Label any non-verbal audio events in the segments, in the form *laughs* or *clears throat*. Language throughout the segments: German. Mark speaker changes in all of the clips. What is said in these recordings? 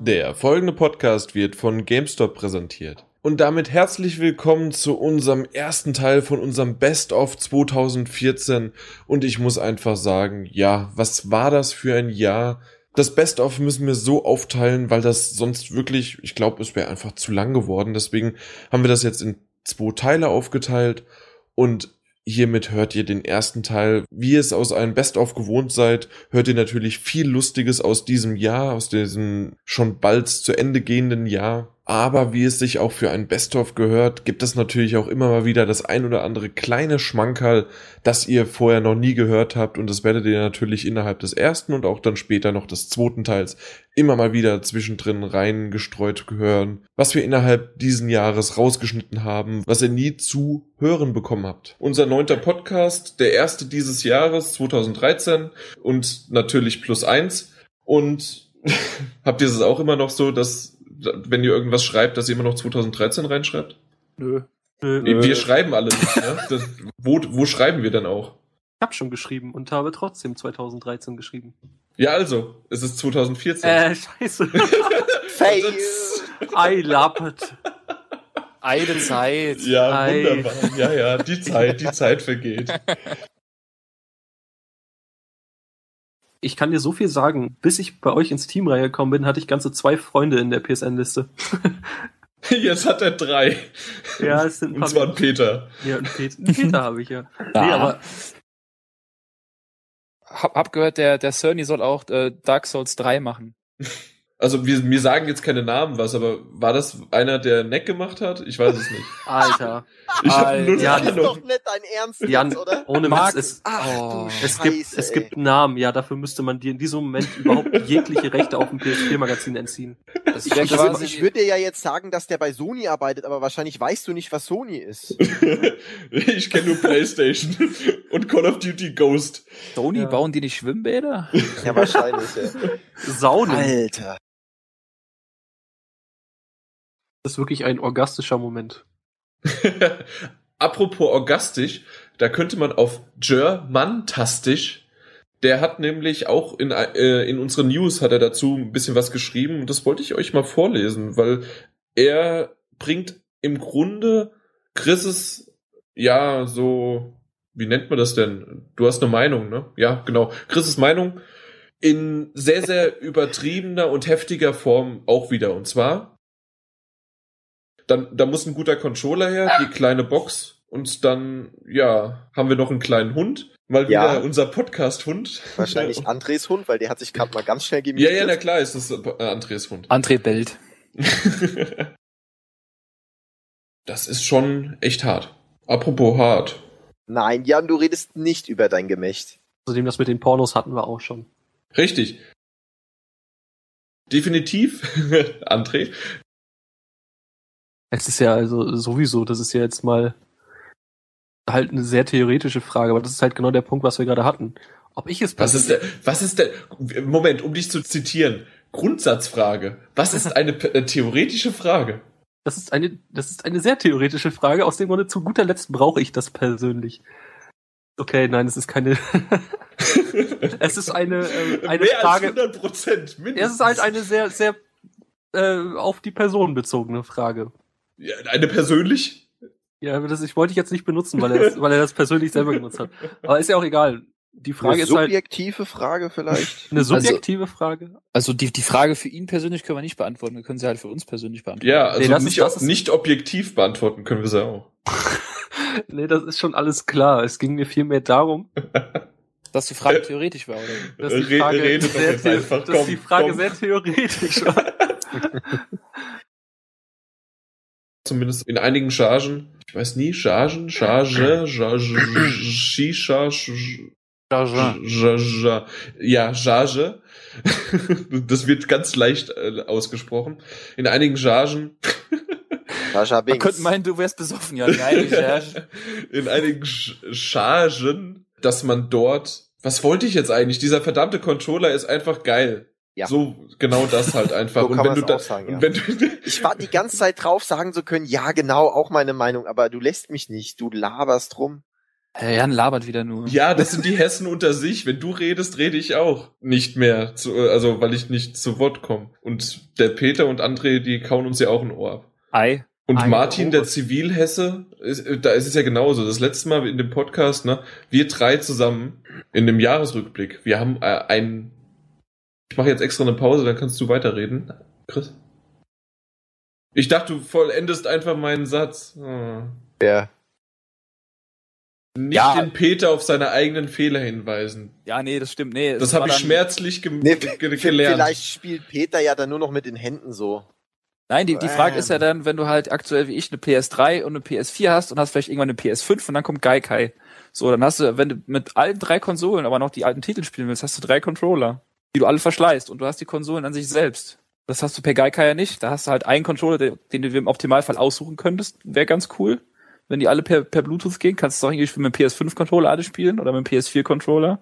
Speaker 1: Der folgende Podcast wird von GameStop präsentiert. Und damit herzlich willkommen zu unserem ersten Teil von unserem Best of 2014. Und ich muss einfach sagen, ja, was war das für ein Jahr? Das Best of müssen wir so aufteilen, weil das sonst wirklich, ich glaube, es wäre einfach zu lang geworden. Deswegen haben wir das jetzt in zwei Teile aufgeteilt. Und Hiermit hört ihr den ersten Teil. Wie ihr es aus einem Best-of gewohnt seid, hört ihr natürlich viel Lustiges aus diesem Jahr, aus diesem schon bald zu Ende gehenden Jahr. Aber wie es sich auch für ein Best-of gehört, gibt es natürlich auch immer mal wieder das ein oder andere kleine Schmankerl, das ihr vorher noch nie gehört habt. Und das werdet ihr natürlich innerhalb des ersten und auch dann später noch des zweiten Teils immer mal wieder zwischendrin reingestreut hören, was wir innerhalb diesen Jahres rausgeschnitten haben, was ihr nie zu hören bekommen habt. Unser neunter Podcast, der erste dieses Jahres, 2013 und natürlich plus eins. Und *laughs* habt ihr es auch immer noch so, dass wenn ihr irgendwas schreibt, dass ihr immer noch 2013 reinschreibt?
Speaker 2: Nö. äh,
Speaker 1: Wir, wir schreiben alle nicht, ne? Das, wo, wo schreiben wir dann auch?
Speaker 2: Ich habe schon geschrieben und habe trotzdem 2013 geschrieben.
Speaker 1: Ja, also, es ist 2014.
Speaker 2: Äh, scheiße.
Speaker 3: Also
Speaker 4: Fails.
Speaker 2: *laughs* I love it.
Speaker 4: Eine Zeit.
Speaker 1: ja,
Speaker 2: ei.
Speaker 1: wunderbar. Ja, ja, die Zeit, die Zeit
Speaker 2: *laughs*
Speaker 1: vergeht.
Speaker 2: Ich kann dir so viel sagen. Bis ich bei euch ins Team reingekommen bin, hatte ich ganze zwei Freunde in der PSN-Liste.
Speaker 1: Jetzt hat er drei.
Speaker 2: Ja, es sind ein
Speaker 1: Und
Speaker 2: paar
Speaker 1: zwar ein Peter.
Speaker 2: Ja, und Peter, *laughs* Peter habe ich ja.
Speaker 4: Da.
Speaker 2: Nee, aber
Speaker 4: Hab, hab gehört, der, der Cerny soll auch äh, Dark Souls 3 machen.
Speaker 1: Also, wir, mir sagen jetzt keine Namen was, aber war das einer, der Neck gemacht hat? Ich weiß es nicht.
Speaker 2: Alter,
Speaker 1: Ich habe
Speaker 4: Alter.
Speaker 1: null
Speaker 2: Ja,
Speaker 3: Das ist
Speaker 1: Ahnung.
Speaker 3: doch nicht dein Ernst,
Speaker 2: Jan-
Speaker 3: jetzt, oder?
Speaker 2: ohne Max
Speaker 4: Marc-
Speaker 2: ist.
Speaker 4: Oh.
Speaker 3: Ach du Scheiße.
Speaker 2: Es gibt, es
Speaker 3: ey.
Speaker 2: gibt Namen, ja, dafür müsste man dir in diesem
Speaker 3: *laughs*
Speaker 2: Moment überhaupt jegliche Rechte auf dem PS4-Magazin entziehen.
Speaker 4: Das
Speaker 3: Ich,
Speaker 4: wäre
Speaker 3: ich,
Speaker 4: quasi.
Speaker 3: ich würde dir ja jetzt sagen, dass der bei Sony arbeitet, aber wahrscheinlich weißt du nicht, was Sony ist.
Speaker 1: Ich kenne nur Playstation *laughs* und Call of Duty Ghost.
Speaker 4: Sony
Speaker 2: Ja.
Speaker 4: bauen die nicht Schwimmbäder?
Speaker 3: Ja, wahrscheinlich. ja.
Speaker 2: Saunen,
Speaker 3: Alter.
Speaker 2: das ist wirklich ein orgastischer Moment.
Speaker 1: *laughs* Apropos orgastisch, da könnte man auf Germantastisch, der hat nämlich auch in, äh, in unseren News hat er dazu ein bisschen was geschrieben und das wollte ich euch mal vorlesen, weil er bringt im Grunde Chris' ja, so, wie nennt man das denn? Du hast eine Meinung, ne? Ja, genau. Chris' Meinung in sehr, sehr übertriebener und heftiger Form auch wieder. Und zwar, dann, da muss ein guter Controller her, die kleine Box und dann, ja, haben wir noch einen kleinen Hund. Mal wieder
Speaker 3: Ja.
Speaker 1: unser Podcast-Hund.
Speaker 3: Wahrscheinlich Andres Hund, weil der hat sich gerade mal ganz schnell
Speaker 1: *laughs* Ja,
Speaker 3: gemietet.
Speaker 1: ja, na klar, ist das äh, Andres Hund.
Speaker 4: *laughs* André bellt.
Speaker 1: das ist schon echt hart. Apropos hart.
Speaker 3: Nein, Jan, du redest nicht über dein Gemächt.
Speaker 2: Außerdem, das mit den Pornos hatten wir auch schon.
Speaker 1: Richtig. Definitiv, *laughs* André.
Speaker 2: Es ist ja also sowieso, das ist ja jetzt mal halt eine sehr theoretische Frage, aber das ist halt genau der Punkt, was wir gerade hatten. Ob ich es
Speaker 1: Was ist der, was ist der, Moment, um dich zu zitieren. Grundsatzfrage. Was ist eine p- äh, theoretische Frage?
Speaker 2: Das ist eine, das ist eine sehr theoretische Frage. Aus dem Grunde, zu guter Letzt brauche ich das persönlich. Okay, nein, es ist keine. *laughs* es ist eine, äh, eine
Speaker 1: Mehr
Speaker 2: Frage.
Speaker 1: als 100 Prozent, mindestens.
Speaker 2: Es ist halt eine sehr, sehr äh, auf die Person bezogene Frage.
Speaker 1: Ja, eine persönlich?
Speaker 2: Ja, aber das, ich wollte ich jetzt nicht benutzen, weil er, das, weil er das persönlich selber genutzt hat. Aber ist ja auch egal. Die Frage
Speaker 3: Eine
Speaker 2: ist halt
Speaker 3: subjektive
Speaker 2: *laughs*
Speaker 3: Frage vielleicht.
Speaker 2: eine
Speaker 4: Also-
Speaker 2: subjektive Frage.
Speaker 4: Also die, die Frage für ihn persönlich können wir nicht beantworten. Wir können sie halt für uns persönlich beantworten.
Speaker 1: Ja, also
Speaker 2: Nee, das ist-
Speaker 1: nicht,
Speaker 2: das ist-
Speaker 1: nicht objektiv beantworten können wir sie auch.
Speaker 2: Nee, das ist schon alles klar. Es ging mir
Speaker 1: *laughs*
Speaker 2: vielmehr darum,
Speaker 4: Dass die
Speaker 1: Äh.
Speaker 4: Frage theoretisch war, oder?
Speaker 2: dass die
Speaker 1: Re-
Speaker 2: Frage,
Speaker 1: rede doch
Speaker 2: sehr,
Speaker 1: jetzt
Speaker 2: the-
Speaker 1: einfach.
Speaker 2: dass
Speaker 1: Komm,
Speaker 2: die Frage
Speaker 1: komm.
Speaker 2: sehr theoretisch war.
Speaker 1: zumindest in einigen Chargen. Ich weiß nie, Chargen, Charge, Charge, Shisha, Sch-
Speaker 4: Ja,
Speaker 1: Sch- Sch- ja, *laughs* Charge. Das wird ganz leicht äh, ausgesprochen. In einigen Chargen.
Speaker 3: Sascha
Speaker 4: Man
Speaker 3: Binks.
Speaker 4: könnte meinen, du wärst besoffen, ja. Nein, ja.
Speaker 1: *laughs*
Speaker 4: *laughs*
Speaker 1: In einigen Sch- Chargen, dass man dort. Was wollte ich jetzt eigentlich? Dieser verdammte Controller ist einfach geil.
Speaker 3: Ja.
Speaker 1: So genau das
Speaker 3: *laughs*
Speaker 1: halt einfach.
Speaker 3: So kann
Speaker 1: wenn
Speaker 3: man
Speaker 1: du
Speaker 3: es
Speaker 1: da,
Speaker 3: auch sagen,
Speaker 1: und
Speaker 3: ja.
Speaker 1: wenn du, *laughs*
Speaker 3: Ich war die ganze Zeit drauf, sagen zu können, ja genau, auch meine Meinung, aber du lässt mich nicht, du laberst rum.
Speaker 5: Herr Jan labert wieder nur.
Speaker 1: Ja, das sind die Hessen unter sich. Wenn du redest, rede ich auch nicht mehr. Zu, also, weil ich nicht zu Wort komme. Und der Peter und André, die kauen uns ja auch ein Ohr ab.
Speaker 5: Ei.
Speaker 1: Und
Speaker 2: Ein
Speaker 1: Martin,
Speaker 2: Ohr.
Speaker 1: der Zivilhesse, ist, äh, da ist es ja genauso. Das letzte Mal in dem Podcast, ne, wir drei zusammen in dem Jahresrückblick, wir haben äh, ein. Ich mache jetzt extra eine Pause, dann kannst du weiterreden. Chris? Ich dachte, du vollendest einfach meinen Satz. Hm.
Speaker 3: Ja.
Speaker 1: Nicht
Speaker 5: Ja.
Speaker 1: den Peter auf seine eigenen Fehler hinweisen.
Speaker 5: Ja, nee, das stimmt. Nee,
Speaker 1: Das
Speaker 5: es
Speaker 1: habe
Speaker 5: war
Speaker 1: ich
Speaker 5: dann-
Speaker 1: schmerzlich gem-
Speaker 3: Nee,
Speaker 1: ge ge gelernt.
Speaker 3: Vielleicht spielt Peter ja dann nur noch mit den Händen so.
Speaker 5: Nein, die, die Frage
Speaker 3: Ähm.
Speaker 5: ist ja dann, wenn du halt aktuell wie ich eine PS3 und eine PS4 hast und hast vielleicht irgendwann eine PS5 und dann kommt Gaikai. So, dann hast du, wenn du mit allen drei Konsolen aber noch die alten Titel spielen willst, hast du drei Controller, die du alle verschleißt und du hast die Konsolen an sich selbst. Das hast du per Gaikai ja nicht. Da hast du halt einen Controller, den, den du im Optimalfall aussuchen könntest. Wäre ganz cool. Wenn die alle per, per Bluetooth gehen, kannst du es auch irgendwie mit dem PS5-Controller alle spielen oder mit dem PS4-Controller.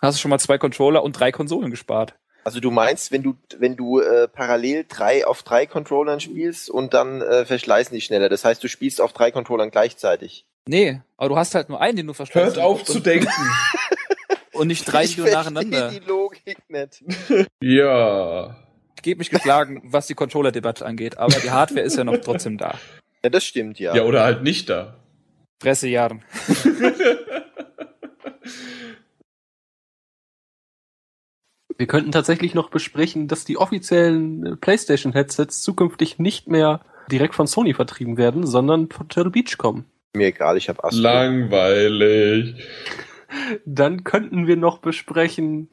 Speaker 5: Hast du schon mal zwei Controller und drei Konsolen gespart.
Speaker 3: Also du meinst, wenn du, wenn du äh, parallel drei auf drei Controllern spielst und dann äh, verschleißen die schneller. Das heißt, du spielst auf drei Controllern gleichzeitig.
Speaker 5: Nee, aber du hast halt nur einen, den du verschleißt.
Speaker 1: Hört auf
Speaker 5: Und-
Speaker 1: zu denken.
Speaker 5: *laughs* Und nicht drei
Speaker 3: ich
Speaker 5: Video
Speaker 3: verstehe
Speaker 5: nacheinander.
Speaker 3: die Logik nicht.
Speaker 1: ja.
Speaker 5: Ich gebe mich geschlagen, was die Controller-Debatte angeht, aber die Hardware ist ja noch trotzdem da.
Speaker 3: Ja, das stimmt ja.
Speaker 1: Ja, oder halt nicht da.
Speaker 5: Pressejahren.
Speaker 2: *laughs* Wir könnten tatsächlich noch besprechen, dass die offiziellen äh, PlayStation-Headsets zukünftig nicht mehr direkt von Sony vertrieben werden, sondern von Turtle Beach kommen.
Speaker 3: Mir egal, ich habe Astro.
Speaker 1: Langweilig.
Speaker 2: Dann könnten wir noch besprechen,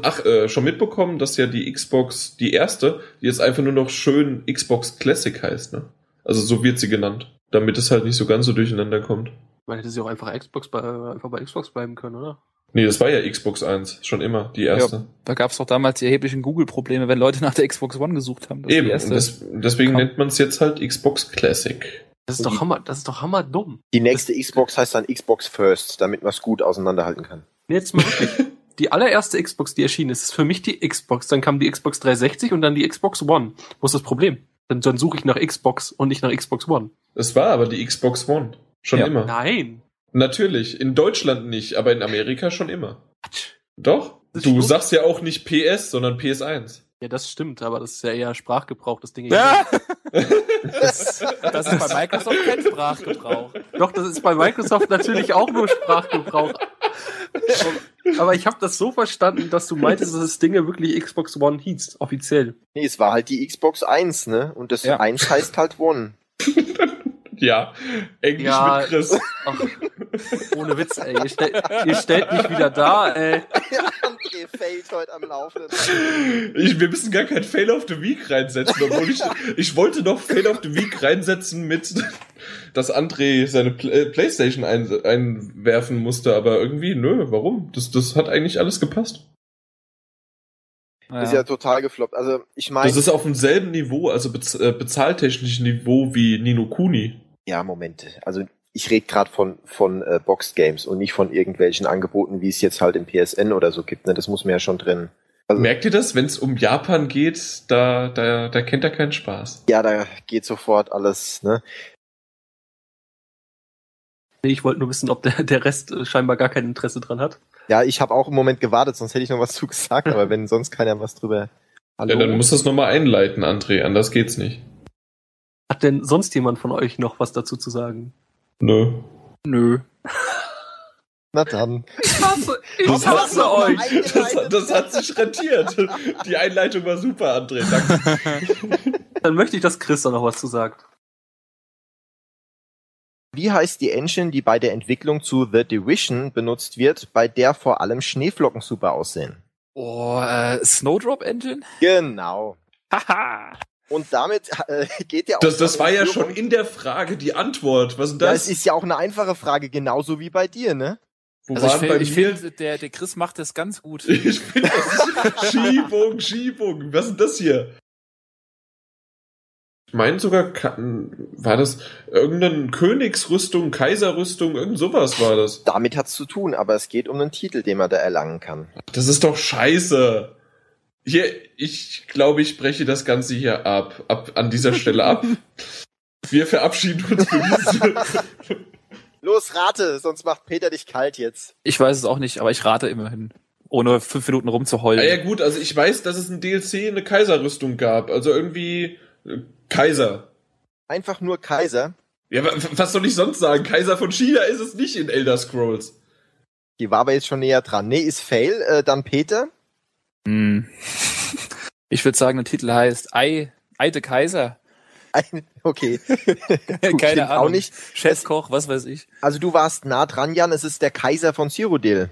Speaker 1: Ach, äh, schon mitbekommen, dass ja die Xbox, die erste, die jetzt einfach nur noch schön Xbox Classic heißt, ne? Also so wird sie genannt. Damit es halt nicht so ganz so durcheinander kommt.
Speaker 2: man hätte sie auch einfach, Xbox bei, äh, einfach bei Xbox bleiben können, oder?
Speaker 1: Nee, das war ja Xbox 1, schon immer, die erste.
Speaker 5: Da gab es doch damals die erheblichen Google-Probleme, wenn Leute nach der Xbox One gesucht haben. Das
Speaker 1: Eben,
Speaker 5: Die
Speaker 1: und
Speaker 5: erste.
Speaker 1: des, deswegen
Speaker 5: Kam-
Speaker 1: nennt man es jetzt halt Xbox Classic.
Speaker 2: Das ist doch hammer, das ist doch hammerdumm.
Speaker 3: Die nächste Xbox heißt dann Xbox First, damit man es gut auseinanderhalten kann.
Speaker 2: Jetzt mal wirklich. Die allererste Xbox, die erschienen ist, ist für mich die Xbox. Dann kam die Xbox 360 und dann die Xbox One. Wo ist das Problem? Dann, dann suche ich nach Xbox und nicht nach Xbox One.
Speaker 1: Es war aber die Xbox One. Schon
Speaker 5: Ja.
Speaker 1: immer.
Speaker 2: Nein.
Speaker 1: Natürlich, in Deutschland nicht, aber in Amerika schon immer.
Speaker 2: Quatsch.
Speaker 1: Doch?
Speaker 2: Das
Speaker 1: Du
Speaker 2: stimmt.
Speaker 1: sagst ja auch nicht PS, sondern PS1.
Speaker 2: Ja, das stimmt, aber das ist ja eher Sprachgebrauch, das Ding.
Speaker 5: Ja! *laughs* das, das ist bei Microsoft kein Sprachgebrauch.
Speaker 2: *laughs* Doch, das ist bei Microsoft natürlich auch nur Sprachgebrauch. Aber ich habe das so verstanden, dass du meintest, dass das Ding ja wirklich Xbox One hieß, offiziell.
Speaker 3: Nee, es war halt die Xbox 1, ne? Und das
Speaker 5: Ja.
Speaker 3: 1 heißt halt
Speaker 5: *laughs*
Speaker 3: One.
Speaker 1: Ja, Englisch
Speaker 2: Ja.
Speaker 1: mit Chris.
Speaker 2: Ach, ohne Witz, ey. Ihr, stell, ihr stellt mich wieder da, ey.
Speaker 3: André fällt heute am Laufenden.
Speaker 1: Ich, wir müssen gar kein Fail of the Week reinsetzen, obwohl ich, ich wollte noch Fail of the Week reinsetzen mit, dass André seine Pl äh, Playstation ein einwerfen musste, aber irgendwie, nö, warum? Das, das hat eigentlich alles gepasst.
Speaker 3: Ist
Speaker 5: Naja.
Speaker 3: ja total gefloppt. Also, ich
Speaker 1: Das
Speaker 3: meine.
Speaker 1: ist auf demselben Niveau, also bez äh, bezahltechnischen Niveau wie Nino Kuni.
Speaker 3: Ja, Moment. Also, ich rede gerade von, von äh, Boxed Games und nicht von irgendwelchen Angeboten, wie es jetzt halt im PSN oder so gibt, ne? Das muss man ja schon drin. Also-
Speaker 1: Merkt ihr das? Wenn es um Japan geht, da, da, da kennt er keinen Spaß.
Speaker 3: Ja, da geht sofort alles, ne?
Speaker 2: Nee, ich wollte nur wissen, ob der, der Rest äh, scheinbar gar kein Interesse dran hat.
Speaker 3: Ja, ich habe auch im Moment gewartet, sonst hätte ich noch was *laughs* zu gesagt, aber wenn sonst keiner was drüber. Hallo.
Speaker 1: Ja, dann musst du es nochmal einleiten, André, anders geht's nicht.
Speaker 2: Hat denn sonst jemand von euch noch was dazu zu sagen?
Speaker 1: Nö.
Speaker 5: Nö.
Speaker 3: Na dann.
Speaker 2: Ich hasse, ich
Speaker 1: Das hat-
Speaker 2: hasse euch.
Speaker 1: Das, das hat sich rentiert. Die Einleitung war super, André. Danke.
Speaker 2: Dann möchte ich, dass Chris da noch was zu sagt.
Speaker 3: Wie heißt die Engine, die bei der Entwicklung zu The Division benutzt wird, bei der vor allem Schneeflocken super aussehen?
Speaker 5: Oh, äh, Snowdrop Engine?
Speaker 3: Genau.
Speaker 5: Haha.
Speaker 3: Und damit äh, *laughs* geht ja auch.
Speaker 1: Das, das war ja schon
Speaker 3: Führung.
Speaker 1: in der Frage die Antwort. Was denn
Speaker 3: Ja, es
Speaker 1: das?
Speaker 3: ist ja auch eine einfache Frage, genauso wie bei dir, ne?
Speaker 1: Wo
Speaker 5: Also ich
Speaker 1: waren bei
Speaker 5: finde, ich
Speaker 1: mir-
Speaker 5: find, der, der Chris macht das ganz gut.
Speaker 1: *laughs* ich finde, das ist Schiebung, Schiebung. Was ist denn das hier? Ich meine sogar, Ka- war das irgendeine Königsrüstung, Kaiserrüstung, irgend sowas war das.
Speaker 3: Damit hat's zu tun, aber es geht um einen Titel, den man da erlangen kann.
Speaker 1: Das ist doch scheiße. Hier, ich glaube, ich breche das Ganze hier ab,
Speaker 5: *laughs*
Speaker 1: ab an dieser Stelle ab. Wir verabschieden uns für diese,
Speaker 3: Los, rate, sonst macht Peter dich kalt jetzt.
Speaker 5: Ich weiß es auch nicht, aber ich rate immerhin. Ohne fünf Minuten rumzuheulen.
Speaker 1: Ja, ja gut, also ich weiß, dass es ein DLC eine Kaiserrüstung gab. Also irgendwie äh, Kaiser.
Speaker 3: Einfach nur Kaiser.
Speaker 1: Ja, wa- was soll ich sonst sagen? Kaiser von China ist es nicht in Elder Scrolls.
Speaker 3: Die war aber jetzt schon näher dran. Nee, ist Fail. Äh, dann Peter.
Speaker 5: Hm. Ich würde sagen, der Titel heißt Ei, Eite Kaiser.
Speaker 3: Ein,
Speaker 5: *laughs*
Speaker 3: okay. Gut, stimmt
Speaker 5: Keine Ahnung.
Speaker 3: Auch nicht.
Speaker 5: Chefkoch, was weiß ich.
Speaker 3: Also du warst nah dran, Jan. Es ist der Kaiser von Cyrodiil.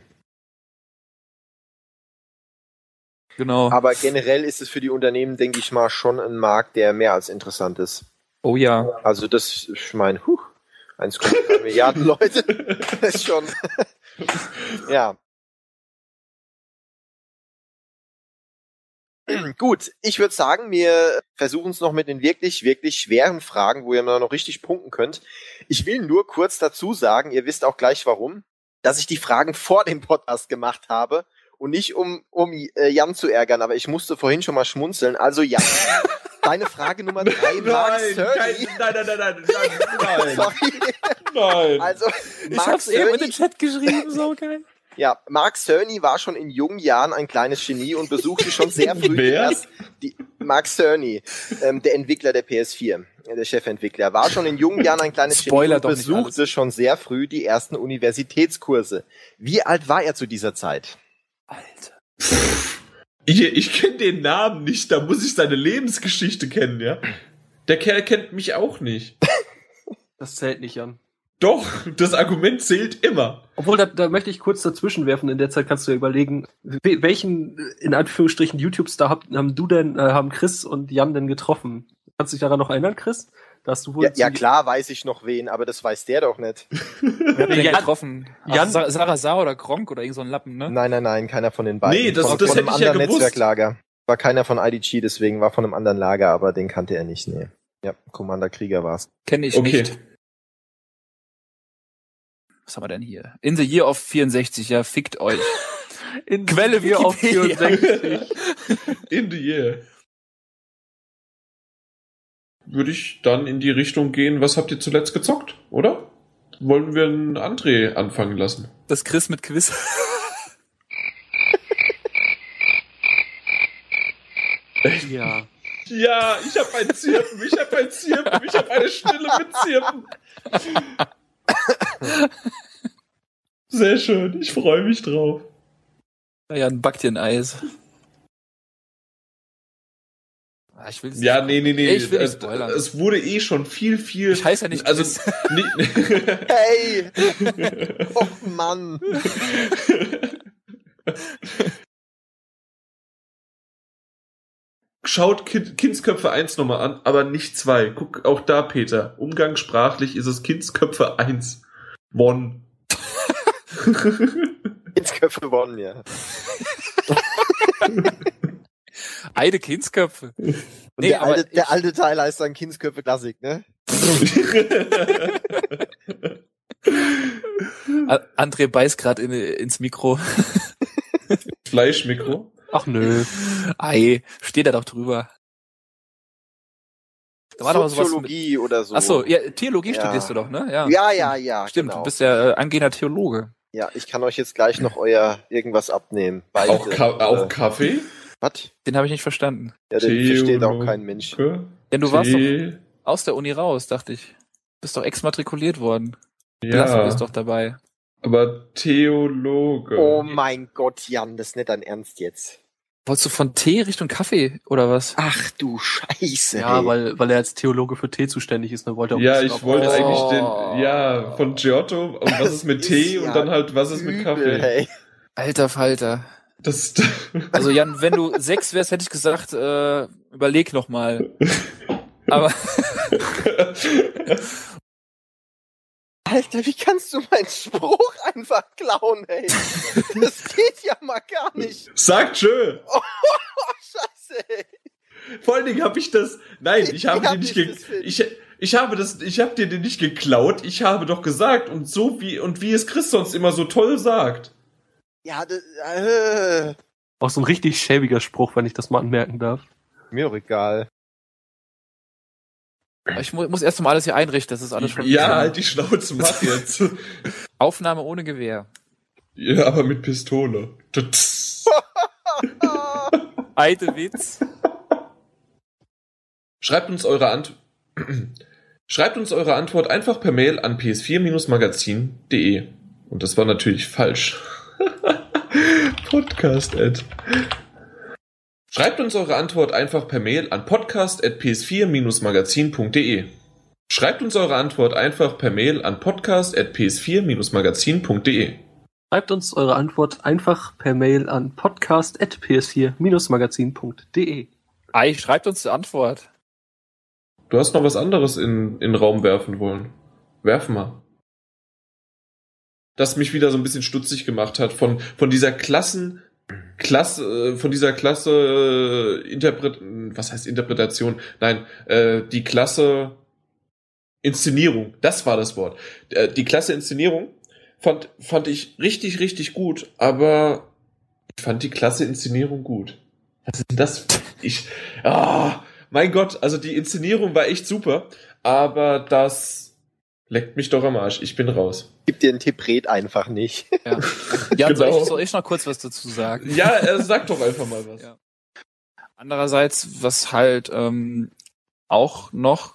Speaker 5: Genau.
Speaker 3: Aber generell ist es für die Unternehmen, denke ich mal, schon ein Markt, der mehr als interessant ist.
Speaker 5: oh ja.
Speaker 3: Also das, ich meine, huh, 1,3
Speaker 1: *laughs*
Speaker 3: Milliarden Leute, das ist schon, *laughs* ja. *clears throat* Gut, ich würde sagen, wir versuchen es noch mit den wirklich, wirklich schweren Fragen, wo ihr mal noch richtig punkten könnt. Ich will nur kurz dazu sagen, ihr wisst auch gleich warum, dass ich die Fragen vor dem Podcast gemacht habe und nicht um, um äh, Jan zu ärgern, aber ich musste vorhin schon mal schmunzeln.
Speaker 1: *laughs*
Speaker 3: Also Jan, deine Frage Nummer drei, Mark Cerny.
Speaker 1: kein- nein, nein, nein, nein, nein, nein,
Speaker 3: *laughs* Sorry.
Speaker 5: *laughs*
Speaker 1: nein.
Speaker 3: Also,
Speaker 5: Ich
Speaker 3: Mark
Speaker 5: hab's eben in
Speaker 3: Cerny,
Speaker 5: den Chat geschrieben, so geil.
Speaker 3: ja, Mark Cerny war schon in jungen Jahren ein kleines Genie und besuchte schon sehr früh
Speaker 1: Wer?
Speaker 3: erst die, Mark Cerny, ähm, der Entwickler der PS4, äh, der Chefentwickler, war schon in jungen Jahren ein kleines
Speaker 5: Spoiler
Speaker 3: Genie und
Speaker 5: doch nicht
Speaker 3: besuchte schon sehr früh die ersten Universitätskurse. Wie alt war er zu dieser Zeit?
Speaker 5: Alter.
Speaker 1: Ich, ich kenne den Namen nicht, da muss ich seine Lebensgeschichte kennen, ja? Der Kerl kennt mich auch nicht.
Speaker 2: Das zählt nicht an.
Speaker 1: Doch, das Argument zählt immer.
Speaker 2: Obwohl, da, da möchte ich kurz dazwischen werfen. In der Zeit kannst du ja überlegen, we- welchen, in Anführungsstrichen, YouTube-Star hab- haben du denn, äh, haben Chris und Jan denn getroffen? Kannst du dich daran noch erinnern, Chris? Da hast du wohl
Speaker 3: Ja, ja
Speaker 2: zu-
Speaker 3: klar weiß ich noch wen, aber das weiß der doch nicht.
Speaker 5: Wer hat den
Speaker 2: Jan-
Speaker 5: getroffen?
Speaker 2: Jan-
Speaker 5: Jan Sarah Sarah Saar oder Gronk oder irgend so ein Lappen, ne?
Speaker 3: Nein, nein, nein, keiner von den beiden.
Speaker 1: Nee, das-
Speaker 3: von,
Speaker 1: das
Speaker 3: von einem
Speaker 1: hätte ich ja
Speaker 3: anderen
Speaker 1: gewusst.
Speaker 3: Netzwerklager. War keiner von IDG, deswegen war von einem anderen Lager, aber den kannte er nicht, nee. Ja, Commander Krieger war's.
Speaker 5: Kenne ich
Speaker 1: Okay.
Speaker 5: nicht. Was haben wir denn hier? In the Year of 64, ja, fickt euch.
Speaker 2: in
Speaker 5: Quelle
Speaker 2: wir auf *laughs*
Speaker 5: Wikipedia.
Speaker 2: 64.
Speaker 1: In the year. Würde ich dann in die Richtung gehen, was habt ihr zuletzt gezockt, oder? Wollen wir einen André anfangen lassen?
Speaker 5: Das Chris mit Quiz.
Speaker 2: ja.
Speaker 1: Ja, ich hab ein Zirpen, ich hab ein Zirpen, ich hab eine Stille mit Zirpen. Sehr schön, ich freue mich drauf.
Speaker 5: Naja, ein backt dir ein Eis. Ah, Ich will es
Speaker 1: Ja, nee, nee, nee.
Speaker 5: Ich will nicht
Speaker 1: es,
Speaker 5: spoilern.
Speaker 1: es wurde eh schon viel, viel.
Speaker 5: Ich heiße ja nicht
Speaker 1: also,
Speaker 5: Chris.
Speaker 1: nee,
Speaker 3: *laughs* Hey!
Speaker 1: *laughs*
Speaker 3: oh Mann!
Speaker 1: *laughs* Schaut kind, Kindsköpfe 1 nochmal an, aber nicht 2. Guck auch da, Peter. Umgangssprachlich ist es Kindsköpfe 1. One.
Speaker 3: Jetzt Köpfe wollen ja.
Speaker 5: Eide Kindsköpfe.
Speaker 3: Und
Speaker 5: Nee,
Speaker 3: der,
Speaker 5: aber
Speaker 3: alte, der alte Teil heißt dann Kindsköpfe Klassik, ne?
Speaker 5: A- André beißt gerade in, ins Mikro. *laughs*
Speaker 1: Fleischmikro.
Speaker 2: Ach nö.
Speaker 5: Ei, steht da doch drüber. Da war doch mal sowas mit,
Speaker 3: Soziologie oder so.
Speaker 5: Ach so, ja, Theologie
Speaker 3: Ja.
Speaker 5: studierst du doch, ne? Ja,
Speaker 3: Ja, ja, ja.
Speaker 5: Stimmt,
Speaker 3: genau.
Speaker 5: du bist ja äh, angehender Theologe.
Speaker 3: ja, ich kann euch jetzt gleich noch euer irgendwas abnehmen. Beide.
Speaker 1: Auch, Ka auch
Speaker 3: Äh,
Speaker 1: Kaffee.
Speaker 3: Was?
Speaker 5: Den habe ich nicht verstanden.
Speaker 3: Ja, den versteht auch
Speaker 1: Theologie.
Speaker 3: kein Mensch.
Speaker 5: Denn du warst doch
Speaker 1: Tee.
Speaker 5: aus der Uni raus, dachte ich. Bist doch exmatrikuliert worden. Klasse,
Speaker 1: Ja,
Speaker 5: bist doch dabei.
Speaker 1: aber Theologe.
Speaker 3: Oh mein Gott, Jan, das ist nicht dein Ernst jetzt.
Speaker 5: Wolltest du von Tee Richtung Kaffee oder was?
Speaker 3: Ach du Scheiße.
Speaker 2: Ja,
Speaker 3: ey.
Speaker 2: weil, weil er als Theologe für Tee zuständig ist, dann wollte er auch
Speaker 1: Ja,
Speaker 2: ein bisschen
Speaker 1: ich wollte
Speaker 2: auf-
Speaker 1: eigentlich
Speaker 5: Oh.
Speaker 1: den, ja, von Giotto und was ist mit
Speaker 3: ist
Speaker 1: Tee
Speaker 3: ja
Speaker 1: und dann halt was ist
Speaker 3: Übel,
Speaker 1: mit Kaffee.
Speaker 3: ey.
Speaker 5: Alter Falter.
Speaker 1: Das ist, *laughs*
Speaker 5: Also Jan, wenn du sechs wärst, hätte ich gesagt, äh, überleg noch mal. Aber
Speaker 3: Alter, wie kannst du meinen Spruch einfach klauen, ey? Das geht ja mal gar nicht.
Speaker 1: sagt schön.
Speaker 3: Oh, Scheiße, ey.
Speaker 1: Vor allen Dingen habe ich das, *laughs* nein, ich habe
Speaker 3: Ja,
Speaker 1: dir nicht,
Speaker 3: das
Speaker 1: ge
Speaker 3: ist Sinn.
Speaker 1: ich, ich habe das, ich habe dir den nicht geklaut. Ich habe doch gesagt und so wie und wie es Chris sonst immer so toll sagt.
Speaker 3: Ja, das, äh,
Speaker 2: Auch so ein richtig schäbiger Spruch, wenn ich das mal anmerken darf.
Speaker 3: Mir doch egal.
Speaker 5: Aber Ich mu muss erst mal alles hier einrichten, das ist alles schon.
Speaker 1: Ja, halt die Schnauze, mach jetzt. *laughs*
Speaker 5: Aufnahme ohne Gewehr.
Speaker 1: ja, aber mit Pistole.
Speaker 5: Alte Witz.
Speaker 1: Schreibt uns eure Ant *clears throat* Schreibt uns eure Antwort einfach per Mail an ps4-magazin.de. Und das war natürlich falsch. *laughs* podcast at. Schreibt uns eure Antwort einfach per Mail an podcast at ps4-magazin.de. Schreibt uns eure Antwort einfach per Mail an podcast at ps4-magazin.de.
Speaker 2: Schreibt uns eure Antwort einfach per Mail an podcast.ps4-magazin.de.
Speaker 5: Ei, schreibt uns die Antwort.
Speaker 1: Du hast noch was anderes in, in den Raum werfen wollen. Werf mal. Das mich wieder so ein bisschen stutzig gemacht hat von, von dieser Klassen, Klasse, äh, von dieser Klasse, äh, Interpret, was heißt Interpretation? Nein, äh, die Klasse Inszenierung, das war das Wort. Äh, die Klasse Inszenierung fand, fand ich richtig, richtig gut, aber ich fand die Klasse Inszenierung gut. Was ist denn das? Ich, ah, mein Gott, also die Inszenierung war echt super, aber das leckt mich doch am Arsch. Ich bin raus.
Speaker 3: Gib dir einen Tipp, red einfach nicht.
Speaker 5: Ja, ja
Speaker 1: Genau.
Speaker 5: soll, ich, soll ich noch kurz was dazu sagen?
Speaker 1: Ja, äh, sag doch einfach mal was.
Speaker 5: Ja. Andererseits, was halt ähm, auch noch,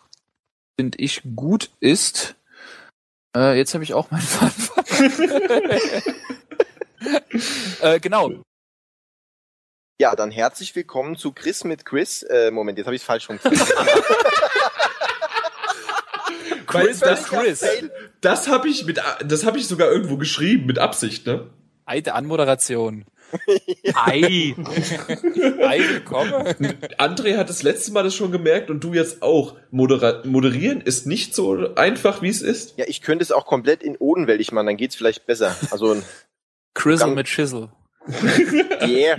Speaker 5: finde ich, gut ist, äh, jetzt habe ich auch meinen *laughs* Faden verloren. äh, genau,
Speaker 3: Ja, dann herzlich willkommen zu Chris mit Chris. Äh, Moment, jetzt habe ich es falsch rumgekriegt.
Speaker 1: *laughs* Weil das,
Speaker 5: Chris.
Speaker 1: das habe ich mit, A- das habe ich sogar irgendwo geschrieben mit Absicht, ne?
Speaker 5: alte Anmoderation.
Speaker 2: Ei!
Speaker 5: *laughs* Ei, willkommen.
Speaker 1: André hat das letzte Mal das schon gemerkt und du jetzt auch. Modera moderieren ist nicht so einfach, wie es ist.
Speaker 3: Ja, ich könnte es auch komplett in Odenwäldig machen, dann geht's vielleicht besser. Also, ein-
Speaker 5: Chrisel mit Chisel.
Speaker 3: yeah.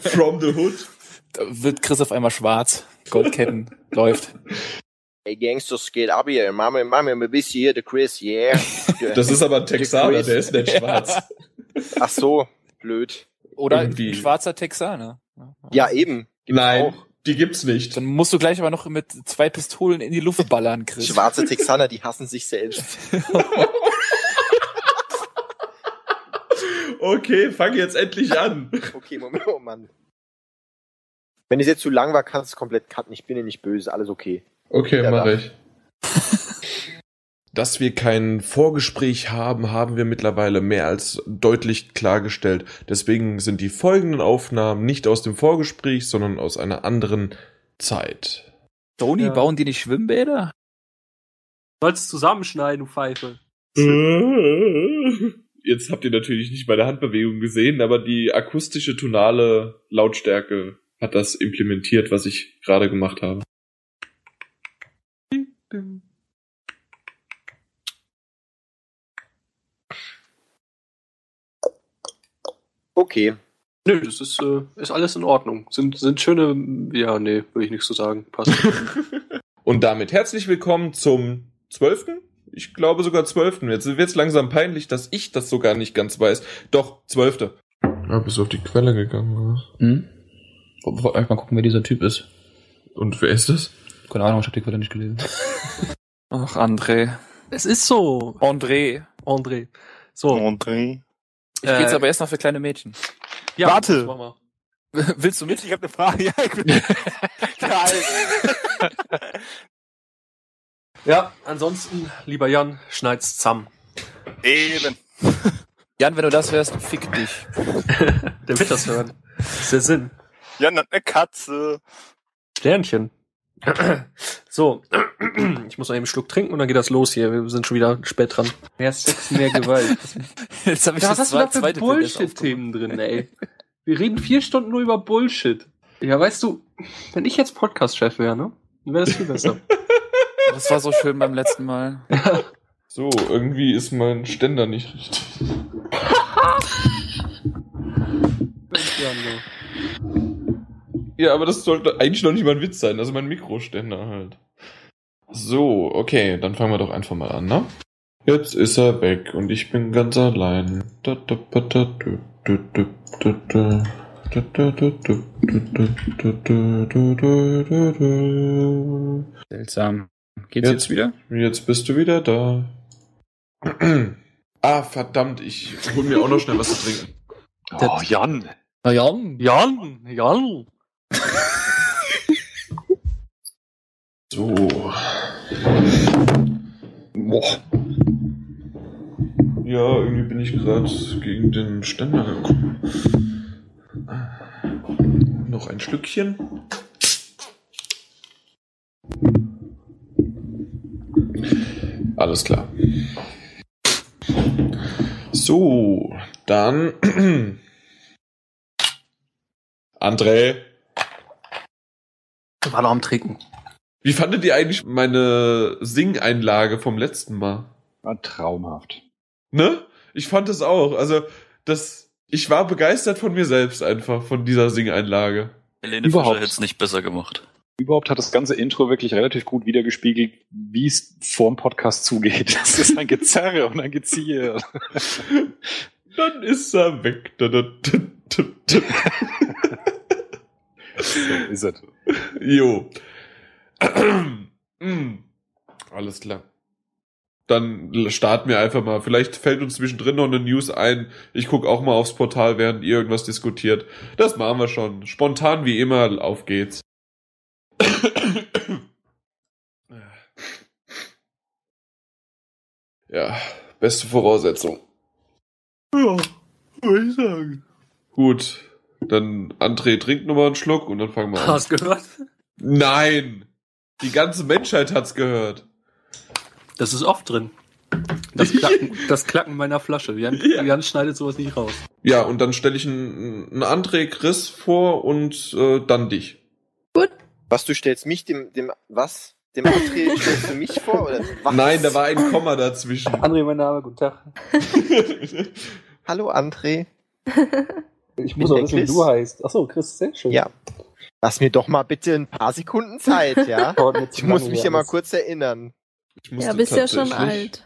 Speaker 1: From the Hood.
Speaker 5: Da wird Chris auf einmal schwarz. Goldketten. Läuft.
Speaker 3: Ey, Gangsters, geht ab hier. Mama, Mama, ein bisschen hier, der Chris, yeah.
Speaker 1: *laughs* Das ist aber ein Texaner,
Speaker 3: Chris.
Speaker 1: der ist nicht schwarz.
Speaker 3: Ach so, blöd.
Speaker 5: Oder
Speaker 1: Irgendwie.
Speaker 5: ein schwarzer Texaner.
Speaker 3: Ja, eben. Gibt's
Speaker 1: Nein,
Speaker 3: auch.
Speaker 1: die gibt's nicht.
Speaker 5: Dann musst du gleich aber noch mit zwei Pistolen in die Luft ballern,
Speaker 3: *laughs*
Speaker 5: Chris.
Speaker 3: Schwarze Texaner, die hassen sich selbst.
Speaker 1: Okay, fang jetzt endlich an.
Speaker 3: Okay, Moment, oh Mann. Wenn es jetzt zu lang war, kannst du es komplett cutten. Ich bin dir nicht böse, alles okay.
Speaker 1: Okay,
Speaker 3: Ja,
Speaker 1: mach
Speaker 3: da.
Speaker 1: ich. *laughs* Dass wir kein Vorgespräch haben, haben wir mittlerweile mehr als deutlich klargestellt. Deswegen sind die folgenden Aufnahmen nicht aus dem Vorgespräch, sondern aus einer anderen Zeit.
Speaker 5: Tony,
Speaker 2: Ja.
Speaker 5: bauen die nicht Schwimmbäder?
Speaker 2: Sollst zusammenschneiden, du Pfeife.
Speaker 1: *laughs* Jetzt habt ihr natürlich nicht meine Handbewegung gesehen, aber die akustische tonale Lautstärke hat das implementiert, was ich gerade gemacht habe.
Speaker 3: Okay.
Speaker 2: Nö, das ist, äh, ist alles in Ordnung. Sind, sind schöne. Ja, nee, will ich nichts zu sagen. Passt.
Speaker 1: Und damit herzlich willkommen zum 12. Ich glaube sogar 12. Jetzt wird es langsam peinlich, dass ich das sogar nicht ganz weiß. Doch, 12. Ja, bist auf die Quelle gegangen, oder?
Speaker 6: Hm? Wollt euch mal gucken, wer dieser Typ ist.
Speaker 1: Und wer ist das?
Speaker 6: Keine Ahnung, ich hab die Quelle nicht gelesen.
Speaker 5: Ach, André.
Speaker 2: es ist so,
Speaker 5: André.
Speaker 2: André. So,
Speaker 7: André.
Speaker 5: Ich äh,
Speaker 2: Äh,
Speaker 5: aber erst noch für kleine Mädchen.
Speaker 2: ja,
Speaker 7: warte.
Speaker 2: das war mal.
Speaker 5: Willst du mit?
Speaker 7: Ich habe eine Frage. Ja, ich bin
Speaker 2: Ja, ansonsten, lieber Jan, schneid's zusammen.
Speaker 7: Eben.
Speaker 5: Jan, wenn du das hörst, fick dich.
Speaker 2: Der wird das hören. Das ist der Sinn.
Speaker 7: Jan hat eine Katze.
Speaker 2: Sternchen. *clears throat* So, *clears throat* ich muss noch eben einen Schluck trinken und dann geht das los hier. Wir sind schon wieder spät dran. Mehr Sex, mehr Gewalt.
Speaker 5: Jetzt habe ich
Speaker 2: Was hast
Speaker 5: das
Speaker 2: du
Speaker 5: zwe
Speaker 2: da für
Speaker 5: zweite Bild erst
Speaker 2: Bullshit-Themen *laughs* drin, ey? Wir reden vier Stunden nur über Bullshit. Ja, weißt du, wenn ich jetzt Podcast-Chef wäre, ne? Dann wäre das viel *laughs* besser.
Speaker 5: aufgemacht. Das war so schön beim letzten Mal.
Speaker 1: So, irgendwie ist mein Ständer nicht richtig. Ja, aber das sollte eigentlich noch nicht mal ein Witz sein. Also mein Mikroständer halt. So, okay, dann fangen wir doch einfach mal an, ne? Jetzt ist er weg und ich bin ganz allein. Da, da, ba, da, du, du, du, du, du. Da, da, da, du, du, du, du, du, du, du, du, du.
Speaker 6: Seltsam.
Speaker 1: Jetzt-
Speaker 8: Geht's jetzt wieder?
Speaker 1: Jetzt bist du wieder da. *clears throat* ah, verdammt, ich hol mir auch noch schnell was zu trinken.
Speaker 9: Oh, Jan.
Speaker 8: Na ja.
Speaker 2: Ah, Jan, Jan.
Speaker 1: So.
Speaker 8: Boah.
Speaker 1: Ja, irgendwie bin ich gerade gegen den Ständer gekommen. Noch ein Schlückchen. Alles klar. So, dann. *clears throat* André,
Speaker 2: War noch am Trinken.
Speaker 1: wie fandet ihr eigentlich meine Singeinlage vom letzten Mal?
Speaker 9: War traumhaft.
Speaker 1: Ne? Ich fand es auch. Also, das, ich war begeistert von mir selbst einfach, von dieser Singeinlage.
Speaker 10: Helene
Speaker 9: Überhaupt.
Speaker 10: Fischer hätte es nicht besser gemacht.
Speaker 9: Überhaupt hat das ganze Intro wirklich relativ gut wiedergespiegelt, wie es vorm Podcast zugeht. *laughs* Das ist ein Gezerre und ein Geziehe.
Speaker 1: Dann ist er weg. Da, da, da, da, da.
Speaker 9: So ist es.
Speaker 1: Jo. *clears throat* Mm. Alles klar. Dann starten wir einfach mal. Vielleicht fällt uns zwischendrin noch eine News ein. Ich gucke auch mal aufs Portal, während ihr irgendwas diskutiert. Das machen wir schon. Spontan wie immer. Auf geht's. *clears throat* Ja, beste Voraussetzung. Ja, würde ich sagen. Gut, dann André trinkt nochmal einen Schluck und dann fangen wir an.
Speaker 2: Hast gehört?
Speaker 1: Nein! Die ganze Menschheit hat's gehört.
Speaker 2: Das ist oft drin. Das *laughs* Klacken, das Klacken meiner Flasche. Jan,
Speaker 1: Ja.
Speaker 2: Jan schneidet sowas nicht raus.
Speaker 1: Ja, und dann stelle ich einen, einen André Chris vor und äh, dann dich.
Speaker 3: Was, du stellst mich dem, dem, was?
Speaker 1: *laughs*
Speaker 3: Dem André stellst du mich vor? Oder was?
Speaker 1: Nein, da war ein Komma dazwischen.
Speaker 2: André, mein Name, guten Tag.
Speaker 3: Hallo André.
Speaker 2: Ich
Speaker 3: muss auch wissen, wie du
Speaker 2: heißt. Achso, Chris, sehr schön.
Speaker 3: Ja. Lass mir doch mal bitte ein paar Sekunden
Speaker 1: *laughs*
Speaker 3: Zeit, ja? Ich muss mich ja mal kurz erinnern.
Speaker 1: Ich
Speaker 11: Ja,
Speaker 1: musste
Speaker 11: bist ja schon
Speaker 1: tatsächlich-
Speaker 11: alt.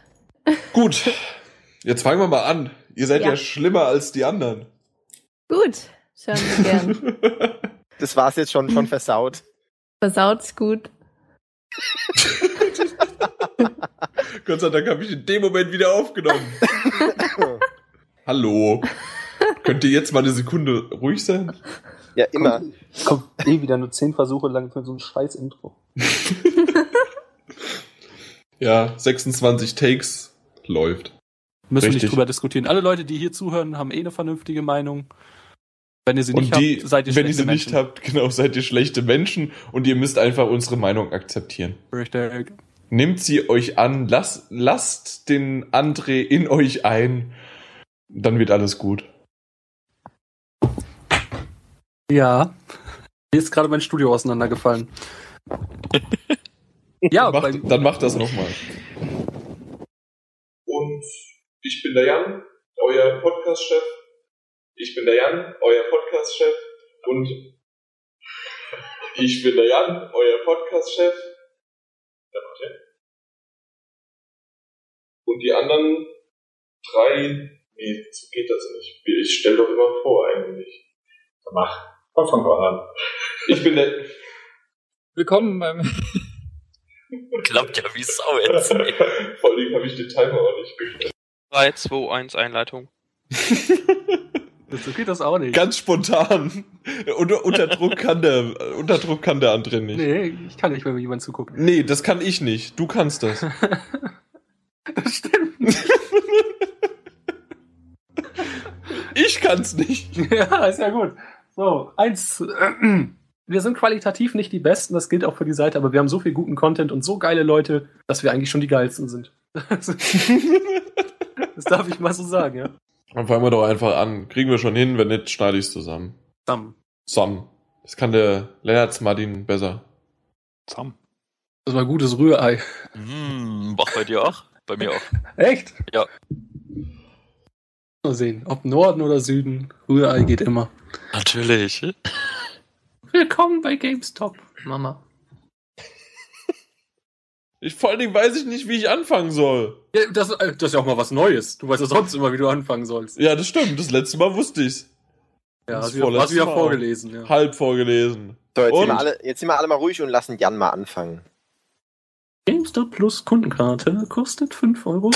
Speaker 1: Gut, jetzt fangen wir mal an. Ihr seid ja,
Speaker 11: Ja.
Speaker 1: schlimmer als die anderen.
Speaker 11: Gut, schauen wir
Speaker 1: *laughs*
Speaker 11: gern.
Speaker 3: Das war's jetzt schon, schon versaut.
Speaker 11: Versaut's gut.
Speaker 1: Gott sei Dank habe ich in dem Moment wieder aufgenommen. Hallo. Könnt ihr jetzt mal eine Sekunde ruhig sein? *laughs*
Speaker 3: Ja, immer.
Speaker 2: Kommt eh wieder nur zehn Versuche lang für so ein scheiß Intro.
Speaker 1: Ja, 26 Takes läuft.
Speaker 2: Müssen wir
Speaker 1: Richtig.
Speaker 2: nicht drüber diskutieren. Alle Leute, die hier zuhören, haben eh eine vernünftige Meinung. Wenn ihr sie nicht
Speaker 1: und die,
Speaker 2: habt, seid ihr
Speaker 1: wenn ihr
Speaker 2: schlechte
Speaker 1: sie
Speaker 2: Menschen.
Speaker 1: nicht habt, genau, seid ihr schlechte Menschen und ihr müsst einfach unsere Meinung akzeptieren.
Speaker 2: Richtig.
Speaker 1: Nehmt sie euch an, lasst, lasst den André in euch ein, dann wird alles gut.
Speaker 2: Ja. Mir ist gerade mein
Speaker 1: *laughs*
Speaker 2: Studio auseinandergefallen. ja,
Speaker 1: macht,
Speaker 2: beim,
Speaker 1: dann macht das nochmal. Und ich bin der Jan, euer Podcast-Chef. Ich bin der Jan, euer Podcast-Chef. Und ich bin der Jan, euer Podcast-Chef. Ja, warte. Und die anderen drei, nee, so geht das nicht. Ich stelle doch immer vor eigentlich.
Speaker 9: Mach. Komm von vorne an.
Speaker 1: Ich bin der,
Speaker 2: *laughs*
Speaker 8: Willkommen beim.
Speaker 10: Klappt ja wie
Speaker 2: Oh,
Speaker 10: Sau jetzt.
Speaker 1: *laughs* Vor allem habe ich den Timer auch nicht gestellt.
Speaker 12: 3, 2, 1 Einleitung.
Speaker 2: so geht das auch nicht.
Speaker 1: Ganz spontan. Unter, unter Druck kann der, äh, unter Druck kann der andere nicht. Nee.
Speaker 2: nee, ich kann nicht, wenn mir jemand zuguckt.
Speaker 1: das kann ich nicht. Du kannst das.
Speaker 2: Das stimmt.
Speaker 1: Ich kann's nicht.
Speaker 2: *laughs* ja, ist ja gut. So, eins. *clears throat* Wir sind qualitativ nicht die Besten, das gilt auch für die Seite, aber wir haben so viel guten Content und so geile Leute, dass wir eigentlich schon die geilsten sind. *laughs* das darf ich mal so sagen, ja.
Speaker 1: Dann fangen wir doch einfach an. Kriegen wir schon hin, wenn nicht, schneide ich's zusammen.
Speaker 2: Sam.
Speaker 1: Sam. Das kann der Lennart Martin besser.
Speaker 9: Zusammen.
Speaker 2: Das war gutes Rührei.
Speaker 10: Hm, mach bei dir auch? Bei mir auch.
Speaker 2: Echt?
Speaker 10: Ja.
Speaker 2: Mal sehen, ob Norden oder Süden, Rührei geht immer.
Speaker 10: Natürlich.
Speaker 2: Willkommen bei GameStop, Mama.
Speaker 1: Ich, vor allen Dingen weiß ich nicht, wie ich anfangen soll.
Speaker 2: Ja, das, äh, das ist ja auch mal was Neues. Du weißt ja sonst immer, wie du anfangen sollst.
Speaker 1: Ja, das stimmt. Das letzte Mal wusste ich's.
Speaker 2: Ja,
Speaker 1: das
Speaker 2: hast wieder, hast
Speaker 1: vorletzte
Speaker 2: wieder
Speaker 1: Mal.
Speaker 2: vorgelesen. Ja.
Speaker 1: Halb vorgelesen.
Speaker 3: So, jetzt
Speaker 1: Und?
Speaker 3: sind, wir alle, jetzt sind wir alle mal ruhig und lassen Jan mal anfangen.
Speaker 2: GameStop Plus Kundenkarte kostet 5,50 Euro.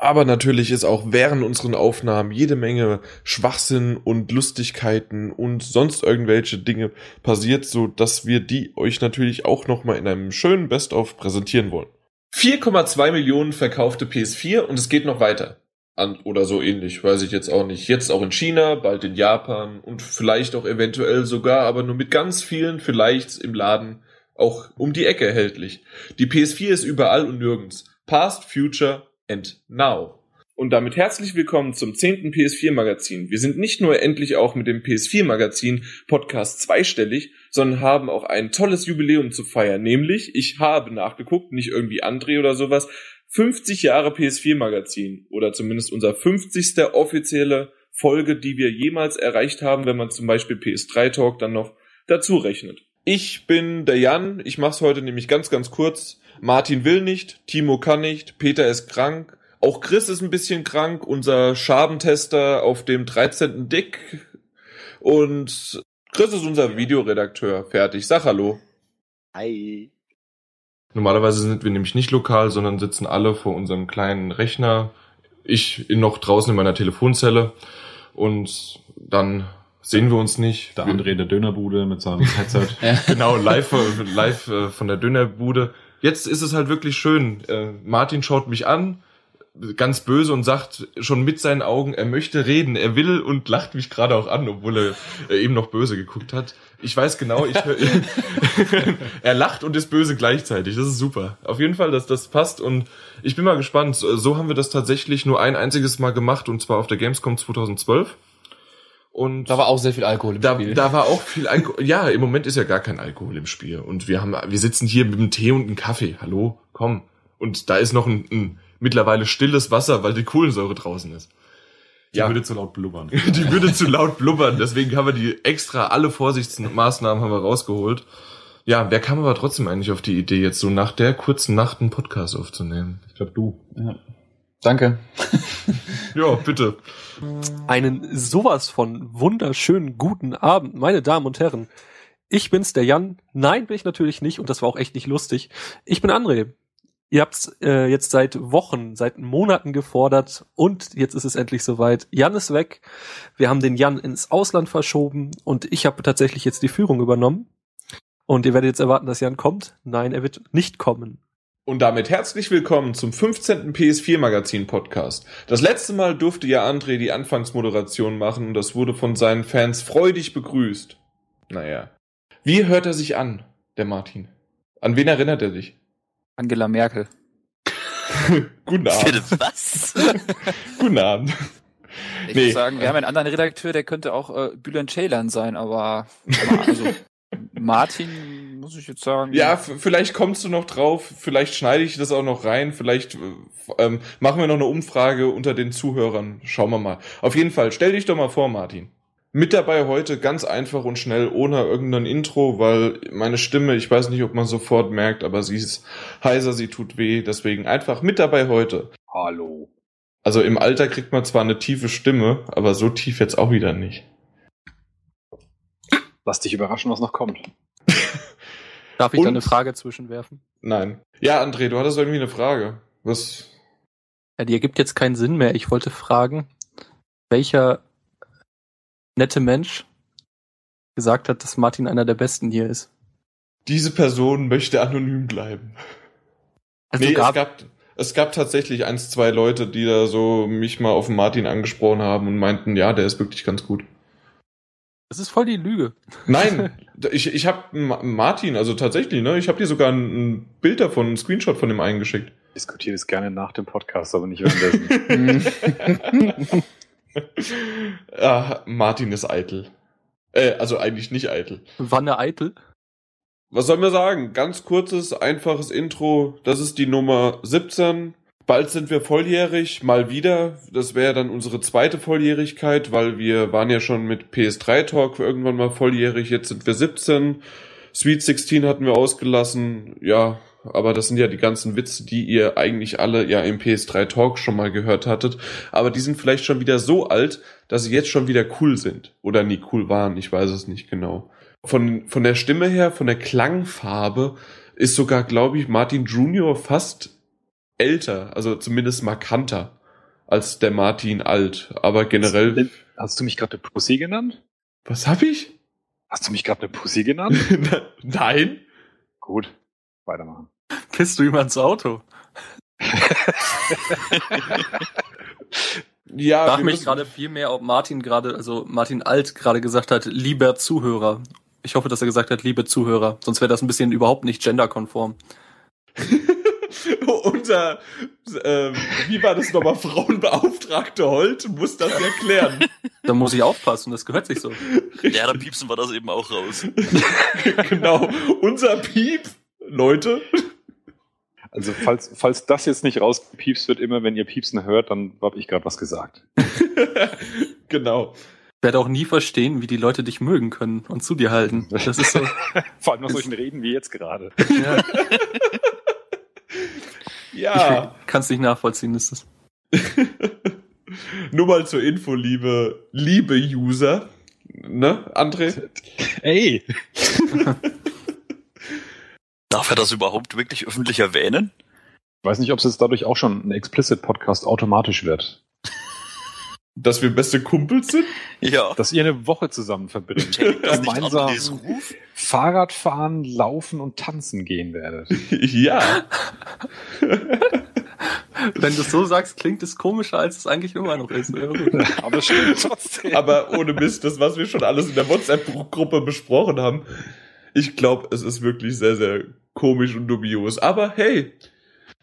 Speaker 1: Aber natürlich ist auch während unseren Aufnahmen jede Menge Schwachsinn und Lustigkeiten und sonst irgendwelche Dinge passiert, so dass wir die euch natürlich auch nochmal in einem schönen Best-of präsentieren wollen. 4,2 Millionen verkaufte PS4 und es geht noch weiter. An, oder so ähnlich, weiß ich jetzt auch nicht. Jetzt auch in China, bald in Japan und vielleicht auch eventuell sogar, aber nur mit ganz vielen vielleicht im Laden auch um die Ecke erhältlich. Die PS4 ist überall und nirgends. Past, Future and Now. Und damit herzlich willkommen zum 10. PS4-Magazin. Wir sind nicht nur endlich auch mit dem PS4-Magazin Podcast zweistellig, sondern haben auch ein tolles Jubiläum zu feiern. Nämlich, ich habe nachgeguckt, nicht irgendwie André oder sowas, 50 Jahre PS4-Magazin oder zumindest unser 50. offizielle Folge, die wir jemals erreicht haben, wenn man zum Beispiel PS3-Talk dann noch dazu rechnet. Ich bin der Jan, ich mach's heute nämlich ganz, ganz kurz. Martin will nicht, Timo kann nicht, Peter ist krank, auch Chris ist ein bisschen krank, unser Schabentester auf dem 13. Dick und Chris ist unser Videoredakteur. Fertig, sag hallo.
Speaker 3: Hi.
Speaker 1: Normalerweise sind wir nämlich nicht lokal, sondern sitzen alle vor unserem kleinen Rechner. Ich in- noch draußen in meiner Telefonzelle und dann sehen wir uns nicht.
Speaker 13: Der
Speaker 1: Wir-
Speaker 13: André in der Dönerbude mit seinem
Speaker 9: *laughs*
Speaker 13: Headset.
Speaker 1: genau, live, äh, live äh, von der Dönerbude. Jetzt ist es halt wirklich schön. Äh, Martin schaut mich an, ganz böse und sagt schon mit seinen Augen, er möchte reden, er will und lacht mich gerade auch an, obwohl er äh, eben noch böse geguckt hat. Ich weiß genau, ich hör, *laughs* er lacht und ist böse gleichzeitig. Das ist super. Auf jeden Fall, dass das passt und ich bin mal gespannt. So so haben wir das tatsächlich nur ein einziges Mal gemacht und zwar auf der Gamescom 2012. Und da war auch sehr viel Alkohol im da, Spiel. Da war auch viel Alkohol. Ja, im Moment ist ja gar kein Alkohol im Spiel. Und wir haben, wir sitzen hier mit einem Tee und einem Kaffee. Hallo, komm. Und da ist noch ein, ein mittlerweile stilles Wasser, weil die Kohlensäure draußen ist.
Speaker 13: Die würde zu laut blubbern.
Speaker 1: *laughs* die würde zu laut blubbern. Deswegen haben wir die extra, alle Vorsichtsmaßnahmen haben wir rausgeholt. Ja, wer kam aber trotzdem eigentlich auf die Idee, jetzt so nach der kurzen Nacht einen Podcast aufzunehmen? Ich glaube, du.
Speaker 5: Danke.
Speaker 1: *laughs* ja, bitte.
Speaker 2: Einen sowas von wunderschönen guten Abend, meine Damen und Herren. Ich bin's, der Jan. Nein, bin ich natürlich nicht und das war auch echt nicht lustig. Ich bin André. Ihr habt's äh, jetzt seit Wochen, seit Monaten gefordert und jetzt ist es endlich soweit. Jan ist weg. Wir haben den Jan ins Ausland verschoben und ich habe tatsächlich jetzt die Führung übernommen. Und ihr werdet jetzt erwarten, dass Jan kommt. Nein, er wird nicht kommen.
Speaker 1: Und damit herzlich willkommen zum 15. PS4 Magazin Podcast. Das letzte Mal durfte ja André die Anfangsmoderation machen und das wurde von seinen Fans freudig begrüßt. Naja. Wie hört er sich an, der Martin? An wen erinnert er dich?
Speaker 4: Angela Merkel.
Speaker 1: *laughs* Guten Abend.
Speaker 5: *laughs*
Speaker 4: Was?
Speaker 1: Guten Abend.
Speaker 4: Ich
Speaker 1: Nee.
Speaker 4: muss sagen, wir haben einen anderen Redakteur, der könnte auch äh, Bülent Ceylan sein, aber also, Martin muss ich jetzt sagen.
Speaker 1: Ja, f- vielleicht kommst du noch drauf, vielleicht schneide ich das auch noch rein, vielleicht äh, f- ähm, machen wir noch eine Umfrage unter den Zuhörern. Schauen wir mal. Auf jeden Fall, stell dich doch mal vor, Martin. Mit dabei heute ganz einfach und schnell, ohne irgendein Intro, weil meine Stimme, ich weiß nicht, ob man sofort merkt, aber sie ist heiser, sie tut weh, deswegen einfach mit dabei heute.
Speaker 9: Hallo.
Speaker 1: Also im Alter kriegt man zwar eine tiefe Stimme, aber so tief jetzt auch wieder nicht.
Speaker 9: Lass dich überraschen, was noch kommt.
Speaker 2: Darf ich
Speaker 1: Und-
Speaker 2: da eine Frage zwischenwerfen?
Speaker 1: Nein. Ja, André, du hattest irgendwie eine Frage. Was?
Speaker 2: Ja, die ergibt jetzt keinen Sinn mehr. Ich wollte fragen, welcher nette Mensch gesagt hat, dass Martin einer der Besten hier ist.
Speaker 1: Diese Person möchte anonym bleiben.
Speaker 2: Also
Speaker 1: nee,
Speaker 2: gab-
Speaker 1: es, gab, es gab tatsächlich eins, zwei Leute, die da so mich mal auf den Martin angesprochen haben und meinten, ja, der ist wirklich ganz gut.
Speaker 2: Das ist voll die Lüge. *laughs*
Speaker 1: Nein, da- ich, ich habe Martin, also tatsächlich, ne, ich habe dir sogar ein, ein Bild davon, ein Screenshot von dem
Speaker 2: *laughs*
Speaker 1: eingeschickt. *laughs*
Speaker 9: Diskutiere es gerne nach dem Podcast, aber nicht währenddessen.
Speaker 13: *laughs*
Speaker 1: Ah, Martin ist eitel. Äh, also eigentlich nicht eitel.
Speaker 2: Wanne Eitel?
Speaker 1: Was soll man sagen? Ganz kurzes, einfaches Intro. Das ist die Nummer 17. Bald sind wir volljährig, mal wieder. Das wäre dann unsere zweite Volljährigkeit, weil wir waren ja schon mit PS3 Talk irgendwann mal volljährig. Jetzt sind wir 17. Sweet 16 hatten wir ausgelassen. Ja, aber das sind ja die ganzen Witze, die ihr eigentlich alle ja im PS3 Talk schon mal gehört hattet. Aber die sind vielleicht schon wieder so alt, dass sie jetzt schon wieder cool sind. Oder nie cool waren. Ich weiß es nicht genau von, von der Stimme her, von der Klangfarbe ist sogar, glaube ich, Martin Junior fast älter, also zumindest markanter als der Martin alt. Aber generell.
Speaker 9: Hast du mich gerade eine Pussy genannt?
Speaker 1: Was hab ich? *laughs*
Speaker 9: Hast du mich gerade eine Pussy genannt?
Speaker 1: Nein.
Speaker 9: Gut, weitermachen.
Speaker 2: Pisst du ihm ans Auto?
Speaker 1: Ja,
Speaker 2: Frag
Speaker 1: wir
Speaker 2: mich
Speaker 1: müssen-
Speaker 2: gerade viel mehr, ob Martin gerade, also Martin Alt gerade gesagt hat, lieber Zuhörer. Ich hoffe, dass er gesagt hat, liebe Zuhörer. Sonst wäre das ein bisschen überhaupt nicht genderkonform.
Speaker 1: *laughs* Unser, ähm, wie war das nochmal, Frauenbeauftragte Holt muss das erklären.
Speaker 2: Da muss ich aufpassen, das gehört sich so.
Speaker 10: *laughs* Ja, da piepsen wir das eben auch raus.
Speaker 1: genau, unser Piep, Leute.
Speaker 9: Also falls, falls das jetzt nicht rausgepiepst wird, immer wenn ihr Piepsen hört, dann habe ich gerade was gesagt.
Speaker 1: Genau.
Speaker 2: Ich werde auch nie verstehen, wie die Leute dich mögen können und zu dir halten.
Speaker 10: *laughs*
Speaker 2: Das ist so.
Speaker 9: Vor allem nach solchen Reden wie jetzt gerade.
Speaker 1: Ja.
Speaker 2: Kann es nicht nachvollziehen, ist das.
Speaker 1: *laughs* Nur mal zur Info, liebe, liebe User. Ne, André?
Speaker 9: Ey.
Speaker 10: Darf er das überhaupt wirklich öffentlich erwähnen?
Speaker 9: Ich weiß nicht, ob es jetzt dadurch auch schon ein Explicit-Podcast automatisch wird.
Speaker 1: Dass wir beste Kumpels sind? *laughs*
Speaker 10: Ja.
Speaker 9: Dass ihr eine Woche zusammen verbringt.
Speaker 10: Das nicht
Speaker 9: Gemeinsam
Speaker 10: Andres Ruf?
Speaker 9: Fahrradfahren, Laufen und Tanzen gehen werdet.
Speaker 1: ja.
Speaker 2: Wenn du es so sagst, klingt es komischer, als es eigentlich immer noch ist. Ja, gut.
Speaker 9: Aber stimmt trotzdem.
Speaker 1: Aber ohne Mist, das, was wir schon alles in der WhatsApp-Gruppe besprochen haben. Ich glaube, es ist wirklich sehr, sehr komisch und dubios. Aber hey,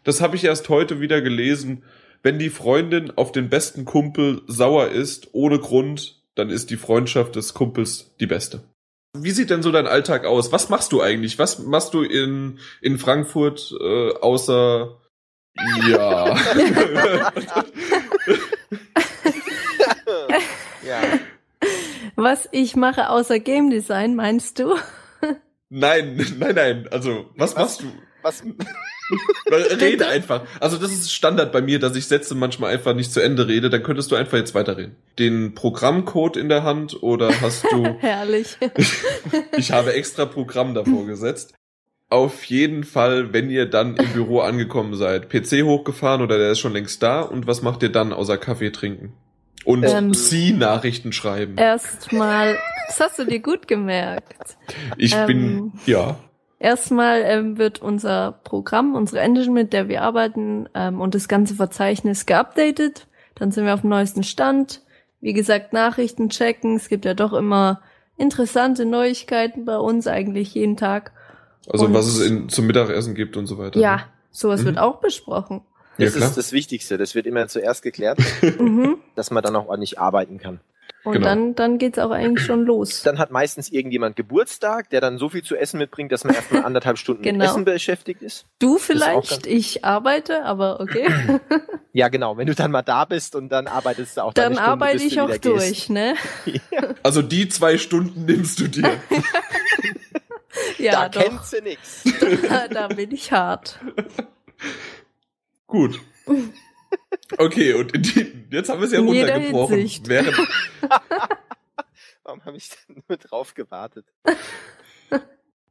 Speaker 1: das habe ich erst heute wieder gelesen. Wenn die Freundin auf den besten Kumpel sauer ist, ohne Grund, dann ist die Freundschaft des Kumpels die beste. Wie sieht denn so dein Alltag aus? Was machst du eigentlich? Was machst du in, in Frankfurt äh, außer... Ja. *laughs*
Speaker 3: ja.
Speaker 11: Was ich mache außer Game Design, meinst du? *laughs*
Speaker 1: Nein, nein, nein. Also, was, machst du?
Speaker 3: Was?
Speaker 11: *laughs*
Speaker 1: Rede einfach. Also, das ist Standard bei mir, dass ich Sätze manchmal einfach nicht zu Ende rede. Dann könntest du einfach jetzt weiterreden. Den Programmcode in der Hand oder hast
Speaker 11: *laughs*
Speaker 1: du.
Speaker 11: Herrlich.
Speaker 1: ich habe extra Programm davor gesetzt. Auf jeden Fall, wenn ihr dann im Büro angekommen seid, PC hochgefahren oder der ist schon längst da. Und was macht ihr dann außer Kaffee trinken? Und
Speaker 11: Ähm. äh,
Speaker 1: Zieh-Nachrichten schreiben.
Speaker 11: Erstmal, das hast du dir gut gemerkt.
Speaker 1: ich bin,
Speaker 11: ähm.
Speaker 1: ja.
Speaker 11: Erstmal ähm, wird unser Programm, unsere Engine, mit der wir arbeiten ähm, und das ganze Verzeichnis geupdatet. Dann sind wir auf dem neuesten Stand. Wie gesagt, Nachrichten checken. Es gibt ja doch immer interessante Neuigkeiten bei uns eigentlich jeden Tag.
Speaker 1: Also,
Speaker 11: Und-
Speaker 1: was es in, zum Mittagessen gibt und so weiter.
Speaker 11: Ja, sowas
Speaker 1: Mhm.
Speaker 11: wird auch besprochen.
Speaker 1: Ja,
Speaker 3: Das
Speaker 1: klar.
Speaker 3: ist das Wichtigste. Das wird immer zuerst geklärt,
Speaker 11: Mhm.
Speaker 3: dass man dann auch ordentlich arbeiten kann.
Speaker 11: Und
Speaker 1: Genau.
Speaker 11: dann, dann geht's auch eigentlich schon los.
Speaker 3: Dann hat meistens irgendjemand Geburtstag, der dann so viel zu essen mitbringt, dass man erstmal anderthalb Stunden
Speaker 11: Genau.
Speaker 3: mit Essen beschäftigt ist. auch
Speaker 11: Du
Speaker 3: ganz-
Speaker 11: vielleicht, ich arbeite, aber okay.
Speaker 3: Ja, genau. Wenn du dann mal da bist und dann arbeitest du auch
Speaker 11: Dann
Speaker 3: deine Stunde,
Speaker 11: arbeite
Speaker 3: bis du
Speaker 11: ich auch
Speaker 3: wieder gehst.
Speaker 11: durch, ne?
Speaker 1: Also die zwei Stunden nimmst du dir.
Speaker 3: da
Speaker 11: Ja, doch.
Speaker 3: kennt sie nix.
Speaker 11: Da, *laughs* da bin ich hart.
Speaker 1: Gut. Okay, und in die, jetzt haben wir es ja
Speaker 11: In jeder
Speaker 1: runtergebrochen.
Speaker 11: Hinsicht.
Speaker 1: Während,
Speaker 3: Warum habe ich denn nur drauf gewartet?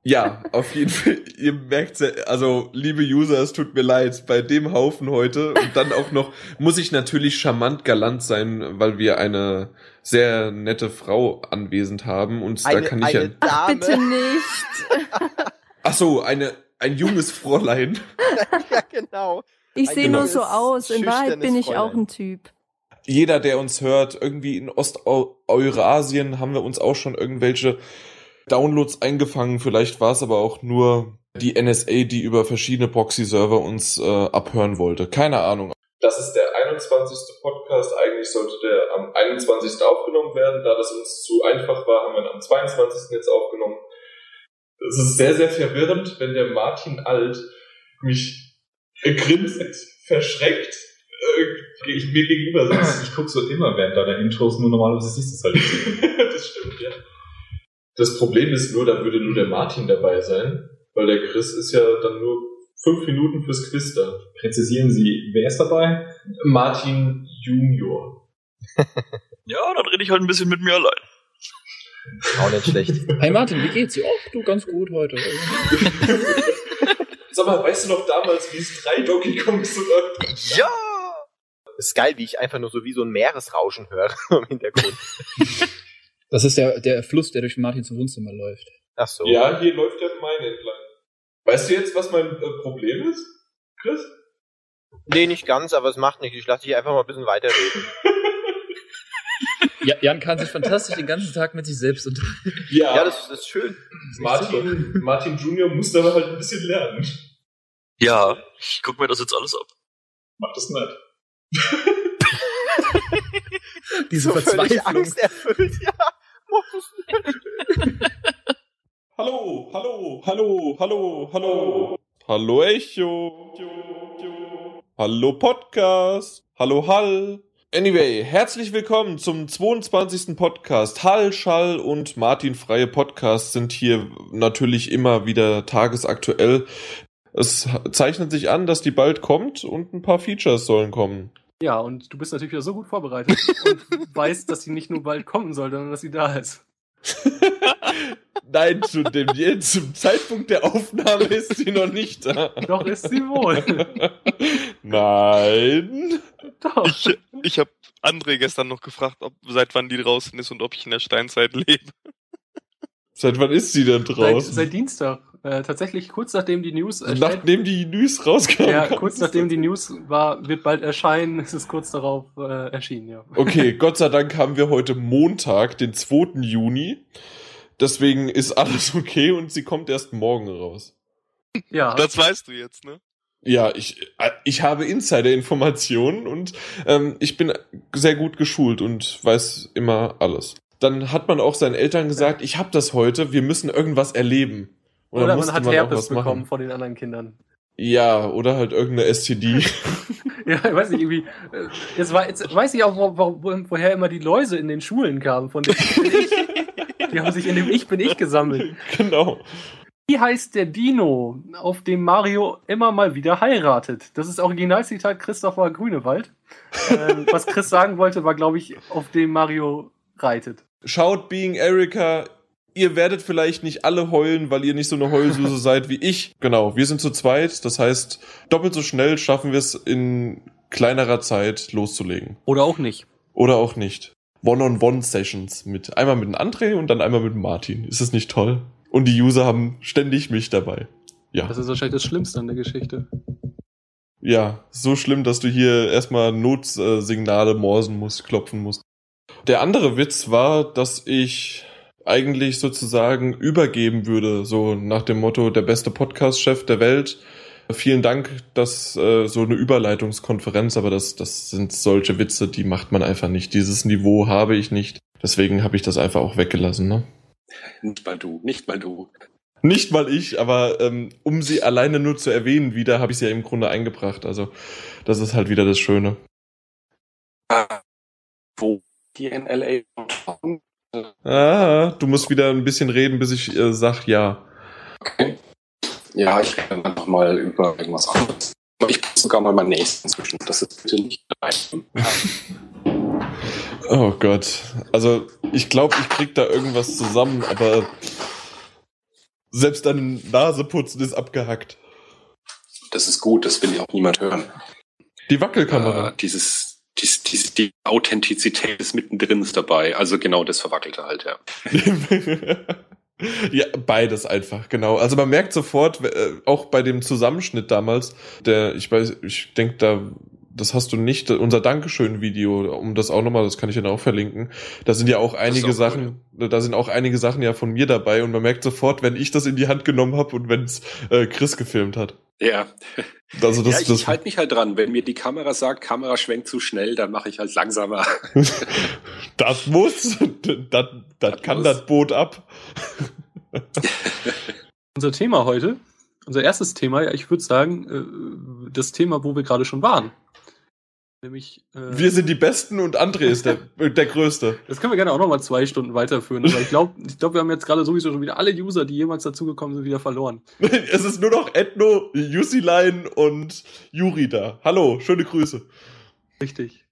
Speaker 1: ja, auf jeden Fall, ihr merkt, also liebe User, es tut mir leid, bei dem Haufen heute und dann auch noch, muss ich natürlich charmant galant sein, weil wir eine sehr nette Frau anwesend haben und da
Speaker 3: Eine,
Speaker 1: kann ich ja...
Speaker 3: eine
Speaker 11: Ach,
Speaker 3: Dame.
Speaker 11: bitte nicht.
Speaker 1: Ach so, eine, ein junges Fräulein.
Speaker 3: *laughs* Ja, genau.
Speaker 11: Ich
Speaker 3: Ein
Speaker 11: sehe nur
Speaker 3: junges,
Speaker 11: so aus. In Wahrheit bin
Speaker 3: schüchternes
Speaker 11: ich auch
Speaker 3: Fräulein.
Speaker 11: ein Typ.
Speaker 1: jeder, der uns hört, irgendwie in Osteurasien haben wir uns auch schon irgendwelche Downloads eingefangen. Vielleicht war es aber auch nur die NSA, die über verschiedene Proxy-Server uns äh, abhören wollte. Keine Ahnung. Das ist der 21. Podcast. Eigentlich sollte der am 21. aufgenommen werden. Da das uns zu einfach war, haben wir ihn am 22. jetzt aufgenommen. Es ist sehr, sehr verwirrend, wenn der Martin Alt mich grinsend verschreckt äh, mir gegenüber sitzt.
Speaker 13: Ich guck so immer während deiner Intros, nur normalerweise siehst du es halt.
Speaker 9: *laughs*
Speaker 1: das stimmt, ja. Das Problem ist nur, da würde nur der Martin dabei sein, weil der Chris ist ja dann nur fünf Minuten fürs Quiz da.
Speaker 13: Präzisieren Sie, wer ist dabei?
Speaker 1: Martin Junior.
Speaker 10: Ja, dann rede ich halt ein bisschen mit mir allein.
Speaker 3: Auch nicht schlecht.
Speaker 5: Hey Martin, wie geht's dir? Ach, du, ganz gut heute.
Speaker 1: Sag mal, weißt du noch damals, wie es drei Donkey Kongs läuft?
Speaker 3: Ja! Ist geil, wie ich einfach nur so wie so ein Meeresrauschen höre *laughs* im Hintergrund.
Speaker 5: Das ist der, der Fluss, der durch Martins Wohnzimmer läuft.
Speaker 3: Ach so.
Speaker 1: Ja, hier läuft ja mein entlang. Weißt du jetzt, was mein äh, Problem ist, Chris?
Speaker 3: Nee, nicht ganz, aber es macht nichts. Ich lasse dich einfach mal ein
Speaker 1: *laughs*
Speaker 3: bisschen weiterreden.
Speaker 5: Ja, Jan kann sich fantastisch den ganzen Tag mit sich
Speaker 2: *laughs*
Speaker 5: selbst unterhalten.
Speaker 1: Ja,
Speaker 3: das, das ist schön.
Speaker 1: Martin, Martin Junior muss da halt ein bisschen lernen.
Speaker 10: Ja, ich guck mir das jetzt alles ab.
Speaker 1: Mach das nicht.
Speaker 5: Diese
Speaker 3: völlig
Speaker 5: Verzweiflung.
Speaker 3: angsterfüllt. Ja, mach das nicht.
Speaker 1: Hallo, hallo, hallo, hallo, hallo. Hallo Echo. Hallo Podcast. Hallo Hall. Anyway, herzlich willkommen zum 22. Podcast. Hall, Schall und Martin Freie Podcasts sind hier natürlich immer wieder tagesaktuell. Es zeichnet sich an, dass die bald kommt und ein paar Features sollen kommen.
Speaker 2: Ja, und du bist natürlich wieder so gut vorbereitet und *laughs* weißt, dass sie nicht nur bald kommen soll, sondern dass sie da ist.
Speaker 1: Nein, zu dem, *laughs* zum Zeitpunkt der Aufnahme ist sie noch nicht da.
Speaker 2: Doch ist sie wohl.
Speaker 1: Nein.
Speaker 2: Doch.
Speaker 12: Ich, ich habe André gestern noch gefragt, ob seit wann die draußen ist und ob ich in der Steinzeit lebe.
Speaker 1: Seit wann ist sie denn
Speaker 2: Seit,
Speaker 1: draußen?
Speaker 2: seit Dienstag. Äh, tatsächlich kurz nachdem die News erscheint.
Speaker 1: Nachdem die News rauskam.
Speaker 2: Ja,
Speaker 1: kam
Speaker 2: kurz
Speaker 1: es
Speaker 2: nachdem
Speaker 1: dann.
Speaker 2: die News war, wird bald erscheinen, ist es kurz darauf äh, erschienen, ja. *laughs*
Speaker 1: Okay, Gott sei Dank haben wir heute Montag, den 2. Juni. Deswegen ist alles *laughs* okay und sie kommt erst morgen raus.
Speaker 2: Ja,
Speaker 12: Das weißt du jetzt, ne?
Speaker 1: Ja, ich, äh, ich habe Insider-Informationen und ähm, ich bin sehr gut geschult und weiß immer alles. Dann hat man auch seinen Eltern gesagt, ich hab das heute, wir müssen irgendwas erleben. Und
Speaker 2: Oder
Speaker 1: dann
Speaker 2: man
Speaker 1: musste
Speaker 2: hat
Speaker 1: auch
Speaker 2: Herpes
Speaker 1: was machen.
Speaker 2: bekommen von den anderen Kindern.
Speaker 1: Ja, oder halt irgendeine STD.
Speaker 2: Ja, ich weiß nicht, irgendwie. äh, Jetzt, wei- jetzt weiß ich auch, wo, wo, woher immer die Läuse in den *laughs* Schulen kamen, von dem ich bin ich. Die haben sich in dem Ich bin ich gesammelt.
Speaker 1: *laughs* genau.
Speaker 2: Wie heißt der Dino, auf dem Mario immer mal wieder heiratet? Das ist Originalzitat Christopher Grünewald. Ähm, was Chris sagen wollte, war, glaube ich, auf dem Mario reitet.
Speaker 1: Schaut Being Erika. Ihr werdet vielleicht nicht alle heulen, weil ihr nicht so eine
Speaker 2: *laughs*
Speaker 1: Heulsuse seid wie ich. Genau, wir sind zu zweit. Das heißt, doppelt so schnell schaffen wir es in kleinerer Zeit loszulegen.
Speaker 2: Oder auch nicht.
Speaker 1: Oder auch nicht. One-on-One-Sessions mit einmal mit dem André und dann einmal mit dem Martin. Ist das nicht toll? Und die User haben ständig mich dabei. Ja.
Speaker 2: Das ist wahrscheinlich das Schlimmste an der Geschichte.
Speaker 1: Ja, so schlimm, dass du hier erstmal Notsignale morsen musst, klopfen musst. Der andere Witz war, dass ich eigentlich sozusagen übergeben würde, so nach dem Motto, der beste Podcast-Chef der Welt. Vielen Dank, dass äh, so eine Überleitungskonferenz, aber das, das sind solche Witze, die macht man einfach nicht. Dieses Niveau habe ich nicht. Deswegen habe ich das einfach auch weggelassen. Ne?
Speaker 14: Nicht mal du, nicht mal du.
Speaker 1: Nicht mal ich, aber ähm, um sie alleine nur zu erwähnen, wieder habe ich sie ja im Grunde eingebracht. Also das ist halt wieder das Schöne.
Speaker 14: Ah, Wo? Die in LA.
Speaker 1: Ah, du musst wieder ein bisschen reden, bis ich äh, sag ja.
Speaker 14: Ja, ich kann einfach mal über irgendwas anderes. Ich bin sogar mal mein nächsten zwischen. Das ist bitte nicht rein.
Speaker 1: Oh Gott. Also ich glaube, ich krieg da irgendwas zusammen, aber selbst dein Naseputzen ist abgehackt.
Speaker 14: Das ist gut, das will ja auch niemand hören.
Speaker 1: Die Wackelkamera.
Speaker 14: Äh, dieses, dies, dies, die Authentizität ist mittendrin ist dabei. Also genau das Verwackelte halt, ja. Äh.
Speaker 1: *laughs* ja, beides einfach, genau. Also man merkt sofort, äh, auch bei dem Zusammenschnitt damals, der, ich weiß, ich denke da, das hast du nicht, unser Dankeschön-Video, um das auch nochmal, das kann ich dann auch verlinken. Da sind ja auch einige
Speaker 14: auch gut,
Speaker 1: Sachen, da sind auch einige Sachen ja von mir dabei und man merkt sofort, wenn ich das in die Hand genommen habe und wenn es äh, Chris gefilmt hat.
Speaker 14: Ja.
Speaker 1: Also das,
Speaker 14: ja, ich,
Speaker 1: das
Speaker 14: ich halte mich halt dran. Wenn mir die Kamera sagt, Kamera schwenkt zu schnell, dann mache ich halt langsamer.
Speaker 1: *laughs* Das muss, das, das kann das Boot ab.
Speaker 2: Unser Thema heute, unser erstes Thema, ja, ich würde sagen, äh, das Thema, wo wir gerade schon waren. Nämlich. Äh,
Speaker 1: Wir sind die Besten und André
Speaker 14: *laughs*
Speaker 1: ist der, der Größte. *laughs*
Speaker 2: Das können wir gerne auch nochmal zwei Stunden weiterführen, aber ich glaube, ich glaub, wir haben jetzt gerade sowieso schon wieder alle User, die jemals dazugekommen sind, wieder verloren.
Speaker 12: Oh
Speaker 1: Es ist nur noch Edno, Yusilein und Juri da. Hallo, schöne Grüße.
Speaker 2: Richtig.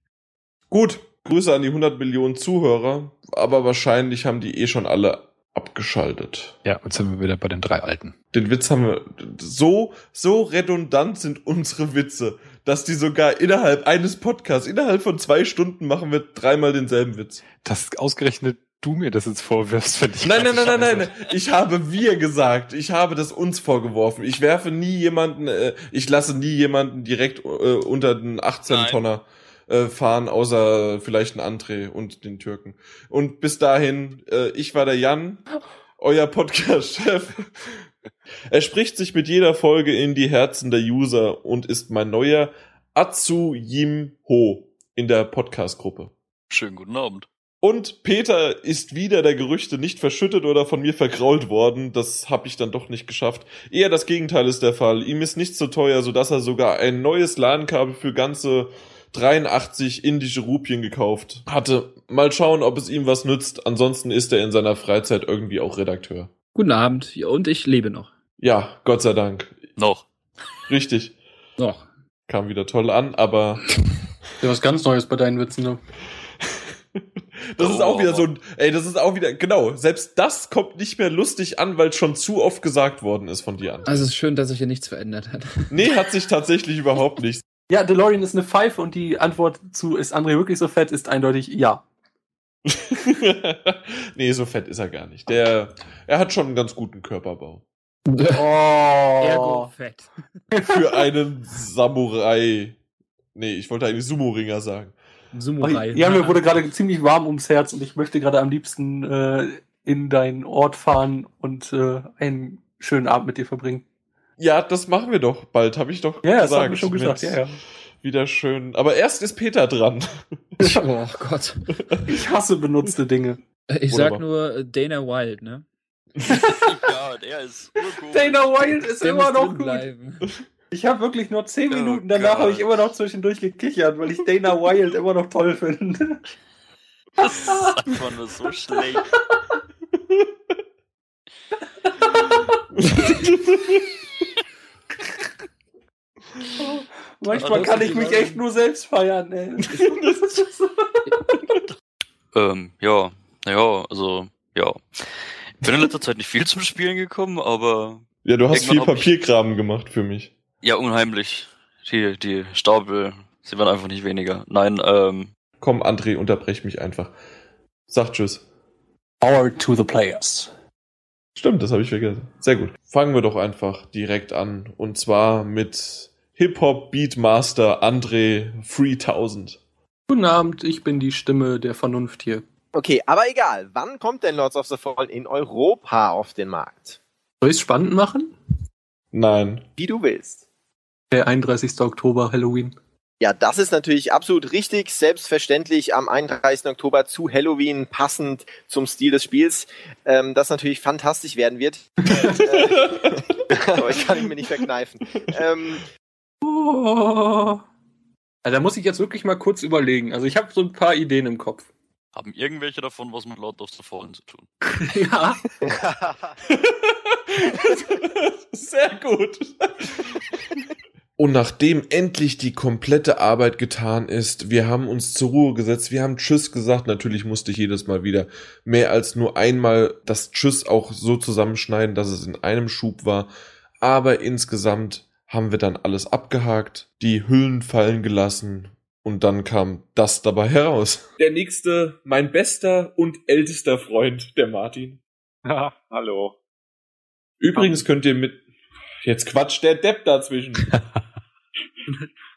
Speaker 1: Gut, Grüße an die 100 Millionen Zuhörer, aber wahrscheinlich haben die eh schon alle abgeschaltet.
Speaker 15: Ja, jetzt sind wir wieder bei den drei Alten.
Speaker 1: Den Witz haben wir. So, so redundant sind unsere Witze, dass die sogar innerhalb eines Podcasts, innerhalb von zwei Stunden machen wir dreimal denselben Witz.
Speaker 15: Dass ausgerechnet du mir das jetzt vorwirfst, finde ich.
Speaker 1: Nein, nein,
Speaker 15: gerade
Speaker 1: nein,
Speaker 15: scheiße.
Speaker 1: nein, nein, nein. Ich habe wir gesagt. Ich habe das uns vorgeworfen. Ich werfe nie jemanden, äh, ich lasse nie jemanden direkt äh, unter den 18-Tonner äh, fahren, außer vielleicht einen André und den Türken. Und bis dahin, äh, ich war der Jan, euer Podcast-Chef. Er spricht sich mit jeder Folge in die Herzen der User und ist mein neuer Atsu Yim Ho in der Podcast-Gruppe.
Speaker 10: Schönen guten Abend.
Speaker 1: Und Peter ist wieder der Gerüchte nicht verschüttet oder von mir vergrault worden. Das habe ich dann doch nicht geschafft. Eher das Gegenteil ist der Fall. Ihm ist nicht so teuer, sodass er sogar ein neues LAN-Kabel für ganze 83 indische Rupien gekauft hatte. Mal schauen, ob es ihm was nützt. Ansonsten ist er in seiner Freizeit irgendwie auch Redakteur.
Speaker 5: Guten Abend. Ja, und ich lebe noch.
Speaker 1: Ja, Gott sei Dank.
Speaker 10: Noch.
Speaker 1: Richtig.
Speaker 5: Noch.
Speaker 1: Kam wieder toll an, aber
Speaker 16: *laughs* Ja, was ganz Neues bei deinen Witzen, ne?
Speaker 1: *laughs*
Speaker 16: Oh,
Speaker 1: Das ist auch wieder so ein, ey, das ist auch wieder, genau, selbst das kommt nicht mehr lustig an, weil es schon zu oft gesagt worden ist von dir an.
Speaker 5: Also es ist schön, dass sich hier nichts verändert
Speaker 2: *laughs*
Speaker 5: hat.
Speaker 1: Nee, hat sich tatsächlich überhaupt nichts. *laughs*
Speaker 2: Ja, DeLorean ist eine Pfeife und die Antwort zu ist André wirklich so fett ist eindeutig ja.
Speaker 1: Nee, so fett ist er gar nicht. Der, er hat schon einen ganz guten Körperbau.
Speaker 2: Oh.
Speaker 5: Ergo fett.
Speaker 1: Für einen Samurai. Nee, ich wollte eigentlich Sumo-Ringer sagen.
Speaker 5: Sumo-Rei.
Speaker 2: Ja,
Speaker 5: *laughs*
Speaker 2: mir wurde gerade ziemlich warm ums Herz und ich möchte gerade am liebsten äh, in deinen Ort fahren und äh, einen schönen Abend mit dir verbringen.
Speaker 1: Ja, das machen wir doch bald, habe ich doch
Speaker 2: Ja, das
Speaker 1: gesagt.
Speaker 2: haben wir schon gesagt,
Speaker 1: Mit-
Speaker 2: ja, ja.
Speaker 1: Wieder schön. Aber erst ist Peter dran.
Speaker 5: Oh Gott.
Speaker 2: Ich hasse benutzte Dinge.
Speaker 5: Ich
Speaker 1: Wunderbar.
Speaker 5: sag nur äh, Dana Wild, ne?
Speaker 10: Ja, der ist urgut.
Speaker 2: Dana Wild ist
Speaker 5: Der
Speaker 2: immer
Speaker 5: muss
Speaker 2: noch
Speaker 5: drin
Speaker 2: gut.
Speaker 5: Bleiben.
Speaker 2: Ich habe wirklich nur 10
Speaker 10: Oh
Speaker 2: Minuten, danach
Speaker 10: Gott.
Speaker 2: habe ich immer noch zwischendurch gekichert, weil ich Dana Wild immer noch toll finde.
Speaker 10: Das ist einfach nur so schlecht.
Speaker 2: *laughs* Manchmal kann ich mich echt nur selbst
Speaker 10: *laughs*
Speaker 2: feiern, ey.
Speaker 10: Ähm, ja, naja, also, ja. Ich bin in letzter Zeit nicht viel zum Spielen gekommen, aber
Speaker 1: Ja, du
Speaker 10: Irgendwann
Speaker 1: hast viel
Speaker 10: hab ich-
Speaker 1: Papierkram gemacht für mich.
Speaker 10: ja, unheimlich. Die, die Stapel, sie werden einfach nicht weniger. Nein, ähm,
Speaker 1: Komm, André, unterbrech mich einfach. Sag Tschüss.
Speaker 2: Power to the players.
Speaker 1: Stimmt, das habe ich vergessen. Sehr gut. Fangen wir doch einfach direkt an. Und zwar mit Hip-Hop-Beatmaster André 3000.
Speaker 2: Guten Abend, ich bin die Stimme der Vernunft hier.
Speaker 3: Okay, aber egal. Wann kommt denn Lords of the Fallen in Europa auf den Markt?
Speaker 2: Soll ich es spannend machen?
Speaker 1: Nein.
Speaker 3: Wie du willst.
Speaker 2: Der 31. Oktober, Halloween.
Speaker 3: Ja, das ist natürlich absolut richtig. Selbstverständlich am 31. Oktober zu Halloween passend zum Stil des Spiels, ähm, das natürlich fantastisch werden wird. *laughs* äh, *laughs* aber ich kann ihn mir nicht verkneifen. Ähm,
Speaker 2: Oh. Also, da muss ich jetzt wirklich mal kurz überlegen. Also ich habe so ein paar Ideen im Kopf.
Speaker 10: haben irgendwelche davon was mit Lord of the Fallen zu tun?
Speaker 2: ja.
Speaker 1: Sehr gut. Und nachdem endlich die komplette Arbeit getan ist, wir haben uns zur Ruhe gesetzt, wir haben Tschüss gesagt. Natürlich musste ich jedes Mal wieder mehr als nur einmal das Tschüss auch so zusammenschneiden, dass es in einem Schub war. Aber insgesamt haben wir dann alles abgehakt, die Hüllen fallen gelassen und dann kam das dabei heraus. Der nächste, mein bester und ältester Freund, der Martin.
Speaker 9: Ha, hallo.
Speaker 1: Übrigens könnt ihr mit. Jetzt quatscht der Depp dazwischen.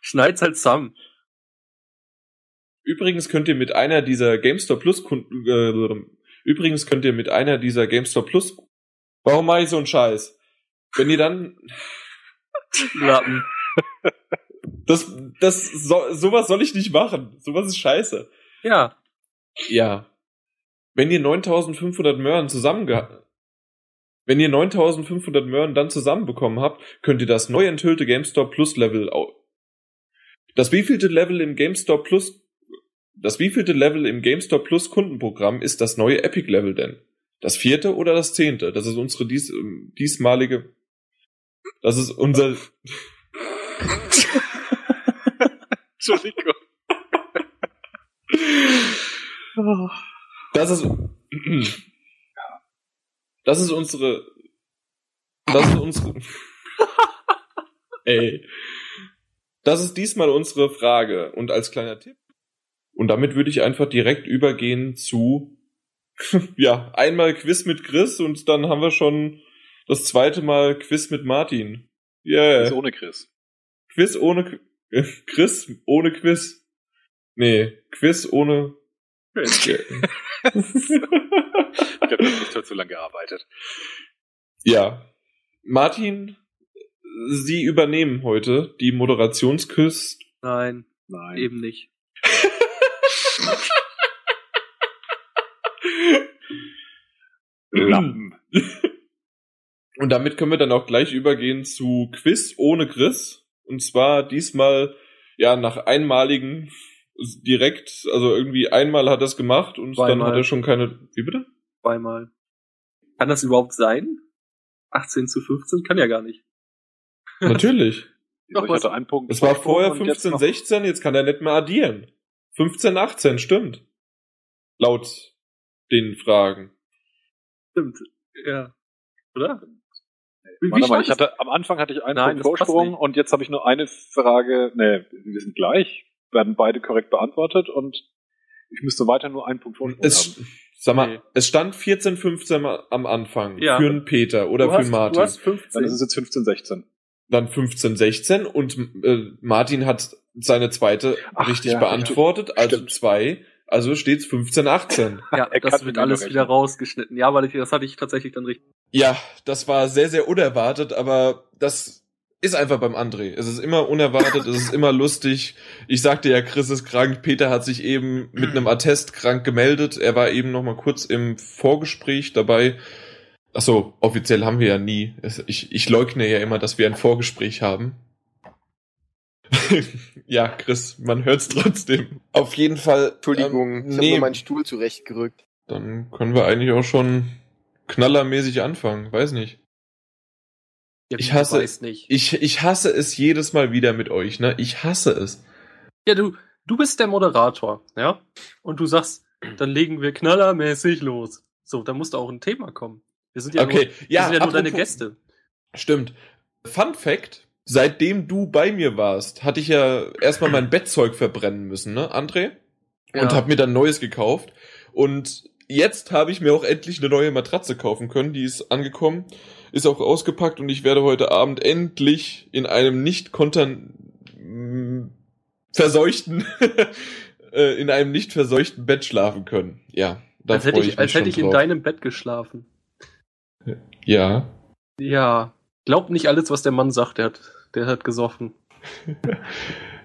Speaker 2: Schneid's halt zusammen.
Speaker 1: Übrigens könnt ihr mit einer dieser GameStop Plus Kunden. Äh, übrigens könnt ihr mit einer dieser GameStop Plus. Warum mache ich so einen Scheiß? Wenn ihr dann.
Speaker 2: Lappen.
Speaker 1: Das, das, so, sowas soll ich nicht machen. Sowas ist scheiße.
Speaker 2: Ja.
Speaker 1: Ja. Wenn ihr 9500 Möhren zusammenge... Wenn ihr 9500 Möhren dann zusammenbekommen habt, könnt ihr das neu enthüllte GameStop Plus Level au Das wievielte Level im GameStop Plus Das wievielte Level im GameStop Plus Kundenprogramm ist das neue Epic Level denn? Das vierte oder das zehnte? Das ist unsere dies, ähm, diesmalige Das ist unser
Speaker 9: Entschuldigung.
Speaker 1: Das ist Das ist unsere. Das ist unsere. Ey. Das ist diesmal unsere Frage. Und als kleiner Tipp. Und damit würde ich einfach direkt übergehen zu. *laughs* ja, einmal Quiz mit Chris und dann haben wir schon das zweite Mal Quiz mit Martin. Yeah.
Speaker 9: Ist ohne Chris.
Speaker 1: Quiz ohne Qu- äh, Chris ohne Quiz. Nee, Quiz ohne
Speaker 9: Ich glaube, du hast zu lange gearbeitet.
Speaker 1: *laughs* Ja. Martin, Sie übernehmen heute die Moderationsküst.
Speaker 2: Nein,
Speaker 9: Nein.
Speaker 2: eben nicht.
Speaker 9: Lappen.
Speaker 1: *laughs* Und damit können wir dann auch gleich übergehen zu Quiz ohne Chris. Und zwar diesmal, ja, nach einmaligen direkt, also irgendwie einmal hat er es gemacht und dann
Speaker 2: Zweimal.
Speaker 1: hat er schon keine. Wie
Speaker 9: *laughs*
Speaker 1: bitte?
Speaker 2: Zweimal. Kann das überhaupt sein? 18 zu 15? Kann ja gar nicht.
Speaker 1: Natürlich.
Speaker 9: Doch, ich
Speaker 2: was-
Speaker 9: hatte einen Punkt.
Speaker 1: Es war vorher
Speaker 9: Und jetzt
Speaker 1: 15,
Speaker 9: noch-
Speaker 1: 16, jetzt kann er nicht mehr addieren. 15, 18, stimmt. Laut den Fragen.
Speaker 2: Stimmt. Ja. Oder? Wie,
Speaker 9: Warte mal, ich
Speaker 2: stand es?
Speaker 9: hatte, am Anfang hatte ich einen
Speaker 2: Nein,
Speaker 9: Punkt
Speaker 2: das passt
Speaker 9: Vorsprung
Speaker 2: nicht.
Speaker 9: und jetzt habe ich nur eine Frage. Nee, wir sind gleich. Werden beide korrekt beantwortet und ich müsste weiter nur einen Punkt Vorsprung
Speaker 1: Es,
Speaker 9: haben.
Speaker 1: sag mal, es stand 14, 15 ma- am Anfang
Speaker 9: Ja.
Speaker 1: für einen Peter oder
Speaker 9: Du
Speaker 1: für
Speaker 9: hast-
Speaker 1: einen Martin.
Speaker 9: du hast
Speaker 2: 15.
Speaker 9: Dann ist es jetzt 15, 16.
Speaker 1: Dann 15, 16 und äh, Martin hat seine zweite
Speaker 9: Ach,
Speaker 1: richtig
Speaker 9: ja,
Speaker 1: beantwortet, also zwei, also steht's 15, 18.
Speaker 2: Ja,
Speaker 9: Er
Speaker 2: das
Speaker 9: kann
Speaker 2: wird
Speaker 9: mit mir
Speaker 2: alles
Speaker 9: rechnen.
Speaker 2: wieder rausgeschnitten. Ja, weil ich, das hatte ich tatsächlich dann richtig.
Speaker 1: ja, das war sehr, sehr unerwartet, aber das ist einfach beim André. Es ist immer unerwartet, es ist immer lustig. Ich sagte ja, Chris ist krank, Peter hat sich eben mit einem Attest krank gemeldet. Er war eben noch mal kurz im Vorgespräch dabei. Ach so, offiziell haben wir ja nie. Es- Ich, ich leugne ja immer, dass wir ein Vorgespräch haben. *laughs* ja, Chris, man hört's trotzdem. Auf jeden Fall.
Speaker 3: Entschuldigung,
Speaker 1: ähm,
Speaker 3: ich habe
Speaker 1: nee,
Speaker 3: nur meinen Stuhl zurechtgerückt.
Speaker 1: dann können wir eigentlich auch schon knallermäßig anfangen. Weiß nicht.
Speaker 2: Ja,
Speaker 1: Ich
Speaker 2: wie,
Speaker 1: hasse-
Speaker 2: du weißt nicht.
Speaker 1: Ich, ich hasse es jedes Mal wieder mit euch, ne? Ich hasse es.
Speaker 2: Ja, du, du bist der Moderator, ja? Und du sagst, dann legen wir knallermäßig los. So, da musst du auch ein Thema kommen. Wir sind ja
Speaker 1: Okay,
Speaker 2: nur,
Speaker 1: ja,
Speaker 2: wir sind ja nur
Speaker 1: apropos-
Speaker 2: deine Gäste.
Speaker 1: Stimmt. Fun Fact: Seitdem du bei mir warst, hatte ich ja erstmal mein Bettzeug verbrennen müssen, ne, André? Und
Speaker 2: Ja.
Speaker 1: habe mir dann neues gekauft. Und jetzt habe ich mir auch endlich eine neue Matratze kaufen können. Die ist angekommen, ist auch ausgepackt und ich werde heute Abend endlich in einem nicht kontern m- verseuchten *laughs* äh, in einem nicht verseuchten Bett schlafen können. Ja, da
Speaker 2: Als hätte
Speaker 1: freue
Speaker 2: ich,
Speaker 1: mich
Speaker 2: als hätte
Speaker 1: schon
Speaker 2: ich in
Speaker 1: drauf.
Speaker 2: deinem Bett geschlafen.
Speaker 1: Ja.
Speaker 2: Ja, glaubt nicht alles, was der Mann sagt. Der hat, der hat gesoffen.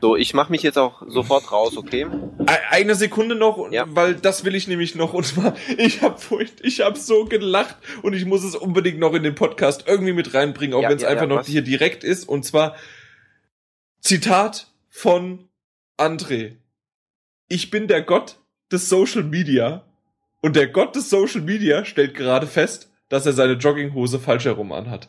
Speaker 3: So, ich mache mich jetzt auch sofort raus, okay?
Speaker 1: E- Eine Sekunde noch, und- weil das will ich nämlich noch. Und zwar, ich habe ich hab so gelacht und ich muss es unbedingt noch in den Podcast irgendwie mit reinbringen, auch
Speaker 3: Ja,
Speaker 1: wenn es
Speaker 3: ja,
Speaker 1: einfach
Speaker 3: ja,
Speaker 1: noch
Speaker 3: was?
Speaker 1: hier direkt ist. Und zwar Zitat von André. Ich bin der Gott des Social Media. Und der Gott des Social Media stellt gerade fest, dass er seine Jogginghose falsch herum anhat.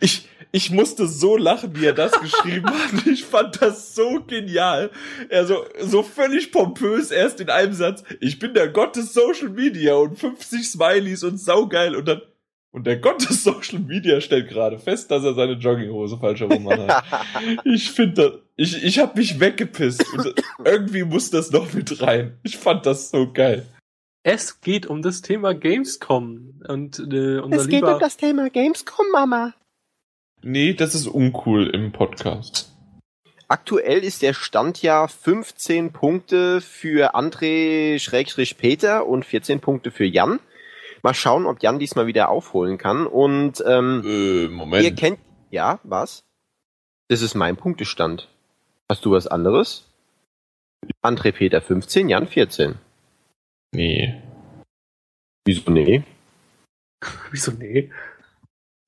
Speaker 1: Ich, ich musste so lachen, wie er das geschrieben hat. Ich fand das so genial. Er so, so völlig pompös erst in einem Satz. Ich bin der Gott des Social Media und 50 Smileys und saugeil und dann, und der Gott des Social Media stellt gerade fest, dass er seine Jogginghose falsch herum anhat. ich finde das, ich, ich hab mich weggepisst und irgendwie muss das noch mit rein. Ich fand das so geil.
Speaker 2: Es geht um das Thema Gamescom. Und äh, unser
Speaker 3: um
Speaker 2: lieber.
Speaker 3: Thema Gamescom, Mama.
Speaker 1: Nee, das ist uncool im Podcast.
Speaker 3: Aktuell ist der Stand ja 15 Punkte für André Schrägstrich Peter und 14 Punkte für Jan. Mal schauen, ob Jan diesmal wieder aufholen kann. Und ähm,
Speaker 1: Äh, Moment.
Speaker 3: ihr kennt. Ja, was? Das ist mein Punktestand. Hast du was anderes? André Peter 15, Jan 14.
Speaker 1: Nee.
Speaker 3: Wieso nee?
Speaker 2: Wieso nee?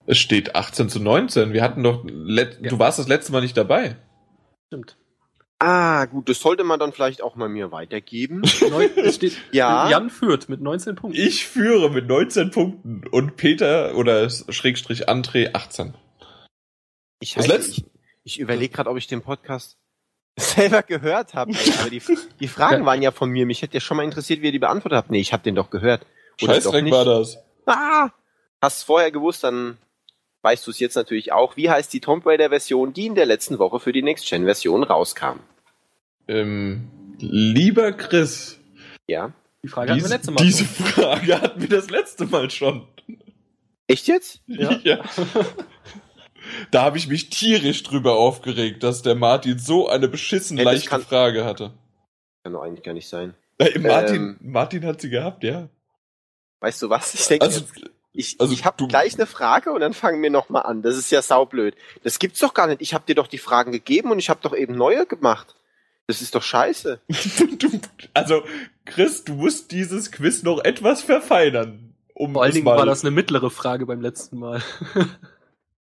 Speaker 1: Es steht 18 zu 19. Wir hatten doch, let- du warst das letzte Mal nicht dabei.
Speaker 2: Stimmt.
Speaker 3: Ah, gut, das sollte man dann vielleicht auch mal mir weitergeben.
Speaker 17: *laughs*
Speaker 2: Neun, es steht,
Speaker 3: Ja.
Speaker 2: Jan führt mit 19 Punkten.
Speaker 1: Ich führe mit 19 Punkten und Peter oder Schrägstrich André 18.
Speaker 3: Ich,
Speaker 1: Das
Speaker 3: heiße-
Speaker 1: letzte-
Speaker 3: ich, ich überlege gerade, ob ich den Podcast *laughs* selber gehört habe. ey, Aber die, die Fragen waren ja von mir. Mich hätte ja schon mal interessiert, wie ihr die beantwortet habt. Nee, ich habe den doch gehört. Oder doch
Speaker 1: Scheißdreck
Speaker 3: nicht?
Speaker 1: war das.
Speaker 3: Ah! Hast es vorher gewusst, dann weißt du es jetzt natürlich auch. Wie heißt die Tomb Raider-Version, die in der letzten Woche für die Next-Gen-Version rauskam?
Speaker 1: Ähm, lieber Chris.
Speaker 3: Ja.
Speaker 1: Die
Speaker 2: Frage hatten wir letzte Mal
Speaker 1: Diese
Speaker 2: schon.
Speaker 1: Frage hatten wir das letzte Mal schon.
Speaker 3: Echt jetzt?
Speaker 1: *laughs* Ja. Da habe ich mich tierisch drüber aufgeregt, dass der Martin so eine beschissen
Speaker 3: Ey, das
Speaker 1: leichte
Speaker 3: kann-
Speaker 1: Frage hatte.
Speaker 3: Kann doch eigentlich gar nicht sein.
Speaker 1: Äh, Martin,
Speaker 3: Ähm,
Speaker 1: Martin hat sie gehabt, ja.
Speaker 3: weißt du was? Ich denke,
Speaker 1: Also-
Speaker 3: jetzt-
Speaker 1: *laughs*
Speaker 3: ich, ich habe gleich eine Frage und dann fangen wir nochmal an. Das ist ja saublöd. Das gibt's doch gar nicht. Ich habe dir doch die Fragen gegeben und ich habe doch eben neue gemacht. Das ist doch scheiße.
Speaker 1: Also, Chris, du musst dieses Quiz noch etwas verfeinern. Um
Speaker 2: Vor allen
Speaker 1: es
Speaker 2: Dingen
Speaker 1: mal-
Speaker 2: war das eine mittlere Frage beim letzten Mal.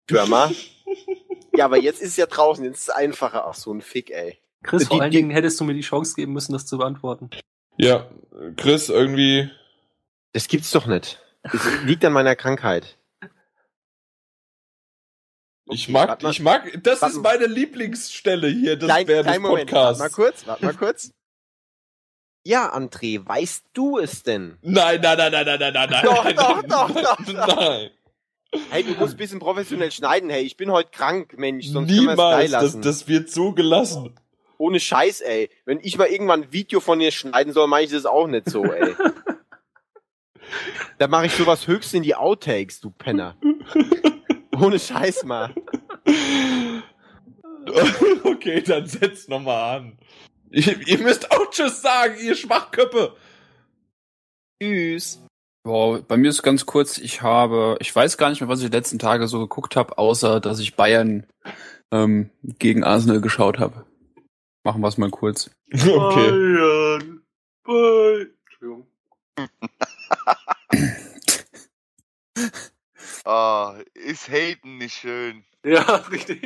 Speaker 3: Hör mal. ja, aber jetzt ist es ja draußen. Jetzt ist es einfacher. Ach, so ein Fick, ey.
Speaker 2: Chris,
Speaker 3: Die-
Speaker 2: vor allen
Speaker 3: die-
Speaker 2: Dingen hättest du mir die Chance geben müssen, das zu beantworten.
Speaker 1: Ja, Chris, irgendwie.
Speaker 3: Das gibt's doch nicht. Das liegt an meiner Krankheit.
Speaker 1: Ich mag,
Speaker 3: warte mal.
Speaker 1: ich mag, das
Speaker 3: Warte
Speaker 1: ist
Speaker 3: mal.
Speaker 1: meine Lieblingsstelle hier, das
Speaker 3: Klein-
Speaker 1: wäre des
Speaker 3: kleinen Moment,
Speaker 1: Podcasts.
Speaker 3: Warte mal kurz, warte mal kurz. Ja, André, weißt du es denn?
Speaker 1: Nein, nein, nein, nein, nein, nein, nein, nein.
Speaker 3: Doch, doch, doch, doch, doch.
Speaker 1: Nein.
Speaker 3: Hey, du musst ein bisschen professionell schneiden. Hey, ich bin heute krank, Mensch. Sonst können wir es geil
Speaker 1: Niemals, das,
Speaker 3: lassen.
Speaker 1: das wird so gelassen. *laughs*
Speaker 3: Ohne Scheiß, ey. Wenn ich mal irgendwann ein Video von dir schneiden soll, mache ich das auch nicht so, ey. *laughs* da mache ich sowas höchst in die Outtakes, du Penner. *laughs* Ohne Scheiß mal.
Speaker 1: Okay, dann setzt nochmal an. *laughs* Ihr, ihr müsst auch Tschüss sagen, ihr Schwachköppe. *laughs*
Speaker 3: Tschüss.
Speaker 5: Boah, bei mir ist ganz kurz, ich habe, ich weiß gar nicht mehr, was ich die letzten Tage so geguckt habe, außer dass ich Bayern ähm, gegen Arsenal geschaut habe. Machen wir es mal kurz.
Speaker 1: Okay.
Speaker 18: Bayern. Bayern. Entschuldigung.
Speaker 7: Ah, ist Hayden nicht schön.
Speaker 18: Ja, richtig.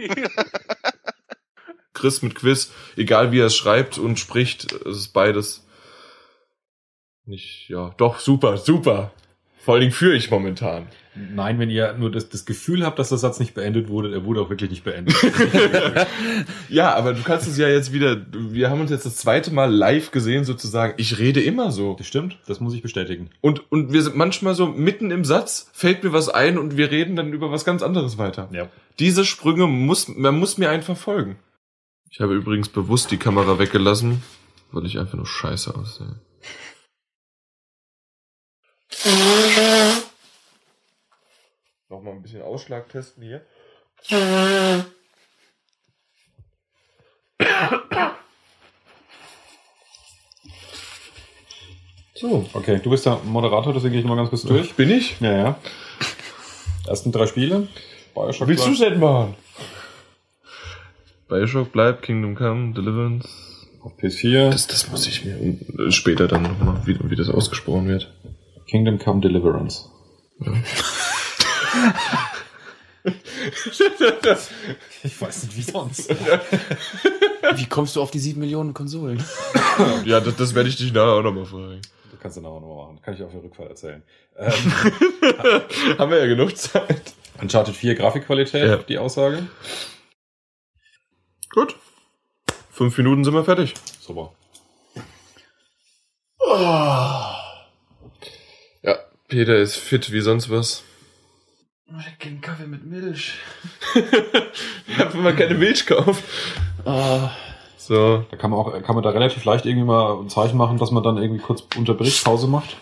Speaker 1: Chris mit Quiz, egal wie er es schreibt und spricht, es ist beides nicht, ja, doch, super, super. Vor allen Dingen führe ich momentan.
Speaker 19: Nein, wenn ihr nur das, das Gefühl habt, dass der Satz nicht beendet wurde, er wurde auch wirklich nicht *laughs* beendet.
Speaker 1: Ja, aber du kannst es ja jetzt wieder, wir haben uns jetzt das zweite Mal live gesehen sozusagen. Ich rede immer so. Das
Speaker 19: stimmt, das muss ich bestätigen.
Speaker 1: Und, und wir sind manchmal so mitten im Satz, fällt mir was ein und wir reden dann über was ganz anderes weiter.
Speaker 19: Ja.
Speaker 1: Diese Sprünge muss, man muss mir einfach folgen. Ich habe übrigens bewusst die Kamera weggelassen, weil ich einfach nur scheiße aussehe. Nochmal ein bisschen Ausschlag testen hier.
Speaker 19: So, okay, du bist der Moderator, deswegen gehe ich mal ganz kurz durch.
Speaker 1: Bin ich?
Speaker 19: Ja, ja. Ersten drei Spiele. Bioshock
Speaker 1: Willst
Speaker 19: Live.
Speaker 1: du denn machen? Bioshock bleibt, Kingdom Come, Deliverance.
Speaker 19: Auf PS4.
Speaker 1: Das, das muss ich mir äh, später dann nochmal, wie, wie das ausgesprochen wird.
Speaker 19: Kingdom Come Deliverance. *laughs* Ich weiß nicht, wie sonst.
Speaker 18: Wie kommst du auf die 7 Millionen Konsolen?
Speaker 1: ja, das, das werde ich dich nachher auch nochmal fragen.
Speaker 19: Du kannst dann auch nochmal machen. Kann ich auf der Rückfahrt erzählen.
Speaker 1: *laughs* Haben wir ja genug Zeit.
Speaker 19: Uncharted 4 Grafikqualität,
Speaker 1: Ja.
Speaker 19: die Aussage.
Speaker 1: Gut. Fünf Minuten sind wir fertig.
Speaker 19: Super.
Speaker 1: Ja, Peter ist fit wie sonst was.
Speaker 18: Kein Kaffee mit
Speaker 1: *laughs*
Speaker 18: Milch.
Speaker 1: Ich habe mal keine Milch gekauft.
Speaker 18: Ah.
Speaker 1: So.
Speaker 19: Da kann man auch, kann man da relativ leicht irgendwie mal ein Zeichen machen, dass man dann irgendwie kurz unterbricht, Pause macht.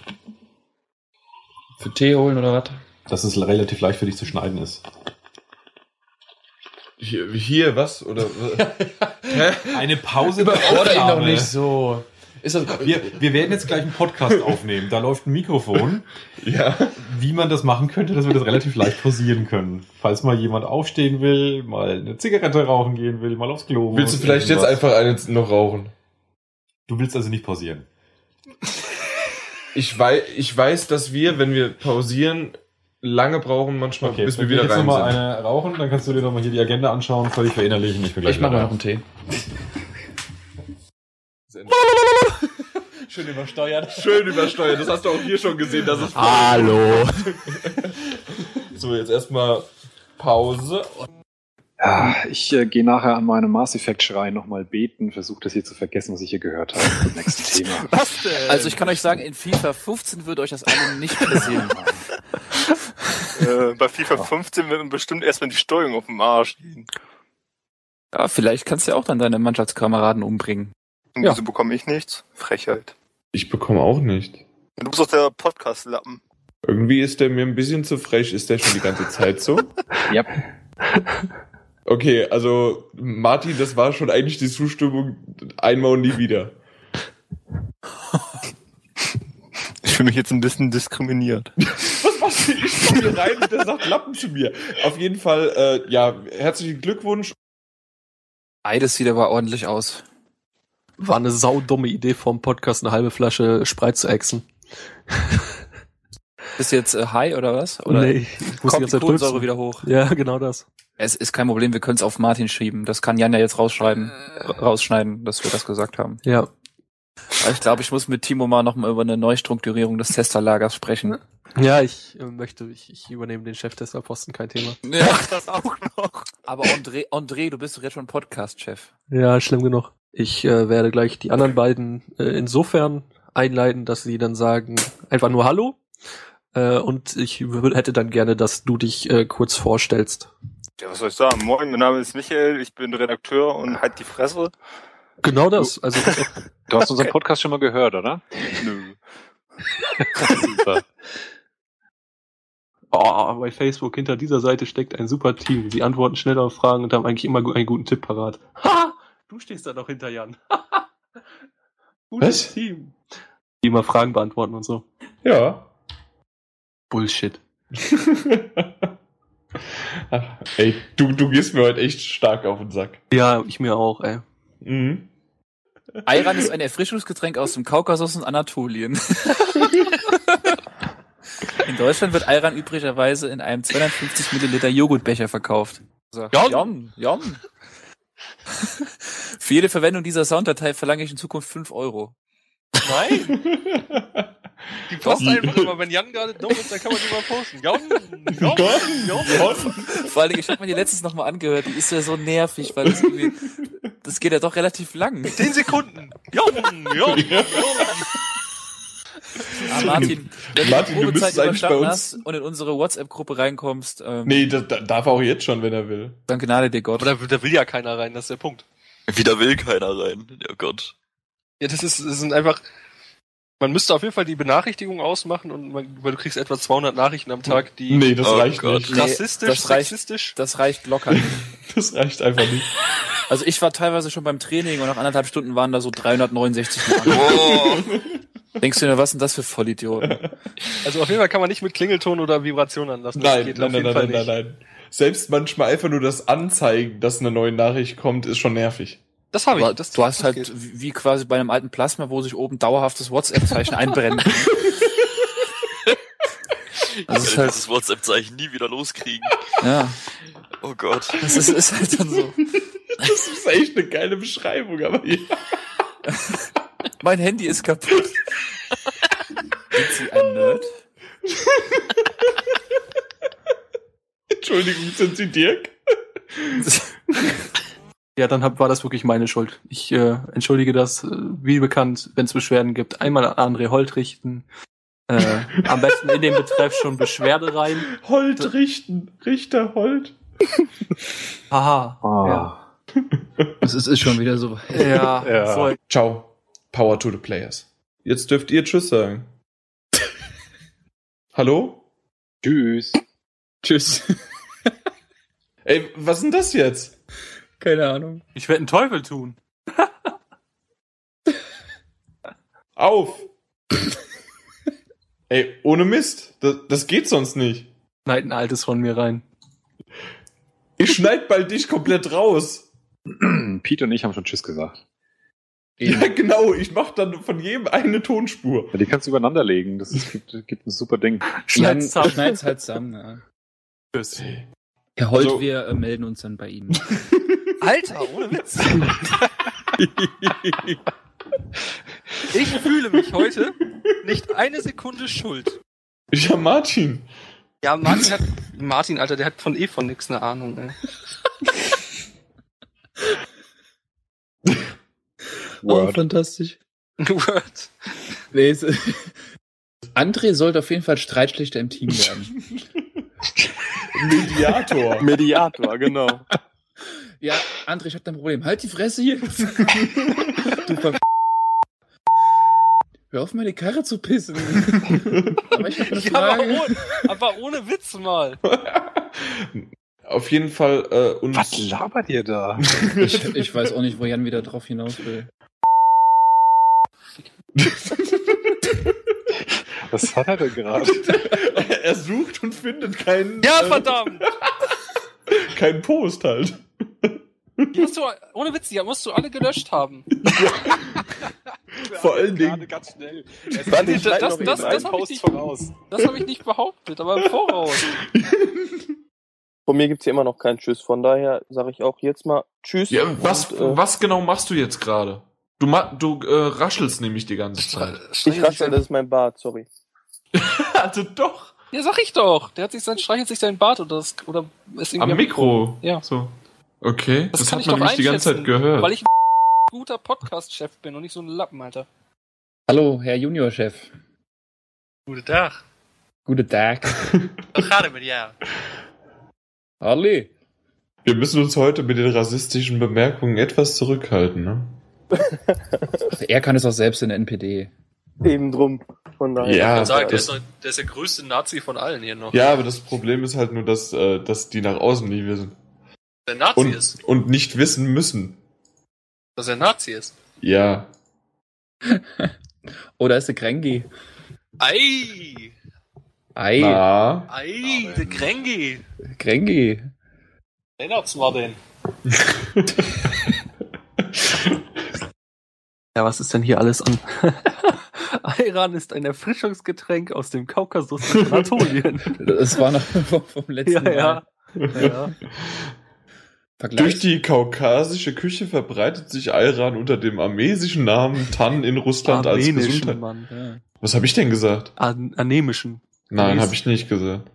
Speaker 5: Für Tee holen oder was?
Speaker 19: Dass es relativ leicht für dich zu schneiden ist.
Speaker 1: Hier, hier was?
Speaker 19: *laughs*
Speaker 1: Oder.
Speaker 19: Eine Pause
Speaker 18: Überfordere ihn doch nicht so. Ist das,
Speaker 19: Wir, wir werden jetzt gleich einen Podcast aufnehmen. Da läuft ein Mikrofon.
Speaker 1: ja.
Speaker 19: Wie man das machen könnte, dass wir das relativ leicht pausieren können. Falls mal jemand aufstehen will, mal eine Zigarette rauchen gehen will, mal aufs Klo.
Speaker 1: Willst du
Speaker 19: muss,
Speaker 1: vielleicht jetzt
Speaker 19: irgendwas.
Speaker 1: einfach einen noch rauchen?
Speaker 19: Du willst also nicht pausieren.
Speaker 1: Ich weiß, ich weiß, dass wir, wenn wir pausieren, lange brauchen manchmal, bis
Speaker 19: wenn
Speaker 1: wir wieder
Speaker 19: jetzt
Speaker 1: rein
Speaker 19: noch mal
Speaker 1: sind.
Speaker 19: eine rauchen, dann kannst du dir noch mal hier die Agenda anschauen, völlig verinnerlichen. Ich bin gleich
Speaker 5: Ich mache
Speaker 19: wieder
Speaker 5: mir
Speaker 19: da.
Speaker 5: noch einen Tee.
Speaker 19: Schön übersteuert.
Speaker 1: Schön übersteuert, das hast du auch hier schon gesehen, dass es.
Speaker 18: Hallo.
Speaker 1: *laughs* So, jetzt erstmal Pause.
Speaker 20: Ja, ich äh, gehe nachher an meinem Mass Effect Schrein nochmal beten, versuche das hier zu vergessen, was ich hier gehört habe. Zum nächsten
Speaker 9: *laughs*
Speaker 20: Thema.
Speaker 21: Also ich kann euch sagen, in FIFA 15 würde euch das alle nicht passieren.
Speaker 7: äh,
Speaker 10: *laughs*
Speaker 7: bei FIFA 15 wird man bestimmt erstmal die Steuerung auf dem Arsch liegen.
Speaker 5: Ja, vielleicht kannst du ja auch dann deine Mannschaftskameraden umbringen.
Speaker 7: Und wieso bekomme ich nichts? Frechheit.
Speaker 1: Ich bekomme auch nicht.
Speaker 7: Du bist doch der Podcast-Lappen.
Speaker 1: Irgendwie ist der mir ein bisschen zu frech. Ist der schon die ganze Zeit so?
Speaker 5: Ja.
Speaker 1: Okay, also Martin, das war schon eigentlich die Zustimmung einmal und nie wieder.
Speaker 7: Ich fühle mich jetzt ein bisschen diskriminiert.
Speaker 1: Was machst du? Ich komme hier rein und der sagt Lappen zu mir. Auf jeden Fall, äh, ja, herzlichen Glückwunsch.
Speaker 5: Ei, das sieht aber ordentlich aus.
Speaker 17: War eine saudumme Idee vom Podcast, eine halbe Flasche Spreit zu ächzen.
Speaker 5: Bist du jetzt äh, high oder was? Oder
Speaker 17: Nee, ich muss die
Speaker 5: kommt die
Speaker 17: ganze Zeit
Speaker 5: Kohlensäure
Speaker 17: rülpsen.
Speaker 5: wieder hoch?
Speaker 17: Ja, genau das.
Speaker 5: Es ist kein Problem, wir können es auf Martin schieben. Das kann Jan ja jetzt rausschreiben, rausschneiden, dass wir das gesagt haben.
Speaker 17: Ja.
Speaker 5: Aber Ich glaube, ich muss mit Timo mal nochmal über eine Neustrukturierung des Testerlagers sprechen.
Speaker 17: Ja, ich äh, möchte, ich, ich übernehme den Cheftesterposten, kein Thema.
Speaker 5: Ja, das auch noch. *laughs* Aber André, André du bist doch jetzt schon Podcast-Chef.
Speaker 17: Ja, schlimm genug. Ich äh, werde gleich die anderen beiden äh, insofern einleiten, dass sie dann sagen, einfach nur Hallo. Äh, und ich wür- hätte dann gerne, dass du dich äh, kurz vorstellst.
Speaker 7: Ja, was soll ich sagen? Moin, mein Name ist Michael, ich bin Redakteur und halt die Fresse.
Speaker 17: Genau das.
Speaker 2: *laughs*
Speaker 17: Also
Speaker 19: Du hast unseren Podcast schon mal gehört, oder?
Speaker 7: Nö.
Speaker 2: Super. Oh, bei Facebook hinter dieser Seite steckt ein super Team. Sie antworten schnell auf Fragen und haben eigentlich immer gu- einen guten Tipp parat. *laughs* Ha! Du stehst da noch hinter Jan. Gutes Team. Die immer Fragen beantworten und so.
Speaker 1: Ja.
Speaker 2: Bullshit.
Speaker 1: Ey, du, du gehst mir heute echt stark auf den Sack.
Speaker 17: Ja, ich mir auch, ey.
Speaker 1: Mhm.
Speaker 5: Ayran ist ein Erfrischungsgetränk aus dem Kaukasus und Anatolien. in Deutschland wird Ayran üblicherweise in einem 250 Milliliter Joghurtbecher verkauft. So, Jom, jom. Für jede Verwendung dieser Sounddatei verlange ich in Zukunft 5 Euro.
Speaker 9: Nein! Die posten
Speaker 5: Doch.
Speaker 9: einfach immer, wenn Jan gerade dumm ist, dann kann man die mal posten. Jan,
Speaker 5: Ja.
Speaker 9: Jan, Jan.
Speaker 5: Vor allem, ich habe mir die letztens nochmal angehört, die ist ja so nervig, weil das irgendwie, das geht ja doch relativ lang.
Speaker 9: Zehn Sekunden! Jan, Jan, Jan.
Speaker 5: Ah, Martin, wenn
Speaker 1: Martin,
Speaker 5: du
Speaker 1: du
Speaker 5: die
Speaker 1: müsstest
Speaker 5: Probezeit
Speaker 1: eigentlich bei
Speaker 5: überstanden
Speaker 1: uns-
Speaker 5: hast und in unsere WhatsApp-Gruppe reinkommst, ähm,
Speaker 1: Nee, das, das darf er auch jetzt schon, wenn er will.
Speaker 5: dann gnade dir Gott.
Speaker 17: Aber da, da will ja keiner rein, das ist der Punkt.
Speaker 22: Wieder will keiner rein. Ja Gott.
Speaker 9: Ja, das ist, das sind einfach. Man müsste auf jeden Fall die Benachrichtigung ausmachen und man, weil du kriegst etwa 200 Nachrichten am Tag, die Oh
Speaker 1: Nee,
Speaker 17: Oh
Speaker 1: das reicht nicht.
Speaker 9: rassistisch,
Speaker 5: das reicht,
Speaker 9: sexistisch.
Speaker 5: Das reicht locker nicht.
Speaker 1: Das reicht einfach nicht.
Speaker 5: Also ich war teilweise schon beim Training und nach anderthalb Stunden waren da so 369 Mann. Denkst du dir, was sind das für Vollidioten?
Speaker 9: Also auf jeden Fall kann man nicht mit Klingelton oder Vibration anlassen. Das
Speaker 1: Nein,
Speaker 9: geht
Speaker 1: nein,
Speaker 9: auf
Speaker 1: nein, nein,
Speaker 9: jeden Fall
Speaker 1: nein, nein,
Speaker 9: nicht.
Speaker 1: nein. Selbst manchmal einfach nur das Anzeigen, dass eine neue Nachricht kommt, ist schon nervig.
Speaker 9: Das habe
Speaker 5: Aber du hast halt wie wie quasi bei einem alten Plasma, wo sich oben
Speaker 1: *laughs*
Speaker 5: dauerhaftes WhatsApp-Zeichen einbrennt.
Speaker 22: Ich
Speaker 5: Das
Speaker 22: das
Speaker 5: ist
Speaker 22: ist
Speaker 5: halt-
Speaker 22: dieses WhatsApp-Zeichen nie wieder loskriegen.
Speaker 5: Ja.
Speaker 22: Oh Gott.
Speaker 5: Das ist, ist halt dann so.
Speaker 1: Das ist echt eine geile Beschreibung, aber ja.
Speaker 5: *laughs* Mein Handy ist kaputt. Sind Sie ein Nerd?
Speaker 1: Entschuldigung, sind Sie
Speaker 5: *laughs*
Speaker 1: Dirk?
Speaker 2: Ja, dann hab, war das wirklich meine Schuld. Ich äh, entschuldige das, äh, wie bekannt, wenn es Beschwerden gibt, einmal an André Holt richten. *laughs* Äh, am besten in den Betreff schon Beschwerde rein.
Speaker 1: Holt richten. Richter Holt.
Speaker 2: Haha. *laughs*
Speaker 23: Ja. Das ist, ist schon wieder so.
Speaker 2: Ja, Ja. voll.
Speaker 1: Ciao. Power to the players. Jetzt dürft ihr Tschüss *laughs* sagen. Hallo?
Speaker 2: Tschüss.
Speaker 1: Tschüss. *laughs* Ey, was ist denn das jetzt?
Speaker 5: Keine Ahnung.
Speaker 2: Ich werde einen Teufel tun.
Speaker 1: *laughs* Auf! Ey, ohne Mist. Das, das geht sonst nicht.
Speaker 2: Schneid ein altes von mir rein.
Speaker 1: Ich schneid bald dich komplett raus.
Speaker 19: *clears throat* Pete und ich haben schon Tschüss gesagt.
Speaker 1: Ja, genau. Ich mach dann von jedem eine Tonspur.
Speaker 19: Ja, die kannst du übereinander legen. Das ist, gibt, gibt ein super Ding.
Speaker 23: Schneid's zusammen. Schneid's halt zusammen, ja.
Speaker 2: Tschüss.
Speaker 23: Herr Holt,
Speaker 19: Also-
Speaker 23: wir äh, melden uns dann bei Ihnen.
Speaker 9: Alter, ohne Witz. ich fühle mich heute nicht eine Sekunde schuld.
Speaker 1: Ja, Martin.
Speaker 9: Ja, Martin hat. Martin, Alter, der hat von eh von nix eine Ahnung, ey.
Speaker 23: Oh,
Speaker 5: *laughs*
Speaker 23: fantastisch.
Speaker 9: Word.
Speaker 5: *laughs*
Speaker 23: Nee, es, André sollte auf jeden Fall Streitschlichter im Team werden.
Speaker 3: *laughs*
Speaker 1: Mediator.
Speaker 8: Mediator, genau.
Speaker 5: Ja, André, ich hab da ein Problem. Halt die Fresse hier. *laughs* du ver Hör auf, meine Karre zu *laughs* pissen. aber ich hab eine
Speaker 2: Ja, aber,
Speaker 5: Frage.
Speaker 2: ohne, aber ohne Witz mal.
Speaker 1: Auf jeden Fall äh, und Was
Speaker 9: labert ihr da?
Speaker 5: ich, ich weiß auch nicht, wo Jan wieder drauf hinaus will.
Speaker 9: Was hat er denn gerade?
Speaker 1: er sucht und findet keinen.
Speaker 2: *laughs* Ja, verdammt!
Speaker 1: Kein Post halt.
Speaker 2: Die Musst du, ohne Witz, die musst du alle gelöscht haben.
Speaker 1: Vor allen Dingen.
Speaker 9: Ganz schnell.
Speaker 2: Das, das, das, das, das habe ich, nicht-
Speaker 9: voraus.
Speaker 2: das hab ich nicht behauptet, aber im Voraus. *laughs*
Speaker 24: Von mir gibt's hier immer noch keinen Tschüss. Von daher sage ich auch jetzt mal Tschüss.
Speaker 1: Ja, was,
Speaker 24: und, äh,
Speaker 1: was genau machst du jetzt gerade? Du, ma- du äh, raschelst nämlich die ganze Zeit.
Speaker 9: *laughs*
Speaker 24: Ich raschel, das ist mein Bart, sorry.
Speaker 1: also doch.
Speaker 2: Ja, sag ich doch. Der hat sich sein, streichelt sich seinen Bart oder, das, oder ist
Speaker 1: Am Mikro.
Speaker 2: Ja.
Speaker 1: So. Okay, das,
Speaker 2: kann
Speaker 1: hat
Speaker 2: ich
Speaker 1: man
Speaker 2: doch
Speaker 1: nämlich die ganze Zeit
Speaker 2: einschätzen,
Speaker 1: gehört.
Speaker 2: Weil ich ein guter Podcast-Chef bin und nicht so ein Lappen, Alter.
Speaker 5: Hallo, Herr Juniorchef.
Speaker 12: Guten Tag.
Speaker 5: Guten Tag.
Speaker 12: Gerade mit dir.
Speaker 5: Harley.
Speaker 1: Wir müssen uns heute mit den rassistischen Bemerkungen etwas zurückhalten, ne?
Speaker 5: Er kann es auch selbst in der NPD.
Speaker 24: Eben drum. Von
Speaker 1: daher. Ja,
Speaker 12: ich kann sagen, der
Speaker 1: das-
Speaker 12: ist, noch, der ist der größte Nazi von allen hier noch.
Speaker 1: Ja, aber das Problem ist halt nur, dass, äh, dass die nach außen nie wissen.
Speaker 12: Der Nazi ist.
Speaker 1: Und, und nicht wissen müssen.
Speaker 12: Dass er Nazi ist.
Speaker 1: Ja.
Speaker 5: Oder ist der Krengi?
Speaker 12: Ei!
Speaker 5: Ei.
Speaker 1: Na?
Speaker 12: Ei, der Krengi.
Speaker 5: Krengi.
Speaker 12: Lennart's war
Speaker 2: *laughs*
Speaker 12: denn.
Speaker 15: Ja, was ist denn hier alles an?
Speaker 2: *laughs* Ayran ist ein Erfrischungsgetränk aus dem Kaukasus *laughs* und Anatolien.
Speaker 5: Das war noch *laughs* vom vom letzten
Speaker 2: Ja, ja.
Speaker 5: Mal.
Speaker 2: Ja.
Speaker 1: Durch die kaukasische Küche verbreitet sich Ayran unter dem armesischen Namen Tan in Russland als
Speaker 15: Armenischen,
Speaker 1: Gesundheit.
Speaker 15: Mann. Ja.
Speaker 1: Was habe ich denn gesagt?
Speaker 15: An anemischen.
Speaker 1: Nein,
Speaker 15: Armes-
Speaker 1: habe ich nicht gesagt.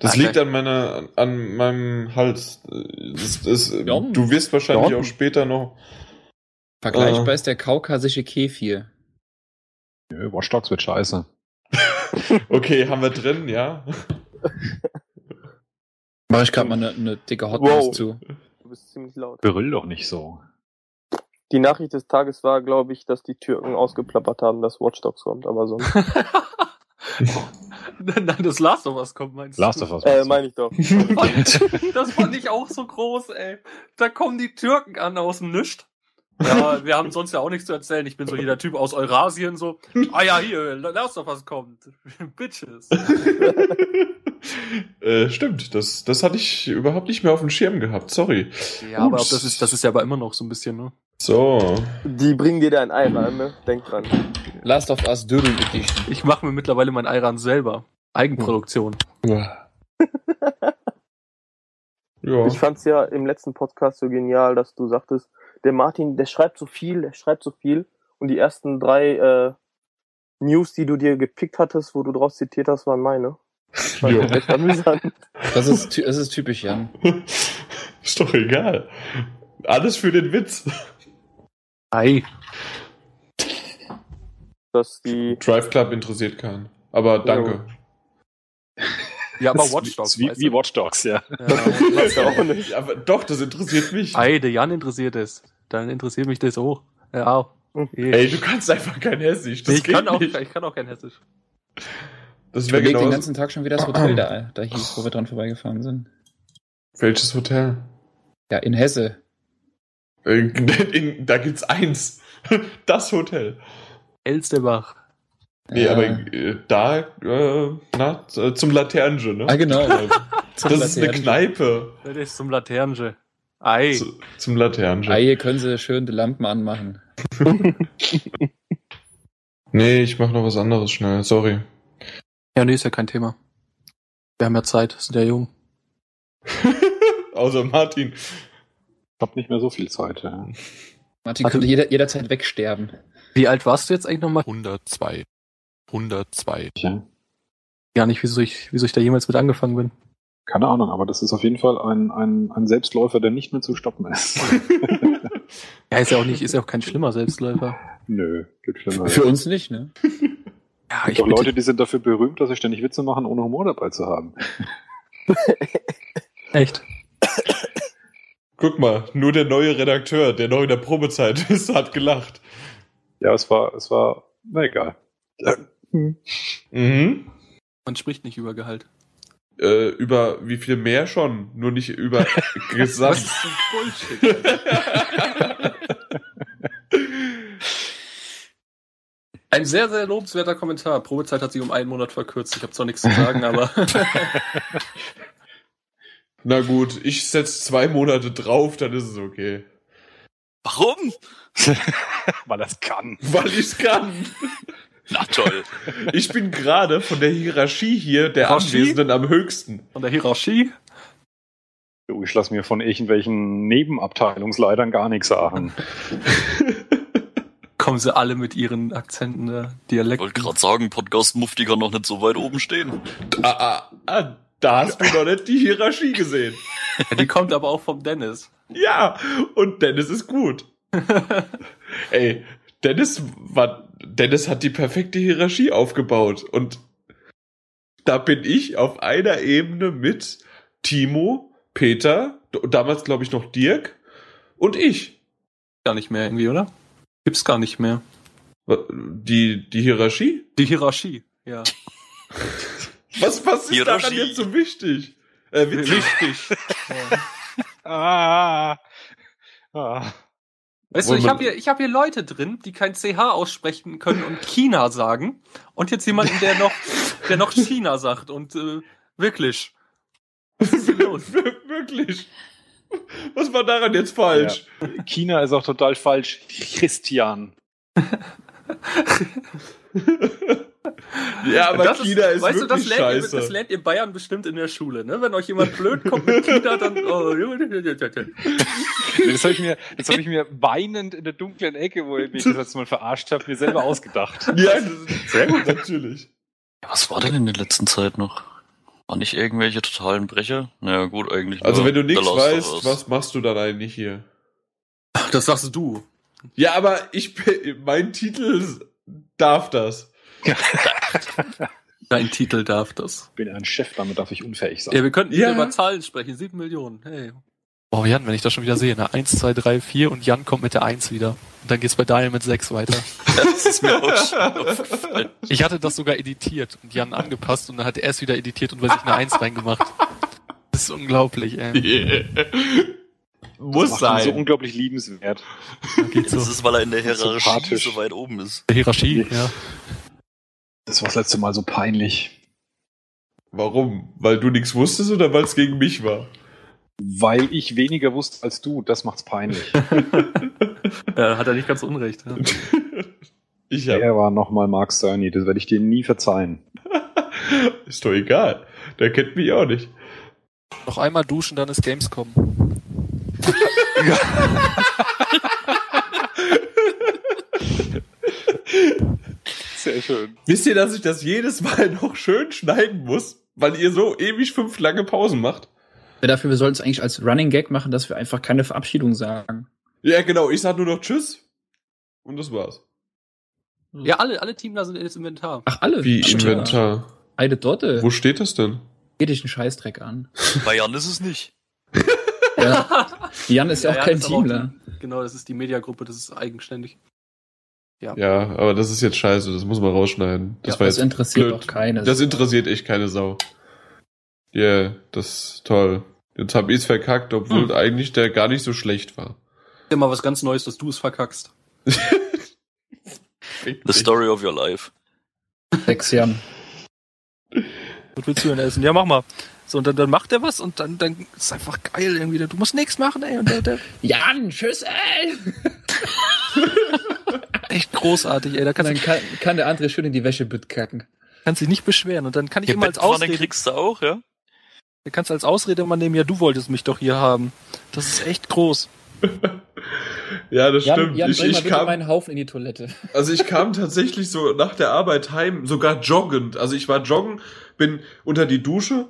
Speaker 1: Das
Speaker 15: Okay.
Speaker 1: liegt an meiner, an meinem Hals. Äh, Das, das,
Speaker 5: Ja.
Speaker 1: du wirst wahrscheinlich
Speaker 5: Ja.
Speaker 1: auch später noch.
Speaker 5: Vergleichbar
Speaker 1: Äh.
Speaker 5: ist der kaukasische Kefir.
Speaker 9: Nö, Watch Dogs wird scheiße.
Speaker 1: Okay, haben wir drin, ja.
Speaker 5: Mach ich gerade mal eine ne dicke Hotness
Speaker 24: Wow.
Speaker 1: *laughs*
Speaker 5: zu.
Speaker 24: Du bist ziemlich laut.
Speaker 9: Brüll doch nicht so.
Speaker 24: Die Nachricht des Tages war, glaube ich, dass die Türken ausgeplappert haben, dass Watch Dogs kommt, aber sonst.
Speaker 2: Nein, nein, das Last of Us kommt, meinst
Speaker 9: Last
Speaker 2: du?
Speaker 9: of Us,
Speaker 24: äh, meine ich doch.
Speaker 2: das fand ich auch so groß, ey. Da kommen die Türken an aus dem Nischt. Ja, wir haben sonst ja auch nichts zu erzählen. Ich bin so jeder Typ aus Eurasien, so, ah ja, hier, Last of Us kommt. *laughs* Bitches.
Speaker 1: Äh, stimmt, das, das hatte ich überhaupt nicht mehr auf dem Schirm gehabt, sorry.
Speaker 15: Ja, aber ob das ist, das ist ja aber immer noch so ein bisschen, ne?
Speaker 1: So. *laughs*
Speaker 24: Die bringen dir dein Ei rein, ne? Denk dran.
Speaker 5: Last of Us Dödel Edition.
Speaker 15: Ich mache mir mittlerweile mein Ayran selber.
Speaker 1: Hm.
Speaker 15: Eigenproduktion.
Speaker 1: Ja.
Speaker 24: Ich fand's ja im letzten Podcast so genial, dass du sagtest, der Martin, der schreibt so viel, der schreibt so viel. Und die ersten drei äh, News, die du dir gepickt hattest, wo du draus zitiert hast, waren meine. Das war
Speaker 1: Jo.
Speaker 24: echt amüsant.
Speaker 5: Das ist, ty- das ist typisch Jan.
Speaker 1: Ist doch egal. Alles für den Witz.
Speaker 15: Ei.
Speaker 24: Dass die.
Speaker 1: Drive Club interessiert keinen. Aber danke.
Speaker 15: Ja, aber Watch Dogs.
Speaker 9: Wie, wie Watch Dogs, ja.
Speaker 1: Weiß ja auch nicht. Aber doch, das interessiert mich.
Speaker 15: Ei, der Jan interessiert es. Dann interessiert mich das auch. Ja, auch.
Speaker 1: Ey, du kannst einfach kein Hessisch. Das
Speaker 15: ich,
Speaker 1: geht
Speaker 15: kann auch,
Speaker 1: nicht.
Speaker 15: ich kann auch kein Hessisch.
Speaker 1: Das
Speaker 5: Ich
Speaker 1: wäre
Speaker 5: überlege
Speaker 1: genau
Speaker 5: den ganzen Tag schon, wie das Hotel da, da hieß, wo wir dran vorbeigefahren sind.
Speaker 1: Welches Hotel?
Speaker 5: Ja, in Hesse.
Speaker 1: In, *laughs* in, da gibt's eins. *laughs* Das Hotel.
Speaker 15: Elsterbach.
Speaker 1: Nee,
Speaker 5: Ja.
Speaker 1: aber äh, da, äh, na, äh, zum Laternge, ne?
Speaker 5: Ah, genau.
Speaker 1: *laughs* das ist eine Kneipe.
Speaker 15: Das ist zum Laternge. Ei.
Speaker 1: Zu, zum Laternge.
Speaker 5: Ah, hier können sie schön die Lampen anmachen.
Speaker 1: Nee, ich mach noch was anderes schnell, sorry.
Speaker 15: Ja, nee, ist ja kein Thema. Wir haben ja Zeit, sind ja jung.
Speaker 1: Außer Martin.
Speaker 9: Ich hab nicht mehr so viel Zeit. Ja.
Speaker 5: Martin könnte jeder, jederzeit wegsterben.
Speaker 15: Wie alt warst du jetzt eigentlich nochmal?
Speaker 16: 102. 102.
Speaker 9: Ja.
Speaker 15: Gar nicht, wieso ich, wieso ich da jemals mit angefangen bin.
Speaker 9: Keine Ahnung, aber das ist auf jeden Fall ein, ein, ein Selbstläufer, der nicht mehr zu stoppen
Speaker 19: *laughs*
Speaker 9: ist.
Speaker 15: Ja, ist ja auch nicht, ist ja auch kein schlimmer Selbstläufer.
Speaker 9: Nö, geht schlimmer.
Speaker 5: Für uns nicht, ne?
Speaker 15: *laughs* Ja,
Speaker 9: Gibt
Speaker 15: ich
Speaker 9: auch
Speaker 15: bitte,
Speaker 9: Leute, die sind dafür berühmt, dass sie ständig Witze machen, ohne Humor dabei zu haben.
Speaker 25: Echt?
Speaker 1: Guck mal, nur der neue Redakteur, der noch in der Probezeit *laughs* ist, hat gelacht.
Speaker 19: Ja, es war, es war, na egal.
Speaker 1: Mhm.
Speaker 2: Man spricht nicht über Gehalt.
Speaker 1: Äh, über wie viel mehr schon, nur nicht über
Speaker 2: Was
Speaker 1: Gesamt.
Speaker 2: ist denn Bullshit? Ein sehr, sehr lobenswerter Kommentar. Probezeit hat sich um einen Monat verkürzt. Ich habe zwar nichts zu
Speaker 15: *laughs*
Speaker 2: sagen, aber
Speaker 1: Na gut, ich setz zwei Monate drauf, dann ist es okay.
Speaker 9: Warum?
Speaker 19: Weil das kann.
Speaker 1: Weil ich's kann.
Speaker 9: Na toll.
Speaker 1: Ich bin gerade von der Hierarchie hier der
Speaker 19: Hierarchie?
Speaker 1: Anwesenden am höchsten.
Speaker 2: von der Hierarchie.
Speaker 19: Jo, Ich lasse mir von irgendwelchen Nebenabteilungsleitern gar nichts sagen.
Speaker 2: kommen sie alle mit ihren Akzenten, äh,
Speaker 9: Ich
Speaker 2: Dialekten.
Speaker 9: wollte gerade sagen, Podcast Mufti kann noch nicht so weit oben stehen.
Speaker 1: Ah, ah, ah, da hast du noch nicht die Hierarchie gesehen.
Speaker 2: Die kommt aber auch vom Dennis.
Speaker 1: Ja, und Dennis ist
Speaker 2: *laughs*
Speaker 1: gut. Ey, Dennis war, Dennis hat die perfekte Hierarchie aufgebaut und da bin ich auf einer Ebene mit Timo, Peter, d- damals glaube ich noch Dirk und ich.
Speaker 2: Gar nicht mehr irgendwie, oder? Gibt's gar nicht mehr.
Speaker 1: Wa- Die, die Hierarchie?
Speaker 2: Die Hierarchie, ja.
Speaker 1: Was, was ist daran
Speaker 2: Hierarchie.
Speaker 1: jetzt so wichtig? Äh, witzig.
Speaker 2: Wichtig.
Speaker 19: *laughs* Ah. Ah.
Speaker 2: Weißt du,
Speaker 1: Wollen
Speaker 2: ich
Speaker 1: wir-
Speaker 2: habe hier, ich hab hier Leute drin, die kein CH aussprechen können und China sagen. Und jetzt jemanden, der *laughs* noch, der noch China sagt und äh, wirklich. Was ist denn los? *laughs*
Speaker 1: Wirklich. Was war daran jetzt falsch?
Speaker 19: China ist auch total falsch. Christian.
Speaker 1: Ja, aber
Speaker 2: Das
Speaker 1: China ist,
Speaker 2: weißt
Speaker 1: wirklich
Speaker 2: du, das lernt, ihr,
Speaker 1: scheiße.
Speaker 2: das lernt ihr Bayern bestimmt in der Schule, ne? Wenn euch jemand blöd kommt mit China, dann. Oh,
Speaker 19: Das habe ich, mir- das hab ich mir weinend in der dunklen Ecke, wo ich mich das letzte Mal verarscht habe, mir selber ausgedacht.
Speaker 1: ja, *laughs* das- sehr gut, natürlich.
Speaker 9: Ja, was war denn in der letzten Zeit noch? War nicht irgendwelche totalen Brecher? Naja, gut, eigentlich.
Speaker 1: Also
Speaker 9: nur
Speaker 1: wenn du nichts
Speaker 9: The Last of
Speaker 1: weißt,
Speaker 9: Us.
Speaker 1: was machst du dann eigentlich hier?
Speaker 2: Das sagst du.
Speaker 1: Ja, aber ich bin- mein Titel darf das.
Speaker 2: Dein Titel darf das.
Speaker 19: Ich bin ein Chef, damit darf ich unfähig sein.
Speaker 2: Ja, wir könnten
Speaker 1: Ja.
Speaker 2: über Zahlen sprechen. Sieben Millionen. Hey.
Speaker 7: Oh, Jan, wenn ich das schon wieder sehe, ne? Eins, zwei, drei, vier und Jan kommt mit der Eins wieder. Und dann geht's bei Daniel mit sechs weiter.
Speaker 9: Das ist mir auch
Speaker 7: *laughs*
Speaker 9: schon aufgefallen.
Speaker 7: Ich hatte das sogar editiert und Jan angepasst und dann hat er es wieder editiert und bei sich eine Eins reingemacht. Das ist unglaublich, ey.
Speaker 1: *laughs* Muss
Speaker 19: das macht ihn
Speaker 1: sein.
Speaker 19: so unglaublich liebenswert.
Speaker 7: Geht so.
Speaker 9: Das ist, weil er in der Hierarchie
Speaker 19: Sympathisch.
Speaker 9: so weit oben ist.
Speaker 7: Hierarchie, ja.
Speaker 19: Das war das letzte Mal so peinlich,
Speaker 1: Warum? Weil du nichts wusstest oder weil es gegen mich war?
Speaker 19: weil ich weniger wusste als du. Das
Speaker 1: *laughs*
Speaker 19: macht's peinlich.
Speaker 2: Ja, hat er nicht ganz unrecht. Ja.
Speaker 1: Ich hab,
Speaker 19: Er war nochmal Mark Cerny, das werde ich dir nie verzeihen.
Speaker 1: ist doch egal. Der kennt mich auch nicht.
Speaker 7: Noch einmal duschen, dann ist Gamescom.
Speaker 19: Sehr schön.
Speaker 1: Wisst ihr, dass ich das jedes Mal *laughs* noch schön schneiden muss, weil ihr so ewig fünf lange Pausen macht?
Speaker 5: Dafür, wir sollten es eigentlich als Running Gag machen, dass wir einfach keine Verabschiedung sagen.
Speaker 1: Ja, genau. Ich sag nur noch Tschüss. Und das war's.
Speaker 2: ja, alle, alle Teamler sind jetzt Inventar.
Speaker 5: Ach, alle.
Speaker 1: Wie
Speaker 5: Stimmt, ja.
Speaker 1: Inventar.
Speaker 5: Eine Dotte.
Speaker 1: Wo steht das denn?
Speaker 5: Geh dich einen Scheißdreck an.
Speaker 9: Bei Jan ist es nicht.
Speaker 7: *laughs*
Speaker 5: Ja. Jan ist ja auch
Speaker 2: Ja, ja,
Speaker 5: kein
Speaker 2: das ist aber auch
Speaker 5: Teamler.
Speaker 2: Genau, das ist die Mediagruppe, das ist eigenständig.
Speaker 1: Ja, aber das ist jetzt scheiße. Das muss man rausschneiden. Das
Speaker 5: ja,
Speaker 1: war
Speaker 5: das
Speaker 1: jetzt
Speaker 5: interessiert
Speaker 1: blöd.
Speaker 5: doch keines.
Speaker 1: Das interessiert echt keine Sau. Ja, yeah, das ist toll. Jetzt hab ich's verkackt, obwohl
Speaker 2: Hm.
Speaker 1: eigentlich der gar nicht so schlecht war.
Speaker 2: Ist ja mal was ganz Neues, dass du es
Speaker 1: *laughs*
Speaker 2: verkackst.
Speaker 9: The Story of Your Life.
Speaker 5: Sechs Jan.
Speaker 26: Was willst du denn essen? Ja, mach mal. So, und dann, dann macht er was und dann, dann ist einfach geil irgendwie. Du musst nichts machen, ey. Und der, der,
Speaker 5: Jan, tschüss, ey!
Speaker 26: *laughs* echt großartig, ey. Da
Speaker 5: Dann
Speaker 26: kannst du
Speaker 5: kann, kann der andere schön in die Wäsche kacken.
Speaker 26: kannst dich nicht beschweren. Und dann kann ich
Speaker 9: Ja,
Speaker 26: immer als
Speaker 9: Bettpfanne
Speaker 26: Ausrede,
Speaker 9: kriegst du auch, ja?
Speaker 26: dann kannst du als Ausrede immer nehmen, ja, du wolltest mich doch hier haben. Das ist echt groß.
Speaker 1: Ja, das
Speaker 5: Jan,
Speaker 1: stimmt.
Speaker 5: Jan
Speaker 1: ich,
Speaker 5: bring mal
Speaker 1: ich
Speaker 5: bitte
Speaker 1: kam,
Speaker 5: meinen Haufen in die Toilette.
Speaker 1: also ich kam tatsächlich so nach der Arbeit heim, sogar joggend. Also ich war joggen, bin unter die Dusche,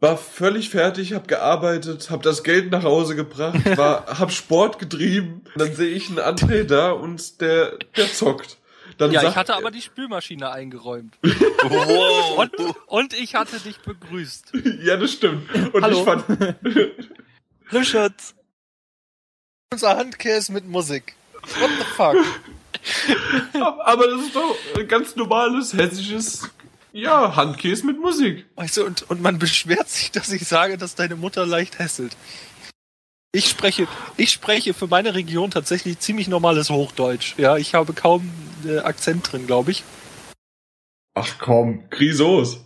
Speaker 1: war völlig fertig, hab gearbeitet, hab das Geld nach Hause
Speaker 9: *laughs*
Speaker 1: gebracht, war, hab Sport getrieben. Und dann sehe ich einen André da und der, der zockt. Dann
Speaker 9: ja,
Speaker 1: sag-
Speaker 9: ich hatte aber die Spülmaschine eingeräumt.
Speaker 1: Wow.
Speaker 9: Und, und ich hatte dich begrüßt.
Speaker 1: *laughs* Ja, das stimmt. Und
Speaker 9: Hallo.
Speaker 1: ich fand.
Speaker 9: Hallo Schatz.
Speaker 27: Unser Handkäse mit Musik. What the
Speaker 1: *laughs*
Speaker 27: fuck?
Speaker 1: Aber das ist doch ein ganz normales hessisches. Ja, Handkäse mit Musik.
Speaker 9: Weißt du, und, und man beschwert sich, dass ich sage, dass deine Mutter leicht hässelt. Ich spreche, ich spreche für meine Region tatsächlich ziemlich normales Hochdeutsch. Ja, ich habe kaum äh, Akzent drin, glaube ich.
Speaker 1: Ach komm, Grisos.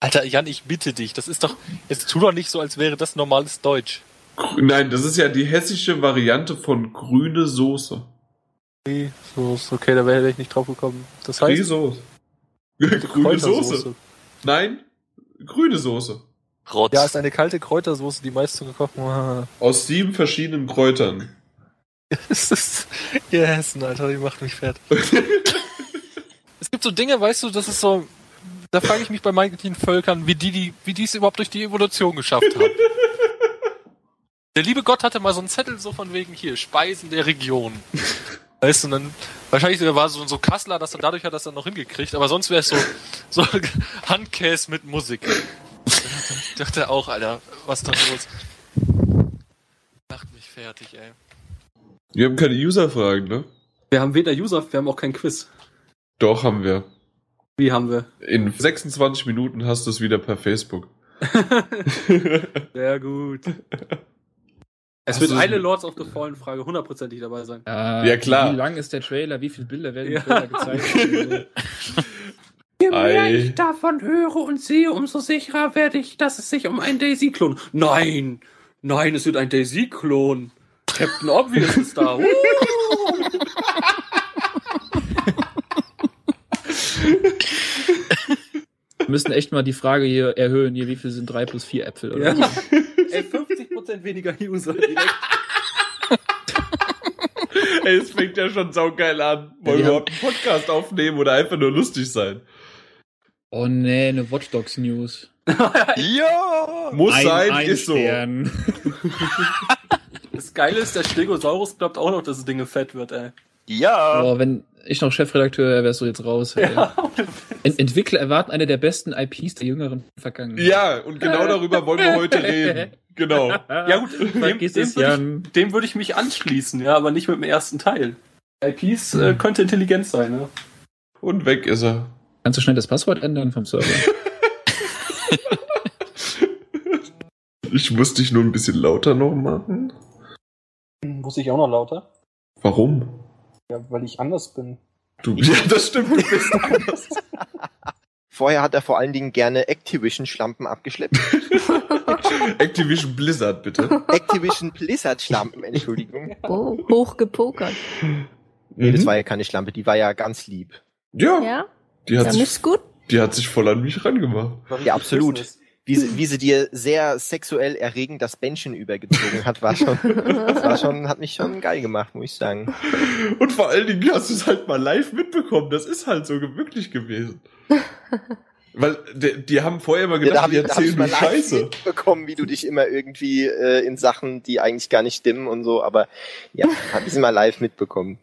Speaker 9: Alter, Jan, ich bitte dich, das ist doch, jetzt tu doch nicht so, als wäre das normales Deutsch.
Speaker 1: Grü- Nein, das ist ja die hessische Variante von grüne Soße.
Speaker 9: So ist okay, da wäre ich nicht drauf gekommen. Das heißt,
Speaker 1: Grisos. *laughs* grüne
Speaker 9: Kräutersoße.
Speaker 1: Soße. Nein, grüne Soße.
Speaker 9: Ja, ist eine kalte Kräutersoße, die meist zugekocht *laughs* wurde.
Speaker 1: Aus sieben verschiedenen Kräutern.
Speaker 9: Es ist- Ihr Hessen, Alter, die macht mich fett. *laughs* es gibt so Dinge, weißt du, das ist so. Da frage ich mich bei manchen Völkern, wie die, die, wie die es überhaupt durch die Evolution geschafft *laughs* haben. Der liebe Gott hatte mal so einen Zettel so von wegen hier, Speisen der Region. Weißt du, und dann wahrscheinlich war so so Kassler, dass er dadurch hat, dass er noch hingekriegt, aber sonst wäre es so, so *laughs* Handkäse mit Musik. Ich dachte auch, Alter, was ist da los? Macht mich fertig, ey.
Speaker 1: Wir haben keine User-Fragen, ne?
Speaker 2: Wir haben weder User, wir haben auch kein Quiz.
Speaker 1: Doch, haben wir.
Speaker 2: Wie haben wir?
Speaker 1: In 26 Minuten hast du es wieder per Facebook.
Speaker 2: Sehr gut. Also Es
Speaker 1: Hast
Speaker 2: wird
Speaker 1: du-
Speaker 2: eine Lords of the Fallen Frage hundertprozentig dabei sein.
Speaker 5: Äh,
Speaker 1: Ja, klar.
Speaker 5: Wie lang ist der Trailer? Wie viele Bilder werden im
Speaker 2: Ja.
Speaker 1: *laughs*
Speaker 5: Trailer gezeigt?
Speaker 2: Je
Speaker 1: mehr Ei.
Speaker 2: ich davon höre und sehe, umso sicherer werde ich, dass es sich um einen Daisy-Klon. Nein! Nein, es wird ein Daisy-Klon. Captain Obvious ist *laughs* da. Uh.
Speaker 5: Wir müssen echt mal die Frage hier erhöhen, hier, wie viel sind 3 plus 4 Äpfel? Oder?
Speaker 2: Ja.
Speaker 5: so?
Speaker 2: Ey, 50% weniger User. direkt.
Speaker 1: Ey, es fängt ja schon saugeil an. Wollen wir überhaupt einen Podcast aufnehmen oder einfach nur lustig sein?
Speaker 5: Oh nee, eine Watch Dogs News.
Speaker 1: Ja! Muss
Speaker 5: Ein-
Speaker 1: sein,
Speaker 5: ein
Speaker 1: ist so.
Speaker 5: Stern.
Speaker 2: Das Geile ist, der Stegosaurus glaubt auch noch, dass das Ding fett wird, ey.
Speaker 5: Ja. Boah, wenn ich noch Chefredakteur wäre, wärst du jetzt raus. ey.
Speaker 1: *laughs*
Speaker 5: Ent Entwickler erwarten eine der besten IPs der jüngeren Vergangenheit.
Speaker 1: Ja, und genau darüber wollen wir heute reden. *laughs* Genau.
Speaker 2: Ja gut, dem, dem,
Speaker 5: Vergiss es,
Speaker 2: würde
Speaker 5: Jan.
Speaker 2: ich, dem würde ich mich anschließen, ja, aber nicht mit dem ersten Teil. IPs äh, könnte intelligent sein, ne?
Speaker 1: Und weg ist er.
Speaker 5: Kannst du schnell das Passwort ändern vom Server?
Speaker 1: Ich muss dich nur ein bisschen lauter noch machen.
Speaker 2: Muss ich auch noch lauter?
Speaker 1: Warum?
Speaker 2: Ja, weil ich anders bin.
Speaker 1: Du, ja, das stimmt. Du bist
Speaker 3: Vorher hat er vor allen Dingen gerne
Speaker 2: *laughs*
Speaker 3: Activision-Schlampen abgeschleppt.
Speaker 1: *laughs* Activision Blizzard, bitte.
Speaker 3: Activision Blizzard-Schlampen, Entschuldigung.
Speaker 11: Oh, hochgepokert.
Speaker 1: Mhm.
Speaker 3: Nee, das war ja keine Schlampe, die war ja ganz lieb.
Speaker 1: Ja,
Speaker 11: Ja?
Speaker 1: Die, hat
Speaker 11: Dann
Speaker 1: sich,
Speaker 11: ist gut.
Speaker 1: die hat sich voll an mich rangemacht.
Speaker 3: Ja, absolut. Wie sie, wie sie dir sehr sexuell erregend das Bändchen übergezogen hat, war schon, das war schon, hat mich schon geil gemacht, muss ich sagen.
Speaker 1: Und vor allen Dingen hast du es halt mal live mitbekommen. Das ist halt so ge- wirklich
Speaker 3: *laughs*
Speaker 1: gewesen. Weil die, die haben vorher immer
Speaker 3: Ja, da
Speaker 1: gedacht,
Speaker 3: habe
Speaker 1: die
Speaker 3: ich, da hab ich
Speaker 1: erzählen
Speaker 3: mal
Speaker 1: nur
Speaker 3: live
Speaker 1: Scheiße.
Speaker 3: mitbekommen, wie du dich immer irgendwie äh, in Sachen, die eigentlich gar nicht stimmen und so, aber ja, habe ich mal live mitbekommen.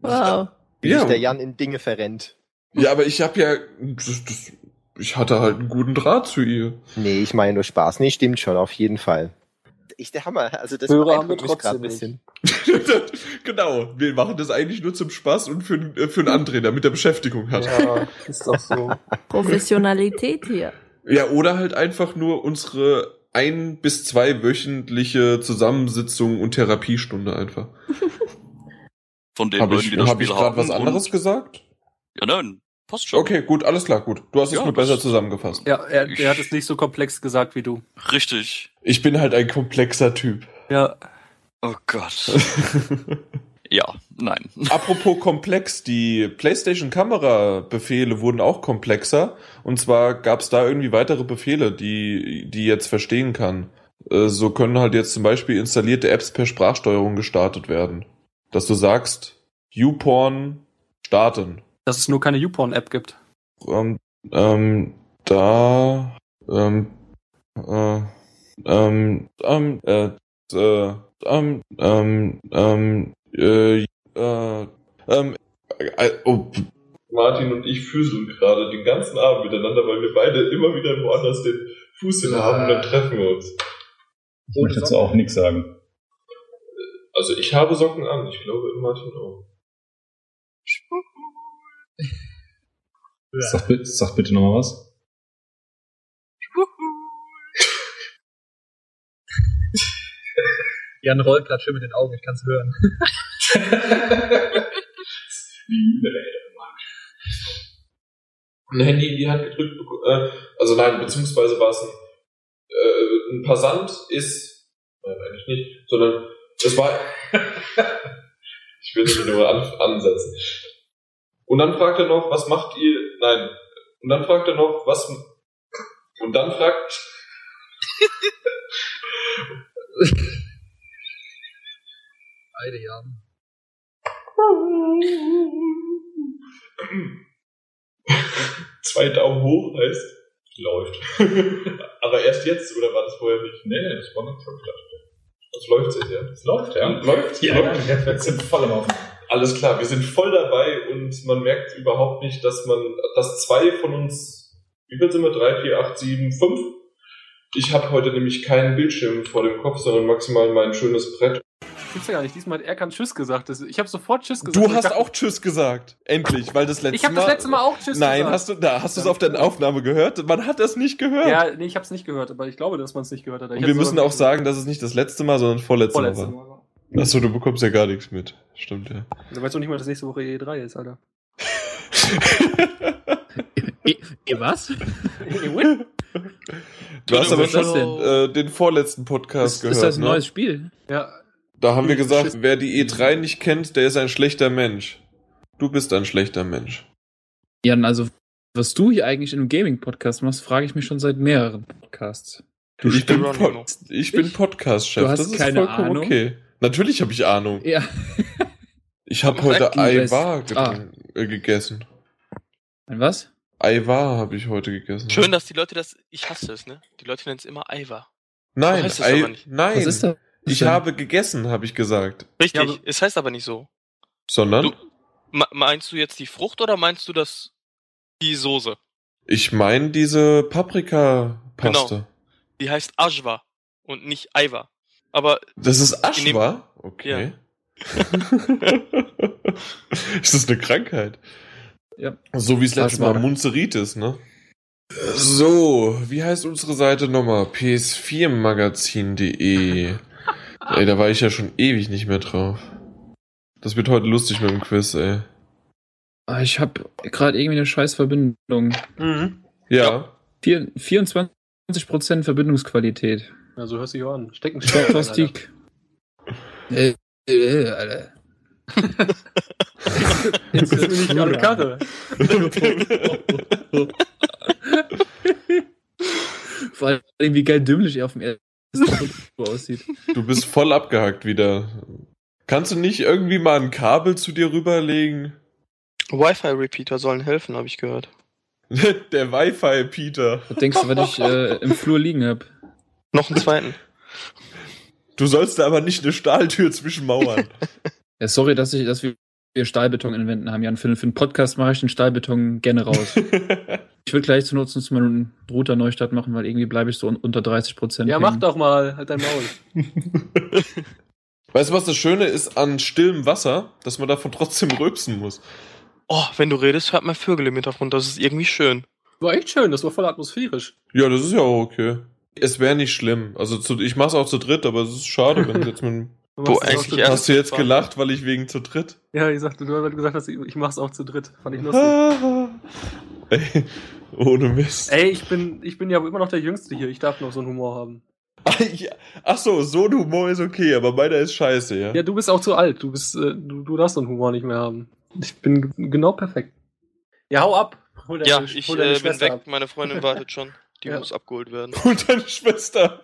Speaker 11: Wow.
Speaker 3: Wie
Speaker 1: Ja.
Speaker 3: sich der Jan in Dinge verrennt.
Speaker 1: Ja, aber ich habe ja. Das, das, ich hatte halt einen guten Draht zu ihr.
Speaker 3: Nee, ich meine nur Spaß. Nee, stimmt schon, auf jeden Fall. Echt der Hammer. Also das
Speaker 2: Hörer haben wir
Speaker 3: beeindruckt mich
Speaker 2: trotzdem
Speaker 3: grad ein bisschen.
Speaker 1: *laughs* genau, wir machen das eigentlich nur zum Spaß und für, äh, für einen André, damit er Beschäftigung hat.
Speaker 2: Ja, ist doch so.
Speaker 11: Professionalität hier.
Speaker 1: Ja, oder halt einfach nur unsere ein bis zwei wöchentliche Zusammensitzung und Therapiestunde einfach.
Speaker 19: Von den
Speaker 1: Habe
Speaker 19: Leuten,
Speaker 1: ich,
Speaker 19: die das
Speaker 1: hab
Speaker 19: Spiel
Speaker 1: ich
Speaker 19: haben.
Speaker 1: gerade was
Speaker 19: und-
Speaker 1: anderes gesagt?
Speaker 19: Ja, nein, passt schon.
Speaker 1: Okay, gut, alles klar, gut. Du hast
Speaker 19: Ja,
Speaker 1: es nur
Speaker 19: das-
Speaker 1: besser zusammengefasst.
Speaker 2: Ja, er, er hat es nicht so komplex gesagt wie du.
Speaker 19: Richtig.
Speaker 1: Ich bin halt ein komplexer Typ.
Speaker 2: Ja.
Speaker 19: Oh Gott. ja, nein.
Speaker 1: Apropos komplex, die PlayStation-Kamera-Befehle wurden auch komplexer. Und zwar gab es da irgendwie weitere Befehle, die die jetzt verstehen kann. Äh, So können halt jetzt zum Beispiel installierte Apps per Sprachsteuerung gestartet werden. Dass du sagst, YouPorn starten.
Speaker 2: Dass es nur keine YouPorn-App gibt.
Speaker 1: Ähm, ähm, da, ähm, äh, ähm, ähm, äh, äh, ähm, ähm, ähm, äh, äh, ähm, Äh, oh, p-
Speaker 28: Martin und ich füßeln gerade den ganzen Abend miteinander, weil wir beide immer wieder woanders den Fuß hin haben und dann treffen wir uns.
Speaker 29: Ich möchte dazu auch nichts sagen.
Speaker 28: Also ich habe Socken an, ich glaube Martin auch.
Speaker 29: Sag, bi- sag bitte nochmal was.
Speaker 5: *laughs* Jan rollt gerade schön mit den Augen, ich kann es *laughs* hören.
Speaker 28: ein Handy in die Hand gedrückt bekommen. Äh, also nein, beziehungsweise war es ein, äh, ein Passant ist, nein, eigentlich nicht, sondern es war. *laughs* ich will es nur an, ansetzen. Und dann fragt er noch, was macht ihr? Nein. Und dann fragt er noch, was. Und dann fragt.
Speaker 5: Beide Jan.
Speaker 28: Zwei Daumen hoch heißt, läuft. *laughs* Aber erst jetzt, oder war das vorher nicht? Nee, nee, das war noch schon klar. Das läuft jetzt, ja. Das läuft,
Speaker 29: ja.
Speaker 28: Läuft,
Speaker 29: Ja,
Speaker 28: läuft.
Speaker 29: ja, wir sind voll im Auf.
Speaker 28: Alles klar, wir sind voll dabei und man merkt überhaupt nicht, dass man, dass zwei von uns, wie viel sind wir? Drei, vier, acht, sieben, fünf? Ich habe heute nämlich keinen Bildschirm vor dem Kopf, sondern maximal mein schönes Brett.
Speaker 2: Gibt's ja gar nicht. Diesmal hat Erkan Tschüss gesagt. Das- Ich habe sofort Tschüss gesagt.
Speaker 1: Du
Speaker 2: Ich
Speaker 1: hast
Speaker 2: dachte,
Speaker 1: auch Tschüss gesagt. Endlich, weil das letzte
Speaker 2: Ich hab das letzte Mal auch Tschüss
Speaker 1: Nein,
Speaker 2: gesagt.
Speaker 1: hast du, da hast du es auf deine Aufnahme gehört? Man hat das nicht gehört.
Speaker 2: Ja, nee, ich habe es nicht gehört, aber ich glaube, dass man es nicht gehört hat. Ich
Speaker 1: Und wir
Speaker 2: hab's
Speaker 1: müssen
Speaker 2: aber-
Speaker 1: auch sagen, dass es nicht das letzte Mal, sondern vorletzte Mal
Speaker 2: Vorletzte Mal
Speaker 1: war. Achso, du bekommst ja gar nichts mit. Stimmt, ja.
Speaker 2: Du weißt doch nicht mal, dass nächste Woche E3 ist, *laughs* Alter.
Speaker 5: Ihr was?
Speaker 2: E
Speaker 1: Du hast
Speaker 5: Genau, Was
Speaker 1: aber
Speaker 5: ist das
Speaker 1: schon äh, den vorletzten Podcast
Speaker 5: Ist,
Speaker 1: gehört.
Speaker 5: ist das ein
Speaker 1: ne?
Speaker 5: neues Spiel?
Speaker 2: Ja.
Speaker 1: Da haben wir gesagt, wer die E3 nicht kennt, der ist ein schlechter Mensch. Du bist ein schlechter Mensch.
Speaker 5: Jan, also was du hier eigentlich in einem Gaming-Podcast machst, frage ich mich schon seit mehreren Podcasts.
Speaker 1: Du ich, bin Pod ich bin Podcast-Chef.
Speaker 5: Du hast
Speaker 1: das ist
Speaker 5: keine
Speaker 1: vollkommen
Speaker 5: Ahnung?
Speaker 1: okay. Natürlich habe ich Ahnung.
Speaker 5: Ja.
Speaker 1: Ich habe heute
Speaker 5: Korrekten
Speaker 1: Aiwa
Speaker 5: Rest.
Speaker 1: getrun- äh, gegessen.
Speaker 5: Ein was?
Speaker 1: Aiwa habe ich heute gegessen.
Speaker 19: Schön, dass die Leute das. Ich hasse es, ne? Die Leute nennen es immer Aiwa.
Speaker 1: Nein,
Speaker 19: so heißt es
Speaker 1: Ei-
Speaker 19: aber nicht.
Speaker 1: nein.
Speaker 19: Was ist das
Speaker 1: Ich
Speaker 19: denn?
Speaker 1: habe gegessen, habe ich gesagt.
Speaker 19: Richtig, es heißt aber nicht so.
Speaker 1: Sondern
Speaker 19: Me- meinst du jetzt die Frucht oder meinst du das die Soße?
Speaker 1: ich meine diese Paprikapaste.
Speaker 19: Genau. Die heißt Ajwa und nicht Aiwa. Aber
Speaker 1: Das ist
Speaker 19: die nehmen-
Speaker 1: Aschwa? Okay. *laughs* ist das eine Krankheit?
Speaker 5: Ja.
Speaker 1: So wie es letztes Mal
Speaker 5: Aschwa.
Speaker 1: Munzeritis, ne? So, wie heißt unsere Seite nochmal? ps4magazin.de. E. ey, da war ich ja schon ewig nicht mehr drauf. Das wird heute lustig mit dem Quiz, ey.
Speaker 5: Ah, Ich habe gerade irgendwie eine scheiß Verbindung.
Speaker 2: Mhm.
Speaker 1: Ja.
Speaker 5: Vier- 24% Verbindungsqualität.
Speaker 2: Ja, so hörst du dich auch an. Stecken
Speaker 5: Plastik. Äh, äh, Alter. *laughs*
Speaker 2: Jetzt ist nämlich nicht alle Karre.
Speaker 5: Vor allem, wie geil dümmlich er auf dem ersten Foto aussieht.
Speaker 1: Du bist voll abgehackt wieder. Kannst du nicht irgendwie mal ein Kabel zu dir rüberlegen?
Speaker 19: Wi-Fi-Repeater sollen helfen, habe ich gehört.
Speaker 1: *laughs* Der Wi-Fi-Peter.
Speaker 5: Was denkst du, was ich äh, im Flur liegen hab?
Speaker 19: Noch einen zweiten.
Speaker 1: Du sollst da aber nicht eine Stahltür zwischen
Speaker 19: *laughs*
Speaker 1: Mauern.
Speaker 5: Ja, sorry, dass, ich, dass wir wir Stahlbeton in den Wänden haben, Jan. Für, für den Podcast mache ich den Stahlbeton gerne *laughs* raus. ich will gleich zu Nutzen meinen Router Neustart machen, weil irgendwie bleibe ich so un- unter 30 Prozent.
Speaker 2: Ja, mach doch mal. Halt dein Maul.
Speaker 1: Weißt du, was das Schöne ist an stillem Wasser? Dass man davon trotzdem rülpsen muss.
Speaker 19: Oh, wenn du redest, hört man Vögel im Hintergrund. Das ist irgendwie schön.
Speaker 2: War echt schön, das war voll atmosphärisch.
Speaker 1: Ja, das ist ja auch okay. Es wäre nicht schlimm. Also zu, ich mach's auch zu dritt, aber es ist schade, wenn es jetzt
Speaker 19: *laughs*
Speaker 1: mit
Speaker 2: Du machst es auch zu dritt.
Speaker 1: Hast du jetzt gelacht, weil ich wegen zu dritt?
Speaker 2: Ja, ich sagte, du hast halt gesagt, dass ich, ich mach's auch zu dritt.
Speaker 1: *laughs*
Speaker 2: Fand ich lustig.
Speaker 1: Ey, ohne Mist.
Speaker 2: Ey, ich bin, ich bin ja immer noch der Jüngste hier. Ich darf noch so einen Humor haben.
Speaker 1: *laughs* Ach so, so ein Humor ist okay, aber meiner ist scheiße, ja.
Speaker 2: Ja, du bist auch zu alt. Du bist, äh, du, du darfst so einen Humor nicht mehr haben. Ich bin g- genau perfekt. Ja, hau ab. Hol deine-
Speaker 19: ja,
Speaker 2: hol
Speaker 19: ich
Speaker 2: deine
Speaker 19: äh, bin
Speaker 2: Schwester
Speaker 19: weg.
Speaker 2: ab.
Speaker 7: *laughs*
Speaker 19: Meine Freundin wartet schon. Die
Speaker 2: Ja.
Speaker 19: muss abgeholt werden.
Speaker 1: Und deine Schwester.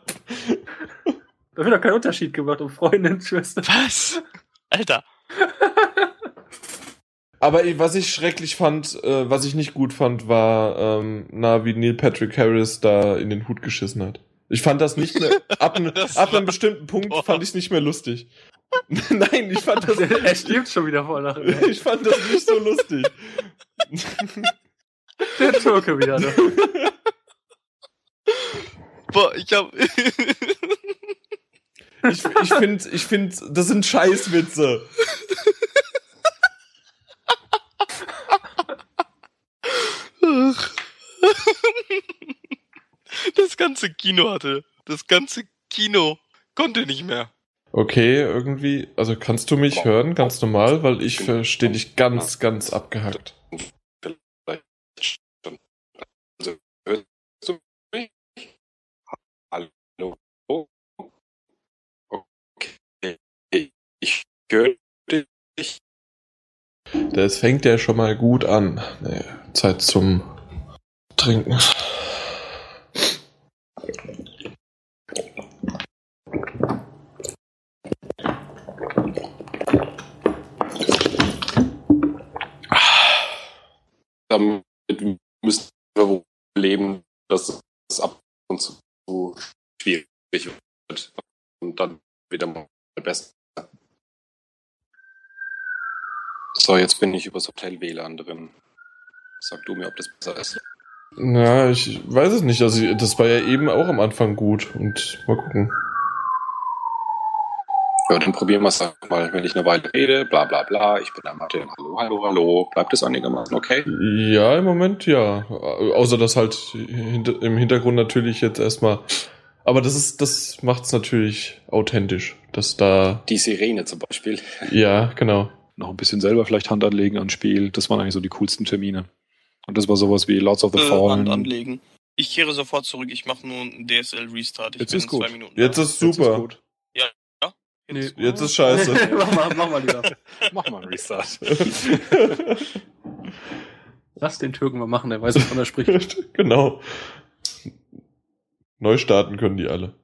Speaker 2: Da wird doch kein Unterschied gemacht um Freundin, Schwester.
Speaker 19: Was? Alter.
Speaker 1: Aber ich- was ich schrecklich fand, äh, was ich nicht gut fand, war, ähm, na, wie Neil Patrick Harris da in den Hut geschissen hat. Ich fand das nicht mehr. Ab, n- ab einem bestimmten Punkt fand ich es nicht mehr lustig. *laughs* Nein, ich fand das.
Speaker 2: *laughs* er stirbt schon wieder vor Lachen.
Speaker 1: *laughs* Ich fand das nicht so lustig.
Speaker 2: Der Türke wieder. Ne?
Speaker 7: Boah, ich hab.
Speaker 1: Ich, ich finde, ich find, das sind Scheißwitze.
Speaker 7: Ach. Das ganze Kino hatte. Das ganze Kino konnte nicht mehr.
Speaker 1: Okay, irgendwie. Also kannst du mich hören, ganz normal, weil ich verstehe dich ganz, ganz abgehackt.
Speaker 9: Also, hörst du mich? Hallo? Okay, ich höre dich.
Speaker 1: Das fängt ja schon mal gut an. Nee, Zeit zum Trinken.
Speaker 9: Damit müssen wir wohl leben, dass es ab und zu schwierig wird. Und dann wieder mal besser. So, jetzt bin ich übers Hotel WLAN drin. Sag du mir, ob das besser ist.
Speaker 1: Na, ich weiß es nicht. Also, das war ja eben auch am Anfang gut. Und mal gucken.
Speaker 9: Ja, dann probieren wir es mal, wenn ich eine Weile rede, bla bla bla, ich bin am Hotel, hallo, hallo, hallo, bleibt es einigermaßen okay?
Speaker 1: Ja, im Moment ja. Außer dass halt hinter- im Hintergrund natürlich jetzt erstmal. Aber das ist, das macht's natürlich authentisch, dass da.
Speaker 9: Die Sirene zum Beispiel.
Speaker 1: Ja, genau.
Speaker 19: Noch ein bisschen selber vielleicht Hand anlegen ans Spiel. Das waren eigentlich so die coolsten Termine. Und das war sowas wie Lords of the
Speaker 7: Äh,
Speaker 19: Fallen.
Speaker 7: Hand anlegen. Ich kehre sofort zurück. Ich mache nur einen DSL-Restart. Ich
Speaker 19: Jetzt ist gut.
Speaker 7: zwei Minuten.
Speaker 1: Jetzt ist super.
Speaker 7: Ja, ja.
Speaker 1: Jetzt, ist scheiße. *laughs*
Speaker 2: *laughs*
Speaker 7: *laughs*
Speaker 2: mach, mal, mach mal lieber.
Speaker 19: Mach mal einen Restart.
Speaker 2: Lass den Türken mal machen, der weiß, wovon er spricht.
Speaker 1: genau. Neu starten können die alle.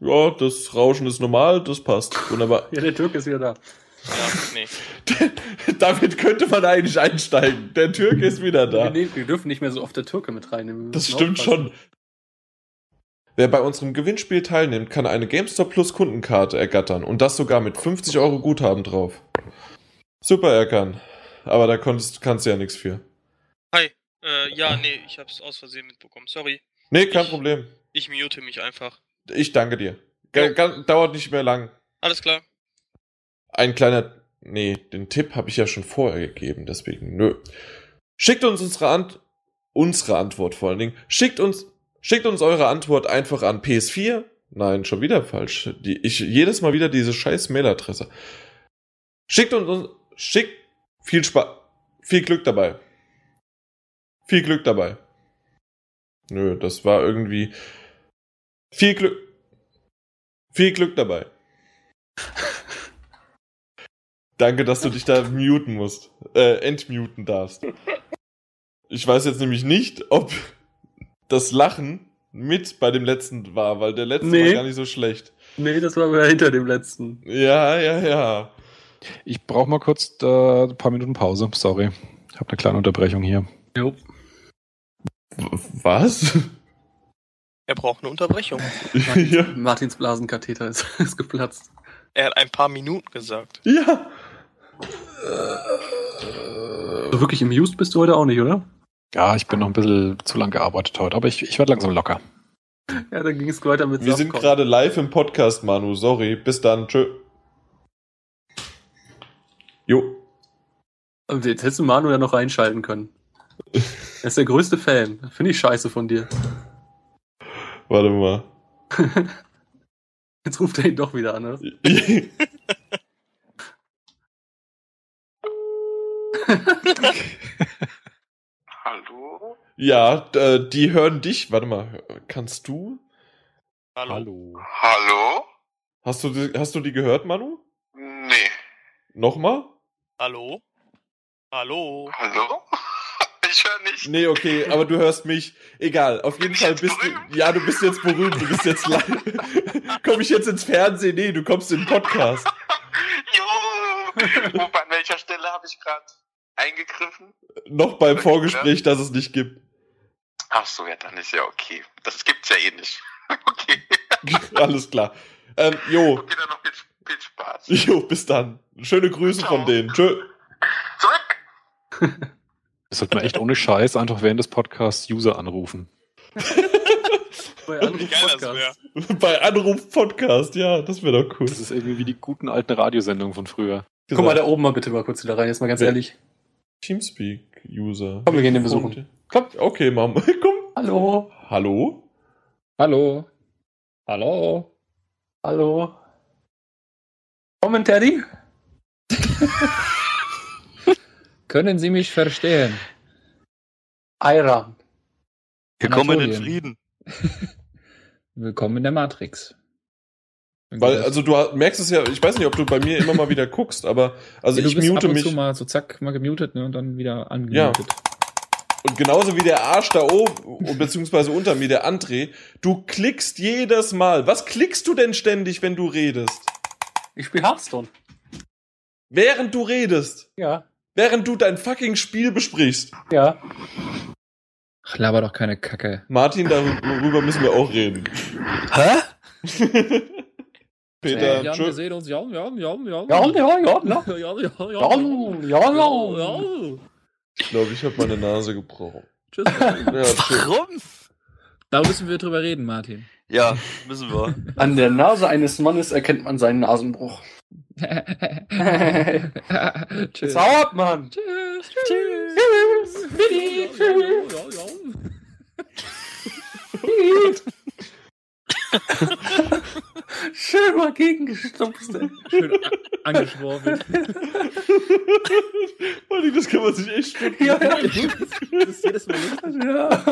Speaker 1: Ja, das Rauschen ist normal, das passt. Wunderbar.
Speaker 2: Ja, der Türke ist wieder da.
Speaker 7: Ja, nee.
Speaker 1: *laughs* Damit könnte man eigentlich einsteigen. Der Türke ist wieder
Speaker 2: Wir,
Speaker 1: da.
Speaker 2: nehmen, wir dürfen nicht mehr so oft der Türke mit reinnehmen. Wir
Speaker 1: Das
Speaker 2: müssen
Speaker 1: stimmt
Speaker 2: aufpassen.
Speaker 1: schon. Wer bei unserem Gewinnspiel teilnimmt, kann eine GameStop Plus Kundenkarte ergattern und das sogar mit 50 Euro Guthaben drauf. Super, Erkan. Aber da konntest, kannst du ja nichts für.
Speaker 7: Hi. Äh, ja, nee, ich hab's aus Versehen mitbekommen. Sorry.
Speaker 1: Nee, kein Problem.
Speaker 7: Ich mute mich einfach.
Speaker 1: Ich danke dir. Ga- ga- Dauert nicht mehr lang.
Speaker 7: Alles klar.
Speaker 1: Ein kleiner. Nee, den Tipp habe ich ja schon vorher gegeben, deswegen nö. Schickt uns unsere, Ant unsere Antwort vor allen Dingen. Schickt uns, schickt uns eure Antwort einfach an PS4. Nein, schon wieder falsch. Die, ich jedes Mal wieder diese scheiß Mailadresse. Schickt uns, uns schickt viel Spaß, viel Glück dabei. Viel Glück dabei. Nö, das war irgendwie viel Glück, viel Glück dabei. *laughs* Danke, dass du dich da muten musst. Äh, entmuten darfst. Ich weiß jetzt nämlich nicht, ob das Lachen mit bei dem letzten war, weil der letzte
Speaker 2: Nee.
Speaker 1: war gar nicht so schlecht.
Speaker 2: Nee, das war aber hinter dem letzten.
Speaker 1: Ja, ja, ja.
Speaker 19: Ich brauche mal kurz äh, ein paar Minuten Pause. Sorry. Ich habe eine kleine Unterbrechung hier.
Speaker 2: Jo.
Speaker 1: W- *laughs* Was?
Speaker 7: Er braucht eine Unterbrechung.
Speaker 1: Martins,
Speaker 2: Martins Blasenkatheter ist, *laughs* ist geplatzt.
Speaker 7: Er hat ein paar Minuten gesagt.
Speaker 1: Ja.
Speaker 2: So wirklich amused bist du heute auch nicht, oder?
Speaker 19: Ja, ich bin noch ein bisschen zu lang gearbeitet heute, aber ich, ich werde langsam locker.
Speaker 2: Ja, dann ging es weiter mit
Speaker 1: Wir sind gerade live im Podcast, Manu. Sorry. Bis dann. Tschö. Jo.
Speaker 2: Und Jetzt hättest du Manu ja noch reinschalten können. Er ist der größte Fan. Finde ich scheiße von dir.
Speaker 1: Warte mal.
Speaker 2: Jetzt ruft er ihn doch wieder an. Oder?
Speaker 1: Hallo? Ja, äh, die hören dich. Warte mal. Kannst du?
Speaker 7: Hallo.
Speaker 19: Hallo.
Speaker 11: Hallo?
Speaker 1: Hast du, die- hast du die gehört, Manu?
Speaker 11: Nee.
Speaker 1: Nochmal?
Speaker 7: Hallo? Hallo?
Speaker 30: *laughs*
Speaker 11: Hallo? Ich höre nicht.
Speaker 1: Nee, okay, aber du hörst mich. Egal, auf jeden Fall bist du. Ja, du bist jetzt berühmt, du bist jetzt
Speaker 30: *laughs*
Speaker 1: live. Komm ich jetzt ins Fernsehen? Nee, du kommst in
Speaker 30: *laughs*
Speaker 1: den Podcast.
Speaker 11: Jo! Wobei, an welcher Stelle habe ich gerade eingegriffen?
Speaker 1: Noch beim Vorgespräch, dass es nicht gibt.
Speaker 30: Ach so, ja, dann ist ja okay. Das gibt's ja eh nicht. *laughs*
Speaker 1: *laughs* Alles klar. Ähm, jo,
Speaker 30: Okay, dann noch viel, viel Spaß.
Speaker 1: jo, bis dann. Schöne Grüße von denen. Tschö.
Speaker 9: *laughs* Das sollte man echt ohne Scheiß einfach während des Podcasts User anrufen.
Speaker 2: Bei
Speaker 1: Anruf Podcast. *laughs* Bei Anruf Podcast, ja, das wäre doch cool.
Speaker 9: Das ist irgendwie wie die guten alten Radiosendungen von früher.
Speaker 2: Guck mal da oben mal bitte mal kurz wieder rein, jetzt mal ganz
Speaker 9: Ja.
Speaker 2: ehrlich.
Speaker 1: Teamspeak-User.
Speaker 2: Komm, wir gehen den besuchen.
Speaker 1: Komm. Okay, Mom. *laughs* Komm.
Speaker 2: Hallo.
Speaker 1: Hallo?
Speaker 5: Hallo. Hallo.
Speaker 2: Hallo. Kommen, Teddy?
Speaker 5: Können Sie mich verstehen?
Speaker 2: Ayran.
Speaker 7: Willkommen in
Speaker 5: Anatolien.
Speaker 7: Frieden.
Speaker 5: *laughs* Willkommen in der Matrix.
Speaker 1: Weil, also du ha- merkst es ja, ich weiß nicht, ob du bei mir immer mal wieder guckst, aber also
Speaker 5: Ja, du
Speaker 1: ich
Speaker 5: bist ab
Speaker 1: mute
Speaker 5: und
Speaker 1: mich.
Speaker 5: Zu mal so zack, mal gemutet ne, und dann wieder
Speaker 1: Ja.
Speaker 5: angemutet.
Speaker 1: Und genauso wie der Arsch da oben, oh, beziehungsweise unter mir, der André, du klickst jedes Mal. Was klickst du denn ständig, wenn du redest?
Speaker 2: Ich spiele Hearthstone.
Speaker 1: Während du redest.
Speaker 2: Ja.
Speaker 1: Während du dein fucking Spiel besprichst.
Speaker 2: Ja.
Speaker 5: Ach, laber doch keine Kacke.
Speaker 1: Martin, darüber müssen wir auch reden. Hä? Peter,
Speaker 5: Jan, wir
Speaker 1: tschö.
Speaker 5: sehen uns. Jan, Jan, Jan, Jan.
Speaker 2: Ja, ja, ja,
Speaker 5: Jan,
Speaker 2: ja.
Speaker 5: Jan, Jan,
Speaker 2: Jan,
Speaker 5: Jan.
Speaker 1: Ich glaube, ich habe meine Nase gebrochen.
Speaker 5: Tschüss.
Speaker 1: Ja, tschö.
Speaker 5: Da müssen wir drüber
Speaker 1: *laughs*
Speaker 5: reden, Martin.
Speaker 7: Ja, müssen wir.
Speaker 2: An der Nase eines Mannes erkennt man seinen Nasenbruch.
Speaker 5: Tschüss.
Speaker 2: Sauert, Mann.
Speaker 5: Tschüss.
Speaker 2: Tschüss. Willi, tschüss. Schön mal gegengestupst. ey.
Speaker 5: Schön a- angeschworfen.
Speaker 1: Martin, das kann man sich echt stimmen.
Speaker 2: Ja, ja.
Speaker 5: Das ist jedes Mal lustig.
Speaker 2: ja.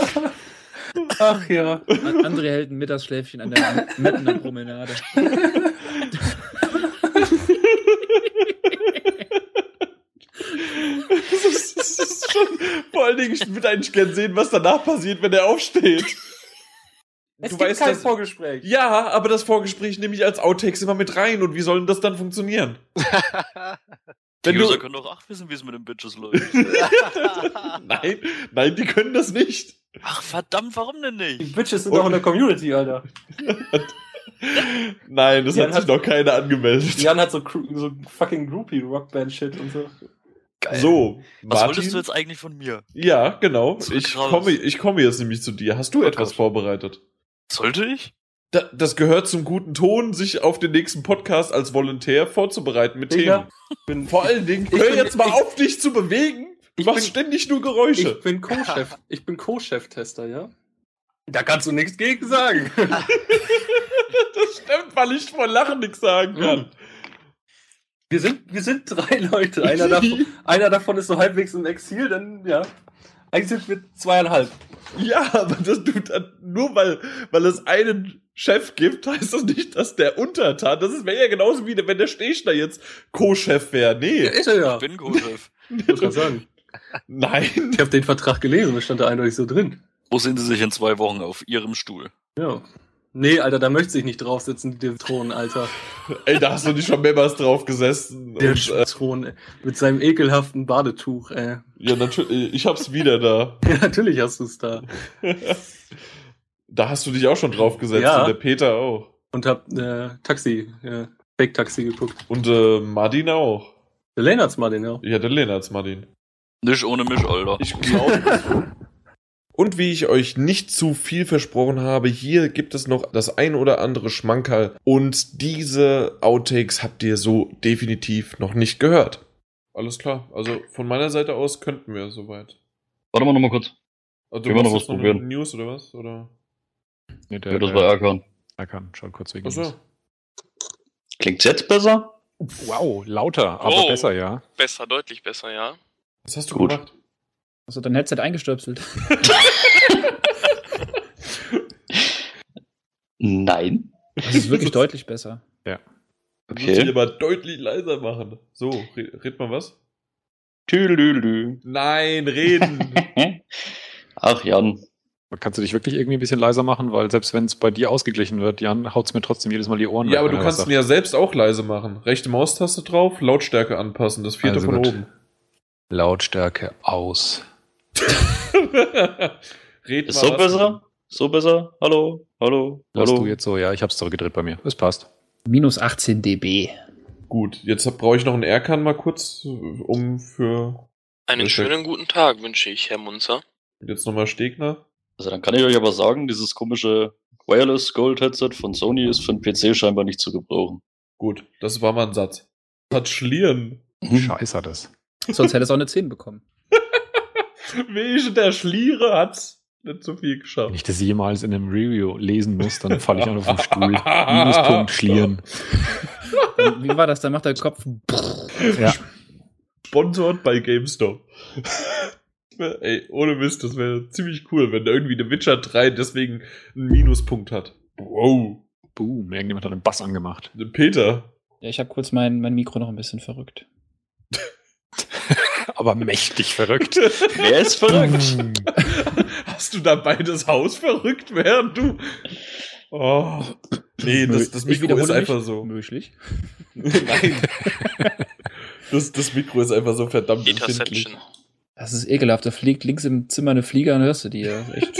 Speaker 2: Ach ja.
Speaker 5: An- André hält ein Mittagsschläfchen an der, mitten an der Promenade.
Speaker 1: Das ist, das ist schon, *laughs* vor allen Dingen, ich würde eigentlich gern sehen, was danach passiert, wenn er aufsteht.
Speaker 2: Es
Speaker 1: Du
Speaker 2: gibt
Speaker 1: weißt
Speaker 2: kein
Speaker 1: das-
Speaker 2: Vorgespräch.
Speaker 1: Ja, aber das Vorgespräch nehme ich als Outtakes immer mit rein und wie soll denn das dann
Speaker 7: *laughs*
Speaker 1: funktionieren?
Speaker 7: Die
Speaker 1: Wenn du-
Speaker 7: User können doch auch wissen, wie es mit den Bitches läuft. *laughs*
Speaker 1: nein, nein, die können das nicht.
Speaker 7: Ach verdammt, warum denn
Speaker 2: Die
Speaker 7: nicht?
Speaker 2: Bitches sind auch in der Community, Alter.
Speaker 1: Nein, das
Speaker 2: Jan
Speaker 1: hat sich
Speaker 2: hat-
Speaker 1: noch keiner angemeldet.
Speaker 2: Jan hat so, Cru- so fucking Groupie-Rockband-Shit und so.
Speaker 1: So,
Speaker 7: Was
Speaker 1: Martin?
Speaker 7: wolltest du jetzt eigentlich von mir?
Speaker 1: Ja, genau.
Speaker 7: So
Speaker 1: Ich
Speaker 7: raus. Oh
Speaker 1: komme, ich komme jetzt nämlich zu dir. Hast du etwas vorbereitet?
Speaker 7: Sollte ich?
Speaker 1: Da, das gehört zum guten Ton, sich auf den nächsten Podcast als Volontär vorzubereiten mit
Speaker 2: Digga,
Speaker 1: Themen. Vor allen Dingen,
Speaker 2: ich
Speaker 1: hör
Speaker 2: bin-
Speaker 1: jetzt mal
Speaker 2: ich-
Speaker 1: auf, dich zu bewegen. Du machst ständig nur Geräusche.
Speaker 2: Ich bin Co-Chef. Ich bin Co-Chef-Tester, ja? Da kannst du nichts gegen sagen.
Speaker 1: das stimmt, weil ich vor Lachen nichts
Speaker 2: Mm.
Speaker 1: sagen kann.
Speaker 2: Wir sind, wir sind drei Leute. Einer *laughs* davon, einer davon ist so halbwegs im Exil, dann ja. Eigentlich sind wir zweieinhalb.
Speaker 1: Ja, aber das tut dann- nur weil, weil es einen Chef gibt, heißt das nicht, dass der Untertan, das ist- wäre ja genauso wie wenn der Stechner jetzt Co-Chef wäre. Nee.
Speaker 2: Ist er ja.
Speaker 7: Ich bin Gosef.
Speaker 2: Muss man sagen.
Speaker 1: Nein.
Speaker 2: Ich habe den Vertrag gelesen, da stand da eindeutig so drin.
Speaker 7: Wo sehen Sie sich in zwei Wochen auf Ihrem Stuhl?
Speaker 2: Ja. Nee, Alter, da möchte ich nicht draufsitzen, der Thron, Alter.
Speaker 1: Ey, da hast du nicht schon mehrmals drauf gesessen.
Speaker 2: Der
Speaker 1: Und, äh,
Speaker 2: Thron ey. mit seinem ekelhaften Badetuch, ey. *laughs*
Speaker 1: ja, natürlich, ich hab's wieder da.
Speaker 2: Ja, natürlich hast du es da.
Speaker 1: Da hast du dich auch schon drauf gesetzt
Speaker 2: Ja.
Speaker 1: und der Peter auch.
Speaker 2: Und hab äh, Taxi, äh, Fake-Taxi geguckt.
Speaker 1: Und äh, Martin auch.
Speaker 2: Der Lennart's mal den, ja.
Speaker 1: Ja, der Lennart's Martin.
Speaker 7: Nicht ohne mich, Alter.
Speaker 1: Ich glaube. Und wie ich euch nicht zu viel versprochen habe, hier gibt es noch das ein oder andere Schmankerl und diese Outtakes habt ihr so definitiv noch nicht gehört. Alles klar, also von meiner Seite aus könnten wir soweit.
Speaker 19: Warte mal nochmal kurz.
Speaker 1: Also
Speaker 19: Können wir noch
Speaker 1: machst
Speaker 19: was
Speaker 1: jetzt eine
Speaker 19: probieren?
Speaker 1: News oder was? Oder?
Speaker 9: Nee,
Speaker 19: Ja, das war Erkan.
Speaker 9: Erkan, schon kurz wegen.
Speaker 1: Achso.
Speaker 19: Klingt's jetzt besser?
Speaker 9: Wow, lauter, aber
Speaker 31: Oh.
Speaker 9: besser, ja.
Speaker 31: Besser, deutlich besser, ja.
Speaker 1: Was hast
Speaker 9: du Gut.
Speaker 1: gemacht?
Speaker 5: Hast du Also dein Headset eingestöpselt?
Speaker 19: Nein.
Speaker 5: Das ist wirklich deutlich besser.
Speaker 9: Ja.
Speaker 1: Okay. Muss ich
Speaker 19: Okay.
Speaker 1: aber deutlich leiser machen. So, re red mal was?
Speaker 19: Tüdelü.
Speaker 1: Nein, *laughs* reden.
Speaker 19: Ach, Jan.
Speaker 9: Kannst du dich wirklich irgendwie ein bisschen leiser machen, weil selbst wenn es bei dir ausgeglichen wird, Jan, haut's mir trotzdem jedes Mal die Ohren.
Speaker 1: ja, aber du
Speaker 9: wenn keiner
Speaker 1: kannst
Speaker 9: was
Speaker 1: ihn ja selbst auch leise machen. Rechte Maustaste drauf, Lautstärke anpassen, das vierte
Speaker 9: Also
Speaker 1: von
Speaker 9: gut.
Speaker 1: oben.
Speaker 9: sagt. Lautstärke aus.
Speaker 1: *laughs* Red
Speaker 19: Ist so
Speaker 1: was-
Speaker 19: besser? So besser? Hallo? Hallo?
Speaker 9: Hast
Speaker 19: Hallo?
Speaker 9: du jetzt so, ja, ich hab's zurückgedreht bei mir. Es passt.
Speaker 5: Minus 18 dB.
Speaker 1: Gut, jetzt hab- brauche ich noch einen Erkan mal kurz, äh, um für
Speaker 7: Einen schönen guten Tag wünsche ich, Herr Munzer.
Speaker 1: jetzt nochmal Stegner.
Speaker 19: Also dann kann ich euch aber sagen, dieses komische Wireless Gold Headset von Sony ist für den PC scheinbar nicht zu gebrauchen.
Speaker 1: Gut, das war mal ein Satz. Hat Schlieren. *laughs*
Speaker 9: Scheiße hat das.
Speaker 5: Sonst hätte es auch eine 10 bekommen.
Speaker 1: Welche der Schliere hat's nicht so viel geschafft?
Speaker 9: Wenn ich das jemals in einem Review lesen muss, dann falle ich einfach vom *laughs* Stuhl. Minuspunkt schlieren.
Speaker 5: Dann- Wie war das? Dann macht der Kopf.
Speaker 9: Ja.
Speaker 1: Sponsored bei GameStop. *laughs* Ey, ohne Mist, das wäre ziemlich cool, wenn da irgendwie der Witcher 3 deswegen einen Minuspunkt hat. Wow.
Speaker 9: Boom, irgendjemand hat einen Bass angemacht.
Speaker 1: Peter.
Speaker 5: Ja, ich habe kurz mein, mein Mikro noch ein bisschen verrückt.
Speaker 9: Aber mächtig verrückt.
Speaker 19: Wer ist verrückt?
Speaker 1: Hast du dabei das Haus verrückt, während du. Oh. Nee, das, das
Speaker 5: Ich
Speaker 1: Mikro
Speaker 5: wiederhole
Speaker 1: ist
Speaker 5: mich.
Speaker 1: einfach so.
Speaker 5: *laughs* Möglich.
Speaker 1: Nein. Das, das Mikro ist einfach so verdammt empfindlich.
Speaker 5: Das ist ekelhaft. Da fliegt links im Zimmer eine Fliege und hörst du die. ja. Echt.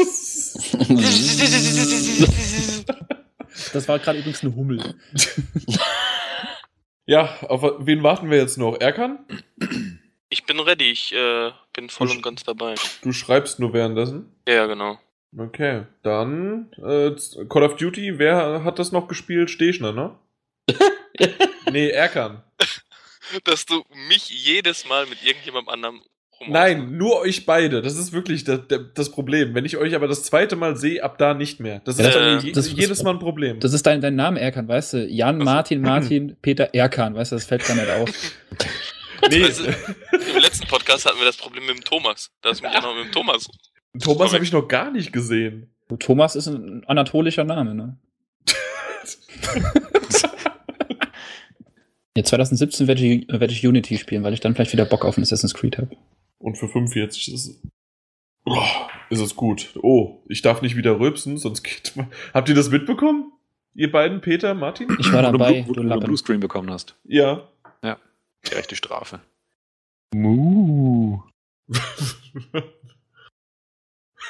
Speaker 5: Das war gerade übrigens eine Hummel.
Speaker 1: Ja, auf wen warten wir jetzt noch? Erkan?
Speaker 7: Ich bin ready, ich äh, bin voll und ganz dabei.
Speaker 1: Du schreibst nur währenddessen.
Speaker 7: Ja, ja, genau.
Speaker 1: Okay, dann äh, z- Call of Duty, wer hat das noch gespielt? Stechner,
Speaker 5: *laughs*
Speaker 1: ne? nee, Erkan.
Speaker 7: Dass du mich jedes Mal mit irgendjemandem anderen
Speaker 1: Nein, nur euch beide. Das ist wirklich das, der- das Problem. Wenn ich euch aber das zweite Mal sehe, ab da nicht mehr. Das ist
Speaker 5: Ja,
Speaker 1: dann
Speaker 5: das-
Speaker 1: je,
Speaker 5: das-
Speaker 1: jedes Mal ein Problem.
Speaker 5: Das ist dein, dein Name, Erkan, weißt du? Jan, Martin, Martin, Peter, Erkan, weißt du? Das fällt gar nicht auf.
Speaker 1: Nee.
Speaker 7: Weißt du, Im letzten Podcast hatten wir das Problem mit dem Thomas. Da ist mich ja noch mit
Speaker 1: *laughs*
Speaker 7: dem Thomas.
Speaker 1: Thomas habe ich noch gar nicht gesehen.
Speaker 5: Thomas ist ein anatolischer Name, *laughs* ne? Ja, 2017 werde ich, werde ich Unity spielen, weil ich dann vielleicht wieder Bock auf ein Assassin's Creed habe.
Speaker 1: Und für 45 ist es. Oh, ist es gut. Oh, ich darf nicht wieder rülpsen, sonst geht. *laughs* Habt ihr das mitbekommen? Ihr beiden, Peter, Martin?
Speaker 5: Ich war dabei,
Speaker 9: Wo du,
Speaker 5: du
Speaker 9: wo du einen
Speaker 5: Lappen.
Speaker 9: Bluescreen bekommen hast.
Speaker 1: Ja.
Speaker 9: Ja, die rechte Strafe. Mu.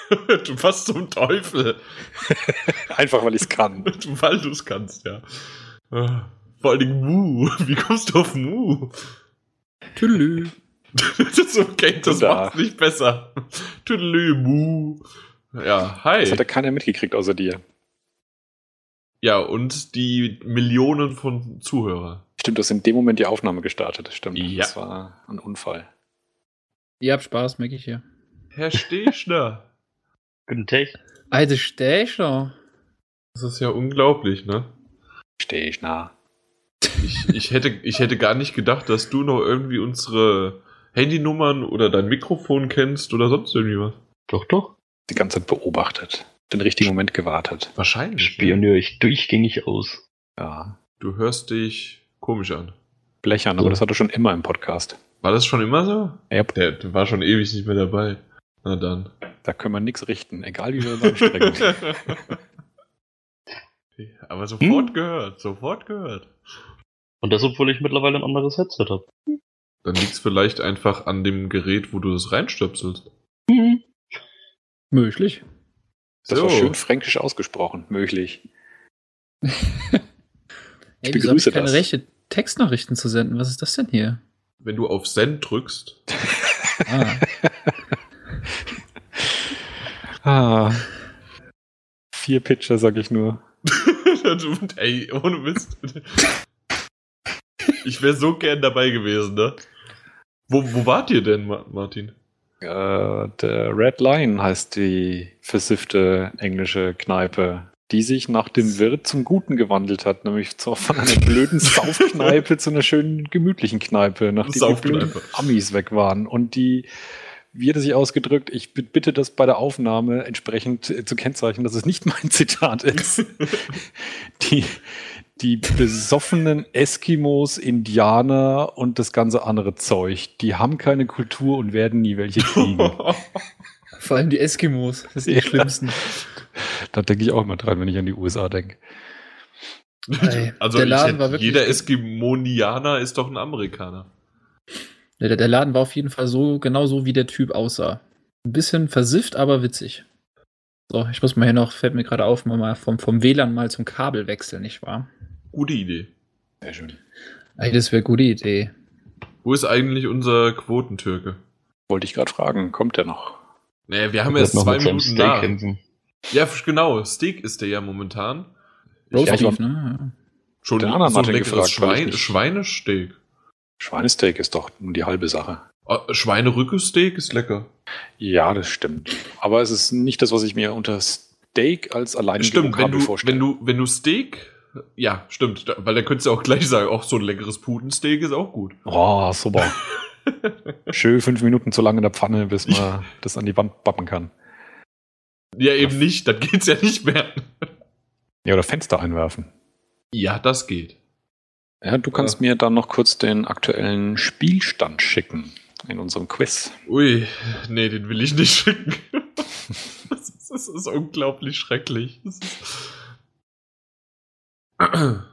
Speaker 1: du passt zum Teufel.
Speaker 9: *laughs* Einfach weil ich es kann.
Speaker 1: *laughs* Du- Weil du es kannst, ja. Äh, Vor allen Dingen Mu. *laughs* Wie kommst du auf Mu? *laughs*
Speaker 5: Tüdelü.
Speaker 1: das ist okay, das
Speaker 9: Da.
Speaker 1: macht's nicht besser. Tüdelü, Mu. Ja, hi.
Speaker 9: Das hat ja keiner mitgekriegt außer dir.
Speaker 1: Ja, und die Millionen von Zuhörer.
Speaker 9: Stimmt, du hast in dem Moment die Aufnahme gestartet. Stimmt.
Speaker 1: Ja.
Speaker 9: Das war ein Unfall.
Speaker 5: Ihr habt Spaß, merke ich hier.
Speaker 1: Herr Stechner.
Speaker 19: Guten Tag.
Speaker 5: Alte Stächer.
Speaker 1: Das ist ja unglaublich, ne?
Speaker 9: Steh ich nah.
Speaker 1: Ich, ich, hätte, ich hätte gar nicht gedacht, dass du noch irgendwie unsere Handynummern oder dein Mikrofon kennst oder sonst irgendwie was.
Speaker 9: Doch, doch. Die ganze Zeit beobachtet. Den richtigen Moment gewartet.
Speaker 1: Wahrscheinlich.
Speaker 19: Pionier ich durchgängig aus.
Speaker 9: Ja.
Speaker 1: Du hörst dich komisch an.
Speaker 9: Blechern, aber das hat er schon immer im Podcast.
Speaker 1: War das schon immer so?
Speaker 9: Ja.
Speaker 1: Der, der war schon ewig nicht mehr dabei. Na dann.
Speaker 9: Da können wir nichts richten, egal wie wir
Speaker 1: *laughs*
Speaker 9: uns anstrengen.
Speaker 1: Aber sofort gehört, sofort gehört.
Speaker 19: Und das, obwohl ich mittlerweile ein anderes Headset habe.
Speaker 1: Dann liegt's vielleicht einfach an dem Gerät, wo du es reinstöpselst.
Speaker 5: Möglich.
Speaker 9: Das war
Speaker 1: So.
Speaker 9: schön fränkisch ausgesprochen, möglich.
Speaker 5: Ey,
Speaker 9: Ich
Speaker 5: wieso hab ich
Speaker 9: begrüße
Speaker 5: keine
Speaker 9: das.
Speaker 5: Rechte, Textnachrichten zu senden? Was ist das denn *laughs* hier?
Speaker 1: Wenn du auf Send drückst,
Speaker 5: Ah,
Speaker 9: Ah. Vier Pitcher, sag ich nur.
Speaker 1: *laughs* Du- Ey, ohne Mist. Ich wäre so gern dabei gewesen, ne? Wo, wo wart ihr denn, Ma- Martin?
Speaker 9: Äh, der Red Lion heißt die versiffte englische Kneipe, die sich nach dem Wirt zum Guten gewandelt hat, nämlich zu, von einer blöden Saufkneipe zu einer schönen gemütlichen Kneipe, nachdem die
Speaker 1: Saufkneipe.
Speaker 9: blöden Amis weg waren. Und die, wie hat er sich ausgedrückt, ich b- bitte das bei der Aufnahme entsprechend äh, zu kennzeichnen, dass es nicht mein Zitat ist. die, die besoffenen Eskimos, Indianer und das ganze andere Zeug, die haben keine Kultur und werden nie welche kriegen. *laughs*
Speaker 5: vor allem die Eskimos. Das sind die
Speaker 9: Ja.
Speaker 5: *laughs* schlimmsten.
Speaker 9: Da denke ich auch immer dran, wenn ich an die USA denke.
Speaker 5: Ey,
Speaker 1: Also
Speaker 5: der
Speaker 1: ich
Speaker 5: Laden
Speaker 1: hätt-
Speaker 5: war wirklich.
Speaker 1: jeder Eskimonianer ist doch ein Amerikaner.
Speaker 5: Ne, Der, der Laden war auf jeden Fall so, genau so, wie der Typ aussah. Ein bisschen versifft, aber witzig. So, ich muss mal hier noch, fällt mir gerade auf, mal mal vom, vom WLAN mal zum Kabel wechseln, nicht wahr?
Speaker 1: Gute Idee.
Speaker 32: Sehr schön.
Speaker 5: Ey, das wäre gute Idee.
Speaker 1: Wo ist eigentlich unser Quotentürke?
Speaker 9: Wollte ich gerade fragen, kommt der noch?
Speaker 1: Nee, wir haben
Speaker 9: Der
Speaker 1: erst
Speaker 9: wird
Speaker 1: zwei
Speaker 9: noch mit seinem
Speaker 1: Minuten
Speaker 9: Steak
Speaker 1: nach.
Speaker 9: kämpfen.
Speaker 1: Ja, f- genau. Steak ist der ja momentan.
Speaker 9: Roastbeef,
Speaker 1: Ich hab
Speaker 5: ne?
Speaker 1: Schon
Speaker 9: Den anderen
Speaker 1: so ein
Speaker 9: hatte ich
Speaker 1: leckeres
Speaker 9: gefragt, weil ich
Speaker 1: Schwein,
Speaker 9: nicht-
Speaker 1: Schweinesteak.
Speaker 9: Schweinesteak ist doch nur die halbe Sache.
Speaker 1: Oh, Schweinerückesteak ist lecker.
Speaker 9: Ja, das stimmt. Aber es ist nicht das, was ich mir unter Steak als allein
Speaker 1: Stimmt, wenn du,
Speaker 9: vorstelle.
Speaker 1: wenn du, wenn du Steak, ja, stimmt, da- weil dann könntest du auch gleich sagen, auch so ein leckeres Putensteak ist auch gut.
Speaker 9: Oh,
Speaker 1: *laughs*
Speaker 9: super. Schön fünf Minuten zu lange in der Pfanne, bis man das an die Wand bappen kann.
Speaker 1: Ja, eben nicht, dann geht's ja nicht mehr.
Speaker 9: Ja, oder Fenster einwerfen.
Speaker 1: Ja, das geht.
Speaker 9: Ja, du kannst mir dann noch kurz den aktuellen Spielstand schicken in unserem Quiz.
Speaker 1: Ui, nee, den will ich nicht schicken. *laughs* das, ist, das ist unglaublich schrecklich. Das ist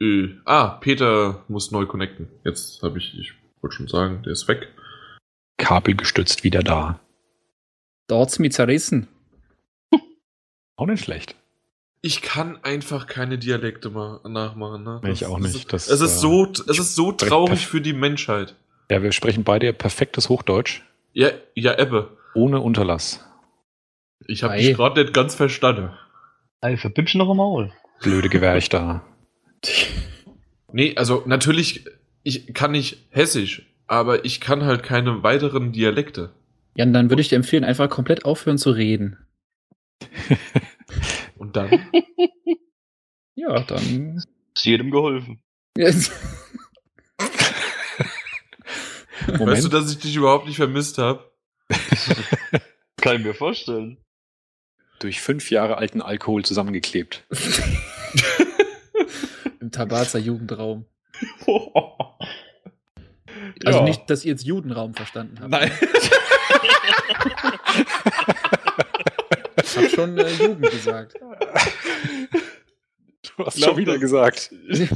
Speaker 1: Ö. Ah, Peter muss neu connecten. Jetzt habe ich, ich wollte schon sagen, der ist weg.
Speaker 9: Kabel gestützt wieder da.
Speaker 5: Dort's mir zerrissen.
Speaker 9: Auch nicht schlecht.
Speaker 1: Ich kann einfach keine Dialekte mal nachmachen. Ne?
Speaker 9: Nee, ich auch nicht.
Speaker 1: Das,
Speaker 9: Das,
Speaker 1: es ist
Speaker 9: äh,
Speaker 1: so, es ist so
Speaker 9: direkt
Speaker 1: traurig
Speaker 9: perf-
Speaker 1: für die Menschheit.
Speaker 9: Ja, wir sprechen beide perfektes Hochdeutsch.
Speaker 1: Ja, ja, Ebbe.
Speaker 9: Ohne Unterlass.
Speaker 1: Ich habe
Speaker 9: Ei.
Speaker 1: dich gerade nicht ganz verstanden.
Speaker 14: Ey, verbindsch noch im Maul.
Speaker 9: Blöde Gewerch da. *laughs*
Speaker 1: Nee, also natürlich, ich kann nicht Hessisch, aber ich kann halt keine weiteren Dialekte.
Speaker 5: Jan, dann würde ich dir empfehlen, einfach komplett aufhören zu reden.
Speaker 1: Und
Speaker 9: *laughs*
Speaker 1: dann?
Speaker 5: Ja, dann.
Speaker 19: Ist jedem geholfen.
Speaker 5: Yes.
Speaker 19: Moment.
Speaker 1: Weißt du, dass ich dich überhaupt nicht vermisst habe?
Speaker 19: Kann ich mir
Speaker 1: *laughs*
Speaker 19: vorstellen.
Speaker 9: Durch fünf Jahre alten Alkohol *laughs* zusammengeklebt.
Speaker 5: *laughs* Im Tabazer Jugendraum. Also
Speaker 9: Ja.
Speaker 5: nicht, dass ihr jetzt Judenraum verstanden habt.
Speaker 1: Nein.
Speaker 5: ich hab schon äh, Jugend gesagt.
Speaker 9: Du hast
Speaker 1: Glaub
Speaker 9: schon wieder
Speaker 1: das-
Speaker 9: gesagt.
Speaker 1: *laughs*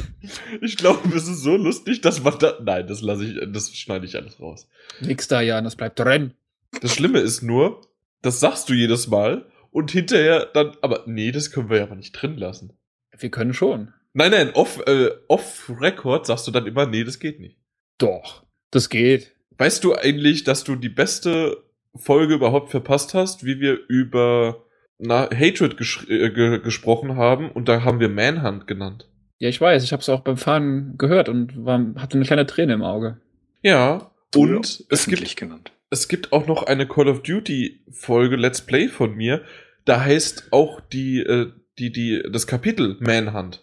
Speaker 1: Ich glaube, es ist so lustig, dass man da. Nein, das lasse ich, das schneide ich alles raus.
Speaker 5: Nix da, Jan, das bleibt drin.
Speaker 1: Das Schlimme ist nur, das sagst du jedes Mal und hinterher dann. Aber nee, das können wir ja aber nicht drin lassen.
Speaker 5: Wir können schon.
Speaker 1: Nein, nein, off, äh, off Record sagst du dann immer, nee, das geht nicht.
Speaker 5: Doch, das geht.
Speaker 1: Weißt du eigentlich, dass du die beste Folge überhaupt verpasst hast, wie wir über na, Hatred gesch äh, ge gesprochen haben und da haben wir Manhunt genannt?
Speaker 5: Ja, ich weiß, ich hab's auch beim Fahren gehört und war, hatte eine kleine Träne im Auge.
Speaker 1: Ja, und es
Speaker 9: öffentlich
Speaker 1: gibt,
Speaker 9: genannt.
Speaker 1: es gibt auch noch eine Call of Duty Folge Let's Play von mir. Da heißt auch die, äh, die, die, das Kapitel Manhunt.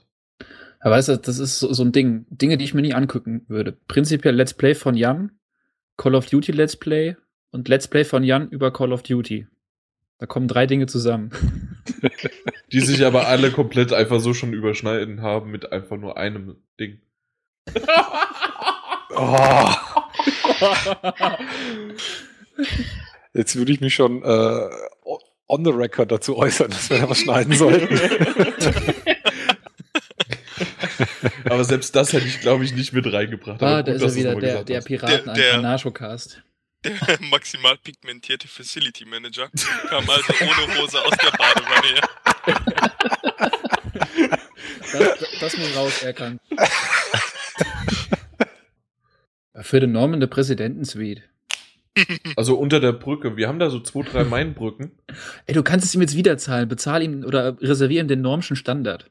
Speaker 5: Aber weißt du, das ist so, so ein Ding. Dinge, die ich mir nie angucken würde. Prinzipiell Let's Play von Jan, Call of Duty Let's Play und Let's Play von Jan über Call of Duty. Da kommen drei Dinge zusammen.
Speaker 1: Die sich aber alle komplett einfach so schon überschneiden haben mit einfach nur einem Ding.
Speaker 9: *laughs* Oh. Jetzt würde ich mich schon äh, on the record dazu äußern, dass wir da was schneiden sollten. *laughs*
Speaker 1: Aber selbst das hätte ich, glaube ich, nicht mit reingebracht. Aber
Speaker 5: *laughs* ah, da
Speaker 1: gut,
Speaker 5: ist ja
Speaker 1: dass du
Speaker 5: wieder
Speaker 1: nochmal
Speaker 5: der,
Speaker 1: gesagt
Speaker 5: der
Speaker 1: hast.
Speaker 5: Piraten,
Speaker 1: Der-
Speaker 5: der, Anarchocast.
Speaker 14: Der maximal pigmentierte Facility Manager kam also ohne Hose aus der Badewanne her.
Speaker 5: Das, das muss raus,
Speaker 1: *laughs*
Speaker 5: Erkan. Für den Norman der Präsidentensuite.
Speaker 1: Also unter der Brücke. Wir haben da so zwei, drei
Speaker 5: *laughs*
Speaker 1: Mainbrücken.
Speaker 5: Ey, du kannst es ihm jetzt wieder zahlen. Bezahl ihm oder reservier ihm den normschen Standard.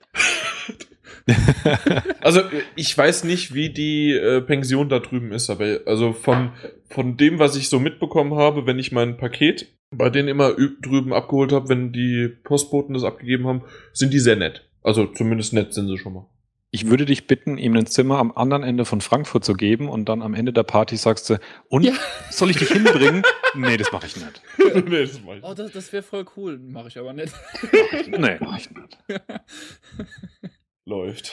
Speaker 1: Also ich weiß nicht, wie die äh, Pension da drüben ist, aber also von, von dem, was ich so mitbekommen habe, wenn ich mein Paket bei denen immer ü- drüben abgeholt habe, wenn die Postboten das abgegeben haben, sind die sehr nett. Also zumindest nett sind sie
Speaker 19: *laughs*
Speaker 1: schon mal.
Speaker 9: Ich würde dich bitten, ihm ein Zimmer am anderen Ende von Frankfurt zu geben und dann am Ende der Party sagst du, und soll ich dich hinbringen? *laughs* nee, das mache ich nicht.
Speaker 1: nee, das mach ich
Speaker 5: Oh, das, das wäre voll cool. Mache ich aber nicht.
Speaker 9: Nee, mach ich nicht.
Speaker 1: Läuft.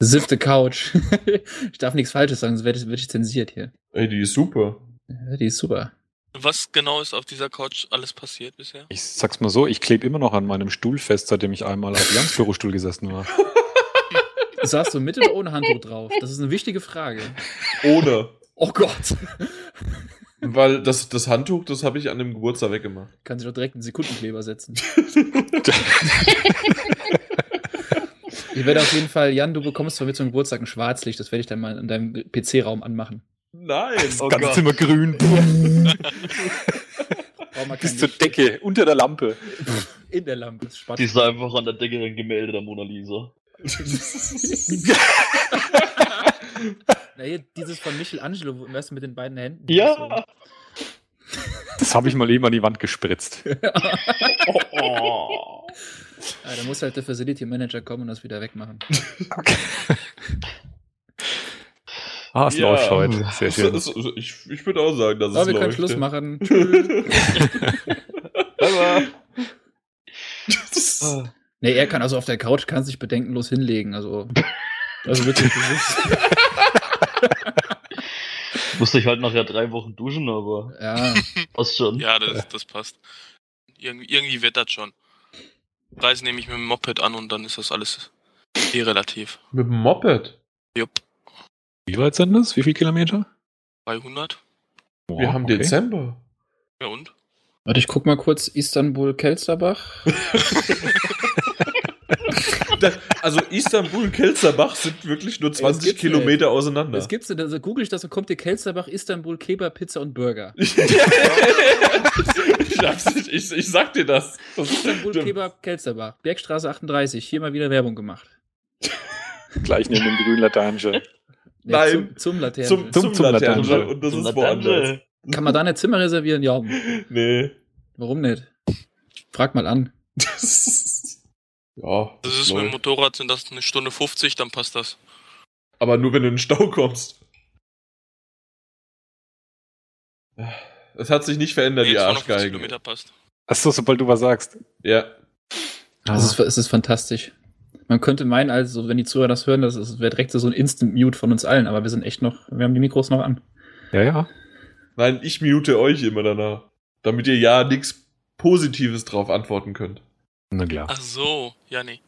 Speaker 5: Siebte Couch. *laughs* ich darf nichts Falsches sagen, sonst werde ich, werd ich zensiert hier.
Speaker 1: Ey, die ist super.
Speaker 5: Ja, die ist super.
Speaker 7: Was genau ist auf dieser Couch alles passiert bisher?
Speaker 9: Ich sag's mal so, ich klebe immer noch an meinem Stuhl fest, seitdem ich einmal auf Jans Bürostuhl gesessen *laughs* war.
Speaker 5: Saß du mit Oh oder ohne Handtuch drauf? Das ist eine wichtige Frage.
Speaker 1: Ohne.
Speaker 5: Oh Gott.
Speaker 1: *laughs* Weil das, das Handtuch, das habe ich an dem Geburtstag weggemacht.
Speaker 5: Kann sich doch direkt einen Sekundenkleber *laughs* setzen. ich werde auf jeden Fall, Jan, du bekommst von mir zum Geburtstag ein Schwarzlicht. Das werde ich dann mal in deinem PC-Raum anmachen.
Speaker 1: Nein.
Speaker 9: Das ganze Zimmer grün.
Speaker 8: Bis zur Decke, unter der Lampe.
Speaker 5: In der Lampe. Das spart
Speaker 19: Die ist einfach an der Decke ein Gemälde der Mona Lisa.
Speaker 5: Na hier, dieses von Michelangelo, wo- weißt du, mit den beiden Händen. Ah,
Speaker 19: Ja.
Speaker 9: Das habe ich mal eben an die Wand gespritzt.
Speaker 5: Ah, da muss halt der Facility Manager kommen und das wieder wegmachen.
Speaker 9: Ah, es läuft
Speaker 1: Hm.
Speaker 9: heute. Sehr schön.
Speaker 1: Es- es- Ich, *laughs* ich würde auch sagen, dass es
Speaker 5: Aber wir können
Speaker 1: läuft,
Speaker 5: Schluss
Speaker 1: ja.
Speaker 5: machen.
Speaker 1: *laughs*
Speaker 5: Tschüss.
Speaker 1: Aber. Ah.
Speaker 5: nee, er kann also auf der Couch kann sich bedenkenlos hinlegen.
Speaker 1: *laughs*
Speaker 5: Also, also wirklich. das ist-
Speaker 19: Musste ich halt nachher drei Wochen duschen, aber.
Speaker 5: Ja.
Speaker 19: Passt schon.
Speaker 7: *laughs* Ja, das, das passt. Irgendwie, irgendwie wird das schon. Reise nehme ich mit dem Moped an und dann ist das alles eh relativ.
Speaker 1: Mit dem Moped.
Speaker 7: Jupp,
Speaker 9: Wie weit sind das? Wie viele Kilometer?
Speaker 7: 300.
Speaker 1: Wir haben Dezember.
Speaker 7: Ja und?
Speaker 5: Warte, ich guck mal kurz Istanbul-Kelsterbach.
Speaker 1: Das, also Istanbul und Kelsterbach sind wirklich nur 20 Kilometer auseinander.
Speaker 5: Was gibt's denn? Also google ich das und kommt dir Kelsterbach, Istanbul, Kebab, Pizza und Burger.
Speaker 1: *laughs* ich, sag's nicht, ich, ich sag dir das. das
Speaker 5: Istanbul, Kebab, Kelsterbach. Bergstraße 38. Hier mal wieder Werbung gemacht.
Speaker 9: Gleich neben dem grünen Lateinische.
Speaker 5: Nee,
Speaker 1: Nein.
Speaker 5: Zum, zum Laternen.
Speaker 1: Zum- zum Zum- zum Laternenschal. Laternenschal. Und das ist woanders.
Speaker 5: Kann man da nicht Zimmer reservieren? Ja.
Speaker 1: Nee.
Speaker 5: Warum nicht? Frag mal an.
Speaker 1: *laughs* ja.
Speaker 7: Das ist mit dem Motorrad, sind das eine Stunde 50, dann passt das.
Speaker 1: Aber nur wenn du in den Stau kommst. Es hat sich nicht verändert, die
Speaker 7: jetzt waren noch 50
Speaker 1: Arschgeigen.
Speaker 7: Kilometer passt.
Speaker 9: Achso, sobald du was sagst.
Speaker 1: Ja.
Speaker 9: Ah.
Speaker 1: Ah.
Speaker 5: Es, ist, es ist fantastisch. Man könnte meinen, also, wenn die Zuhörer das hören, das ist- wäre direkt so ein Instant-Mute von uns allen, aber wir sind echt noch, wir haben die Mikros noch an.
Speaker 9: Ja, ja.
Speaker 1: Nein, ich mute euch immer danach. Damit ihr ja nichts Positives drauf antworten könnt.
Speaker 9: Na klar.
Speaker 7: Ach so, ja nee.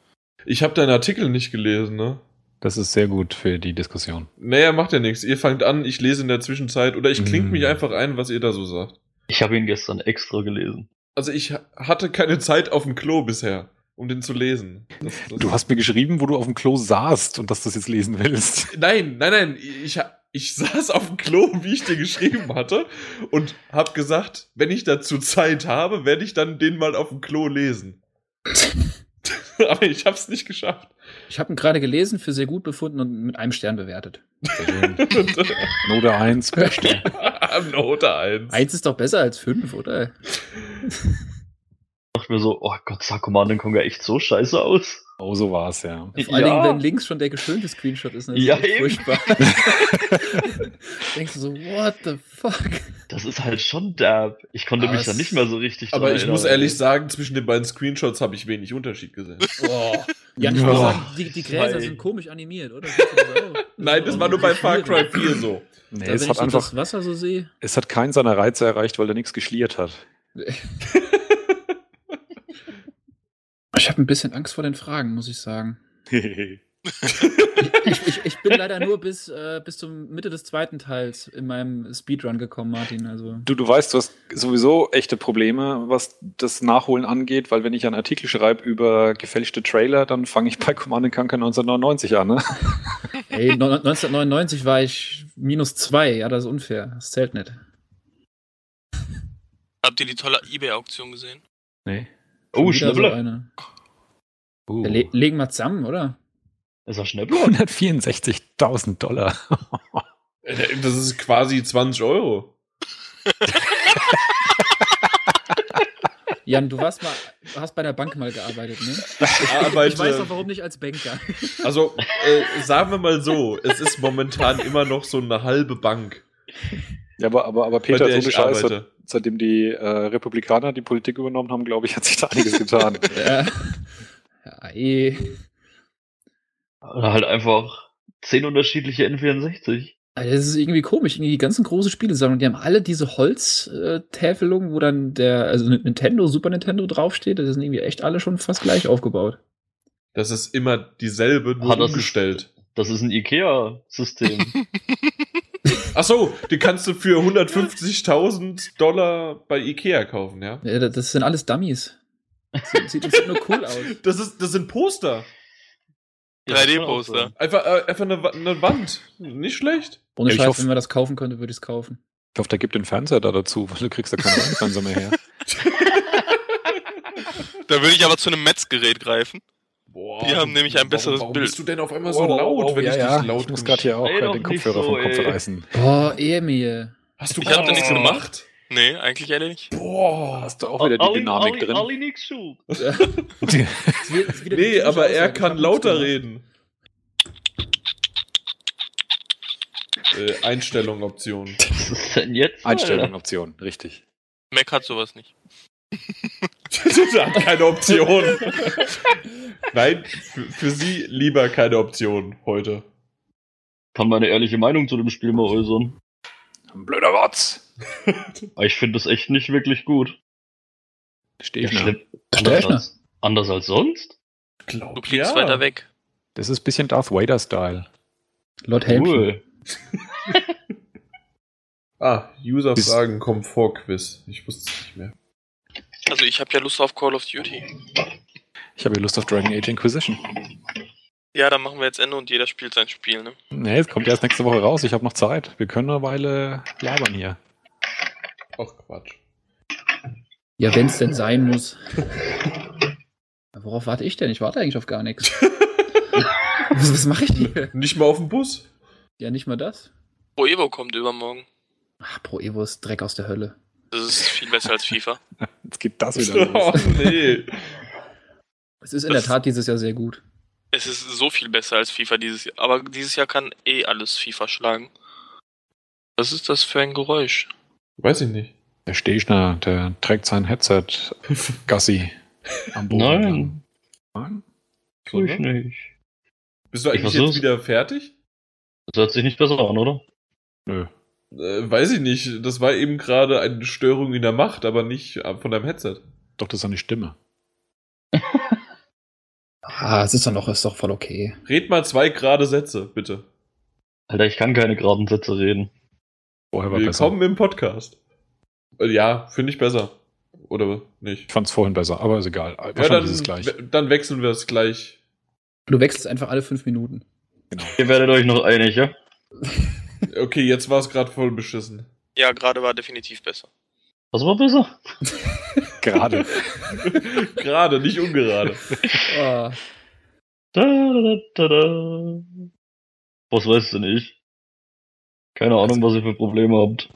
Speaker 1: Ich habe deinen Artikel nicht gelesen, ne?
Speaker 9: Das ist sehr gut für die Diskussion.
Speaker 1: Naja, macht ja nichts. Ihr fangt an, ich lese in der Zwischenzeit oder ich kling mich einfach ein, was ihr da so sagt.
Speaker 19: Ich habe ihn gestern extra gelesen.
Speaker 1: Also ich ha- hatte keine Zeit auf dem Klo bisher, um den zu lesen. Das, das
Speaker 9: Du hast mir geschrieben, wo du auf dem Klo saßt und dass du es jetzt lesen willst.
Speaker 1: Nein, nein, nein. Ich, ha- ich *laughs* saß auf dem Klo, wie ich dir geschrieben hatte, und hab gesagt, wenn ich dazu Zeit habe, werde ich dann den mal auf dem Klo lesen. *laughs* Aber ich hab's nicht geschafft.
Speaker 5: Ich habe ihn gerade gelesen, für sehr gut befunden und mit einem Stern bewertet.
Speaker 9: Note
Speaker 5: *laughs*
Speaker 9: 1, beste.
Speaker 1: Ah, Note 1.
Speaker 5: Eins ist doch besser als fünf, oder?
Speaker 19: Ich dachte mir so, oh Gott, sag mal, dann kommt ja echt so scheiße aus.
Speaker 9: Oh, so war's, ja.
Speaker 5: Vor allen Dingen, wenn links schon der geschönte Screenshot ist, ne? Das
Speaker 19: Ja,
Speaker 5: ist echt
Speaker 1: *laughs*
Speaker 19: eben.
Speaker 5: furchtbar. *laughs* Denkst du so, what the fuck?
Speaker 19: Das ist halt schon derb. Ich konnte
Speaker 1: Aber
Speaker 19: mich da
Speaker 1: es-
Speaker 19: nicht mehr so richtig
Speaker 1: Aber
Speaker 19: dran
Speaker 1: ich muss
Speaker 19: erinnern.
Speaker 1: ehrlich sagen, zwischen den beiden Screenshots habe ich wenig Unterschied gesehen.
Speaker 5: Boah. Ja, ich muss sagen, die, die Gräser
Speaker 1: Hi.
Speaker 5: sind komisch animiert, oder?
Speaker 1: Nein,
Speaker 5: Also
Speaker 1: das war nur bei Far
Speaker 5: ne?
Speaker 1: Cry 4 so.
Speaker 9: Nee,
Speaker 5: Da,
Speaker 9: es
Speaker 5: wenn
Speaker 9: hat
Speaker 5: ich einfach
Speaker 9: einfach.
Speaker 5: das Wasser so sehe.
Speaker 9: Es hat keinen seiner Reize erreicht, weil er nichts geschliert hat.
Speaker 5: Ich habe ein bisschen Angst vor den Fragen, muss ich
Speaker 9: *laughs*
Speaker 5: sagen. Ich, ich, ich bin leider nur bis, äh, bis zur Mitte des zweiten Teils in meinem Speedrun gekommen, Martin. Also.
Speaker 9: Du, du weißt, du hast sowieso echte Probleme, was das Nachholen angeht, weil wenn ich einen Artikel schreibe über gefälschte Trailer, dann fange ich bei Command Conquer 1999 an. Ne?
Speaker 5: Ey, no- 1999 war ich minus zwei. Ja, das ist unfair. Das zählt nicht.
Speaker 7: Habt ihr die tolle Ebay-Auktion gesehen?
Speaker 9: *laughs* Nee.
Speaker 19: Oh,
Speaker 5: Schon wieder
Speaker 19: Schnibbler.
Speaker 5: eine.
Speaker 9: Uh.
Speaker 5: Ja, le legen wir zusammen, oder?
Speaker 19: Ist er Schnibbler?
Speaker 9: 164.000 Dollar.
Speaker 1: Äh, Das ist quasi 20 Euro.
Speaker 5: Jan, du warst mal, du hast bei der Bank mal gearbeitet, ne?
Speaker 1: arbeite-
Speaker 5: Ich weiß doch, warum nicht als Banker.
Speaker 1: Also, äh, sagen wir mal so, es ist momentan immer noch so eine halbe Bank.
Speaker 9: Ja, aber, aber, aber Peter,
Speaker 1: Bei
Speaker 9: so
Speaker 1: der
Speaker 9: eine
Speaker 1: ich
Speaker 9: Scheiße.
Speaker 1: arbeite.
Speaker 9: Seitdem die äh, Republikaner die Politik übernommen haben, glaube ich, hat sich da einiges *laughs* getan.
Speaker 5: ja. Ei.
Speaker 19: Oder halt einfach zehn unterschiedliche N64.
Speaker 5: Also Das ist irgendwie komisch, irgendwie die ganzen großen Spiele sammeln. Die haben alle diese Holztäfelungen, wo dann der, also Nintendo, Super Nintendo draufsteht. Das sind irgendwie echt alle schon fast gleich aufgebaut.
Speaker 1: Das ist immer dieselbe, nur
Speaker 19: Ah, das ist-
Speaker 1: umgestellt.
Speaker 9: *laughs*
Speaker 19: Das ist ein Ikea-System.
Speaker 1: Ach so, die kannst du für 150.000 Dollar bei Ikea kaufen, ja?
Speaker 5: Ja, das das sind alles Dummies. Das sieht, das sieht nur cool
Speaker 1: *laughs*
Speaker 5: aus.
Speaker 1: Das, ist, das sind Poster.
Speaker 7: 3D-Poster.
Speaker 1: Einfach, äh, einfach eine, Wa- eine Wand. Nicht schlecht.
Speaker 5: Ohne
Speaker 9: Ja, ich
Speaker 5: Scheiß,
Speaker 9: hoff-
Speaker 5: wenn man das kaufen könnte, würde ich es kaufen.
Speaker 9: Ich hoffe, da gibt den Fernseher da dazu, weil du kriegst da keinen Reinfernseher mehr her. *laughs*
Speaker 7: Da würde ich aber zu einem Metzgerät greifen.
Speaker 1: Boah,
Speaker 7: Die haben nämlich ein besseres
Speaker 1: warum, warum
Speaker 7: Bild.
Speaker 1: Bist du denn auf einmal so laut, wenn ich dich laut
Speaker 9: Ich muss gerade hier auch
Speaker 1: Ey,
Speaker 9: äh,
Speaker 1: doch
Speaker 9: den
Speaker 1: nicht
Speaker 9: Kopfhörer
Speaker 1: so,
Speaker 9: vom Kopf
Speaker 1: ey.
Speaker 9: reißen.
Speaker 5: Boah, Emil.
Speaker 1: Hast du
Speaker 7: Ich hab da nichts
Speaker 1: Oh.
Speaker 7: gemacht. Nee, eigentlich ehrlich nicht.
Speaker 1: Boah. Hast
Speaker 9: du auch wieder die
Speaker 7: Olli-
Speaker 9: Dynamik
Speaker 7: Olli-
Speaker 9: drin.
Speaker 7: Olli
Speaker 19: nix zu.
Speaker 9: *laughs*
Speaker 1: nee, aber er kann lauter reden. Äh, Einstellung *laughs* Option.
Speaker 19: Was ist denn jetzt?
Speaker 9: Einstellung Option, richtig.
Speaker 7: Mac hat sowas nicht.
Speaker 1: Das ist ja keine Option. Nein, für, für sie lieber keine Option heute.
Speaker 19: Kann meine ehrliche Meinung zu dem Spiel mal äußern.
Speaker 9: Ein blöder Watz.
Speaker 19: Aber ich finde das echt nicht wirklich gut.
Speaker 9: Steh ich
Speaker 19: Ja,
Speaker 9: noch.
Speaker 19: schlimm.
Speaker 9: Steh ich
Speaker 19: Anders, als, anders als sonst?
Speaker 1: Glaub,
Speaker 7: Du klingst weiter weg.
Speaker 9: Das ist ein bisschen Darth Vader-Style.
Speaker 5: Lord
Speaker 19: Cool.
Speaker 1: Ah, User-Fragen kommen vor Quiz. Ich wusste es nicht mehr.
Speaker 7: Also ich habe ja Lust auf Call of Duty.
Speaker 9: Ich habe hier Lust auf Dragon Age Inquisition.
Speaker 7: Ja, dann machen wir jetzt Ende und jeder spielt sein Spiel, ne?
Speaker 9: Nee, es kommt erst nächste Woche raus. Ich habe noch Zeit. Wir können eine Weile labern hier.
Speaker 1: Ach Quatsch.
Speaker 5: Ja, wenn es denn sein muss. Ja, Worauf warte ich denn? Ich warte eigentlich auf gar nichts. was was mache ich hier?
Speaker 1: Nicht mal auf dem Bus?
Speaker 5: Ja, nicht mal das.
Speaker 7: Pro Evo kommt übermorgen.
Speaker 5: Ach, Pro Evo ist Dreck aus der Hölle.
Speaker 7: Das ist viel besser als FIFA.
Speaker 9: *laughs* Jetzt geht das wieder
Speaker 1: *laughs* Oh,
Speaker 9: los.
Speaker 1: nee.
Speaker 5: Es ist in der Tat dieses Jahr sehr gut.
Speaker 7: Es ist so viel besser als FIFA dieses Jahr. Aber dieses Jahr kann eh alles FIFA schlagen. Was ist das für ein Geräusch?
Speaker 1: Weiß ich nicht.
Speaker 9: Der Stechner, der trägt sein Headset. Gassi. Am Boden.
Speaker 19: Nein.
Speaker 9: lang. Nein.
Speaker 19: Tu ich nicht.
Speaker 1: Bist du
Speaker 19: Ich
Speaker 1: eigentlich
Speaker 19: versuch's.
Speaker 1: jetzt wieder fertig?
Speaker 19: Das hört sich nicht besser an, oder?
Speaker 9: Nö.
Speaker 1: Äh, weiß ich nicht. Das war eben gerade eine Störung in der Macht, aber nicht äh, von deinem Headset.
Speaker 9: Doch, das ist eine Stimme.
Speaker 5: Ah, es ist doch noch, ist doch voll okay.
Speaker 1: Red mal zwei gerade Sätze, bitte.
Speaker 19: Alter, ich kann keine geraden Sätze reden.
Speaker 9: Vorher war
Speaker 1: Willkommen im Podcast. Äh, Ja, finde ich besser. Oder nicht?
Speaker 9: Ich fand es vorhin besser, aber ist egal.
Speaker 1: Ja,
Speaker 9: Wahrscheinlich
Speaker 1: dann,
Speaker 9: ist es gleich.
Speaker 1: we- dann wechseln wir es gleich.
Speaker 5: Du wechselst einfach alle fünf Minuten.
Speaker 9: Genau.
Speaker 19: Ihr werdet euch noch einig, ja?
Speaker 1: Okay, jetzt war es gerade voll beschissen. *laughs*
Speaker 7: Ja, gerade war definitiv besser.
Speaker 19: Was war besser?
Speaker 1: *laughs*
Speaker 9: Gerade.
Speaker 1: gerade, nicht ungerade.
Speaker 5: Oh.
Speaker 19: Da, da, da, da. Was weiß denn ich? Keine
Speaker 1: Also
Speaker 19: Ahnung, was ihr für Probleme habt.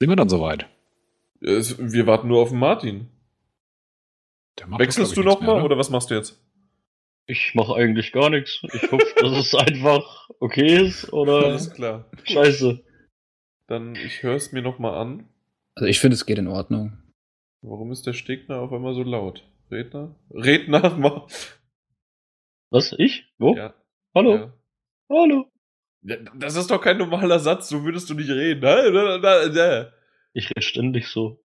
Speaker 9: Sind wir dann soweit?
Speaker 1: Es- Wir warten nur auf den Martin.
Speaker 9: Der macht
Speaker 1: Wechselst du
Speaker 9: doch, glaub ich, nichts
Speaker 1: nochmal
Speaker 9: mehr, ne? oder?
Speaker 1: oder was machst du jetzt?
Speaker 19: Ich mache eigentlich gar nichts. Ich hoffe, dass es *laughs* einfach okay ist oder
Speaker 1: Alles klar.
Speaker 19: scheiße.
Speaker 1: Dann, ich höre es mir nochmal an.
Speaker 5: Also ich finde, es geht in Ordnung.
Speaker 1: Warum ist der Stegner auf einmal so laut? Redner? Redner? *laughs* mach-
Speaker 19: Was? Ich?
Speaker 9: Oh,
Speaker 19: Wo?
Speaker 1: Ja.
Speaker 19: Hallo?
Speaker 1: Ja.
Speaker 19: Hallo?
Speaker 1: Ja, Das ist doch kein normaler Satz, so würdest du nicht reden. Na, na, na, na.
Speaker 19: Ich rede ständig so.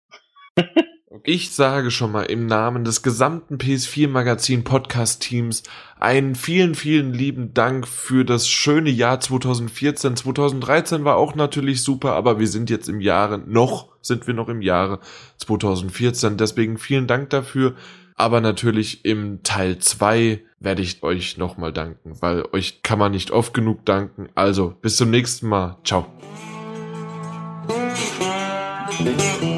Speaker 1: Ich sage schon mal im Namen des gesamten PS4 Magazin Podcast Teams einen vielen, vielen lieben Dank für das schöne Jahr 2014. 2013 war auch natürlich super, aber wir sind jetzt im Jahre, noch sind wir noch im Jahre 2014. Deswegen vielen Dank dafür. Aber natürlich im Teil 2 werde ich euch nochmal danken, weil euch kann man nicht oft genug danken. Also bis zum nächsten Mal. Ciao.
Speaker 33: Thank you.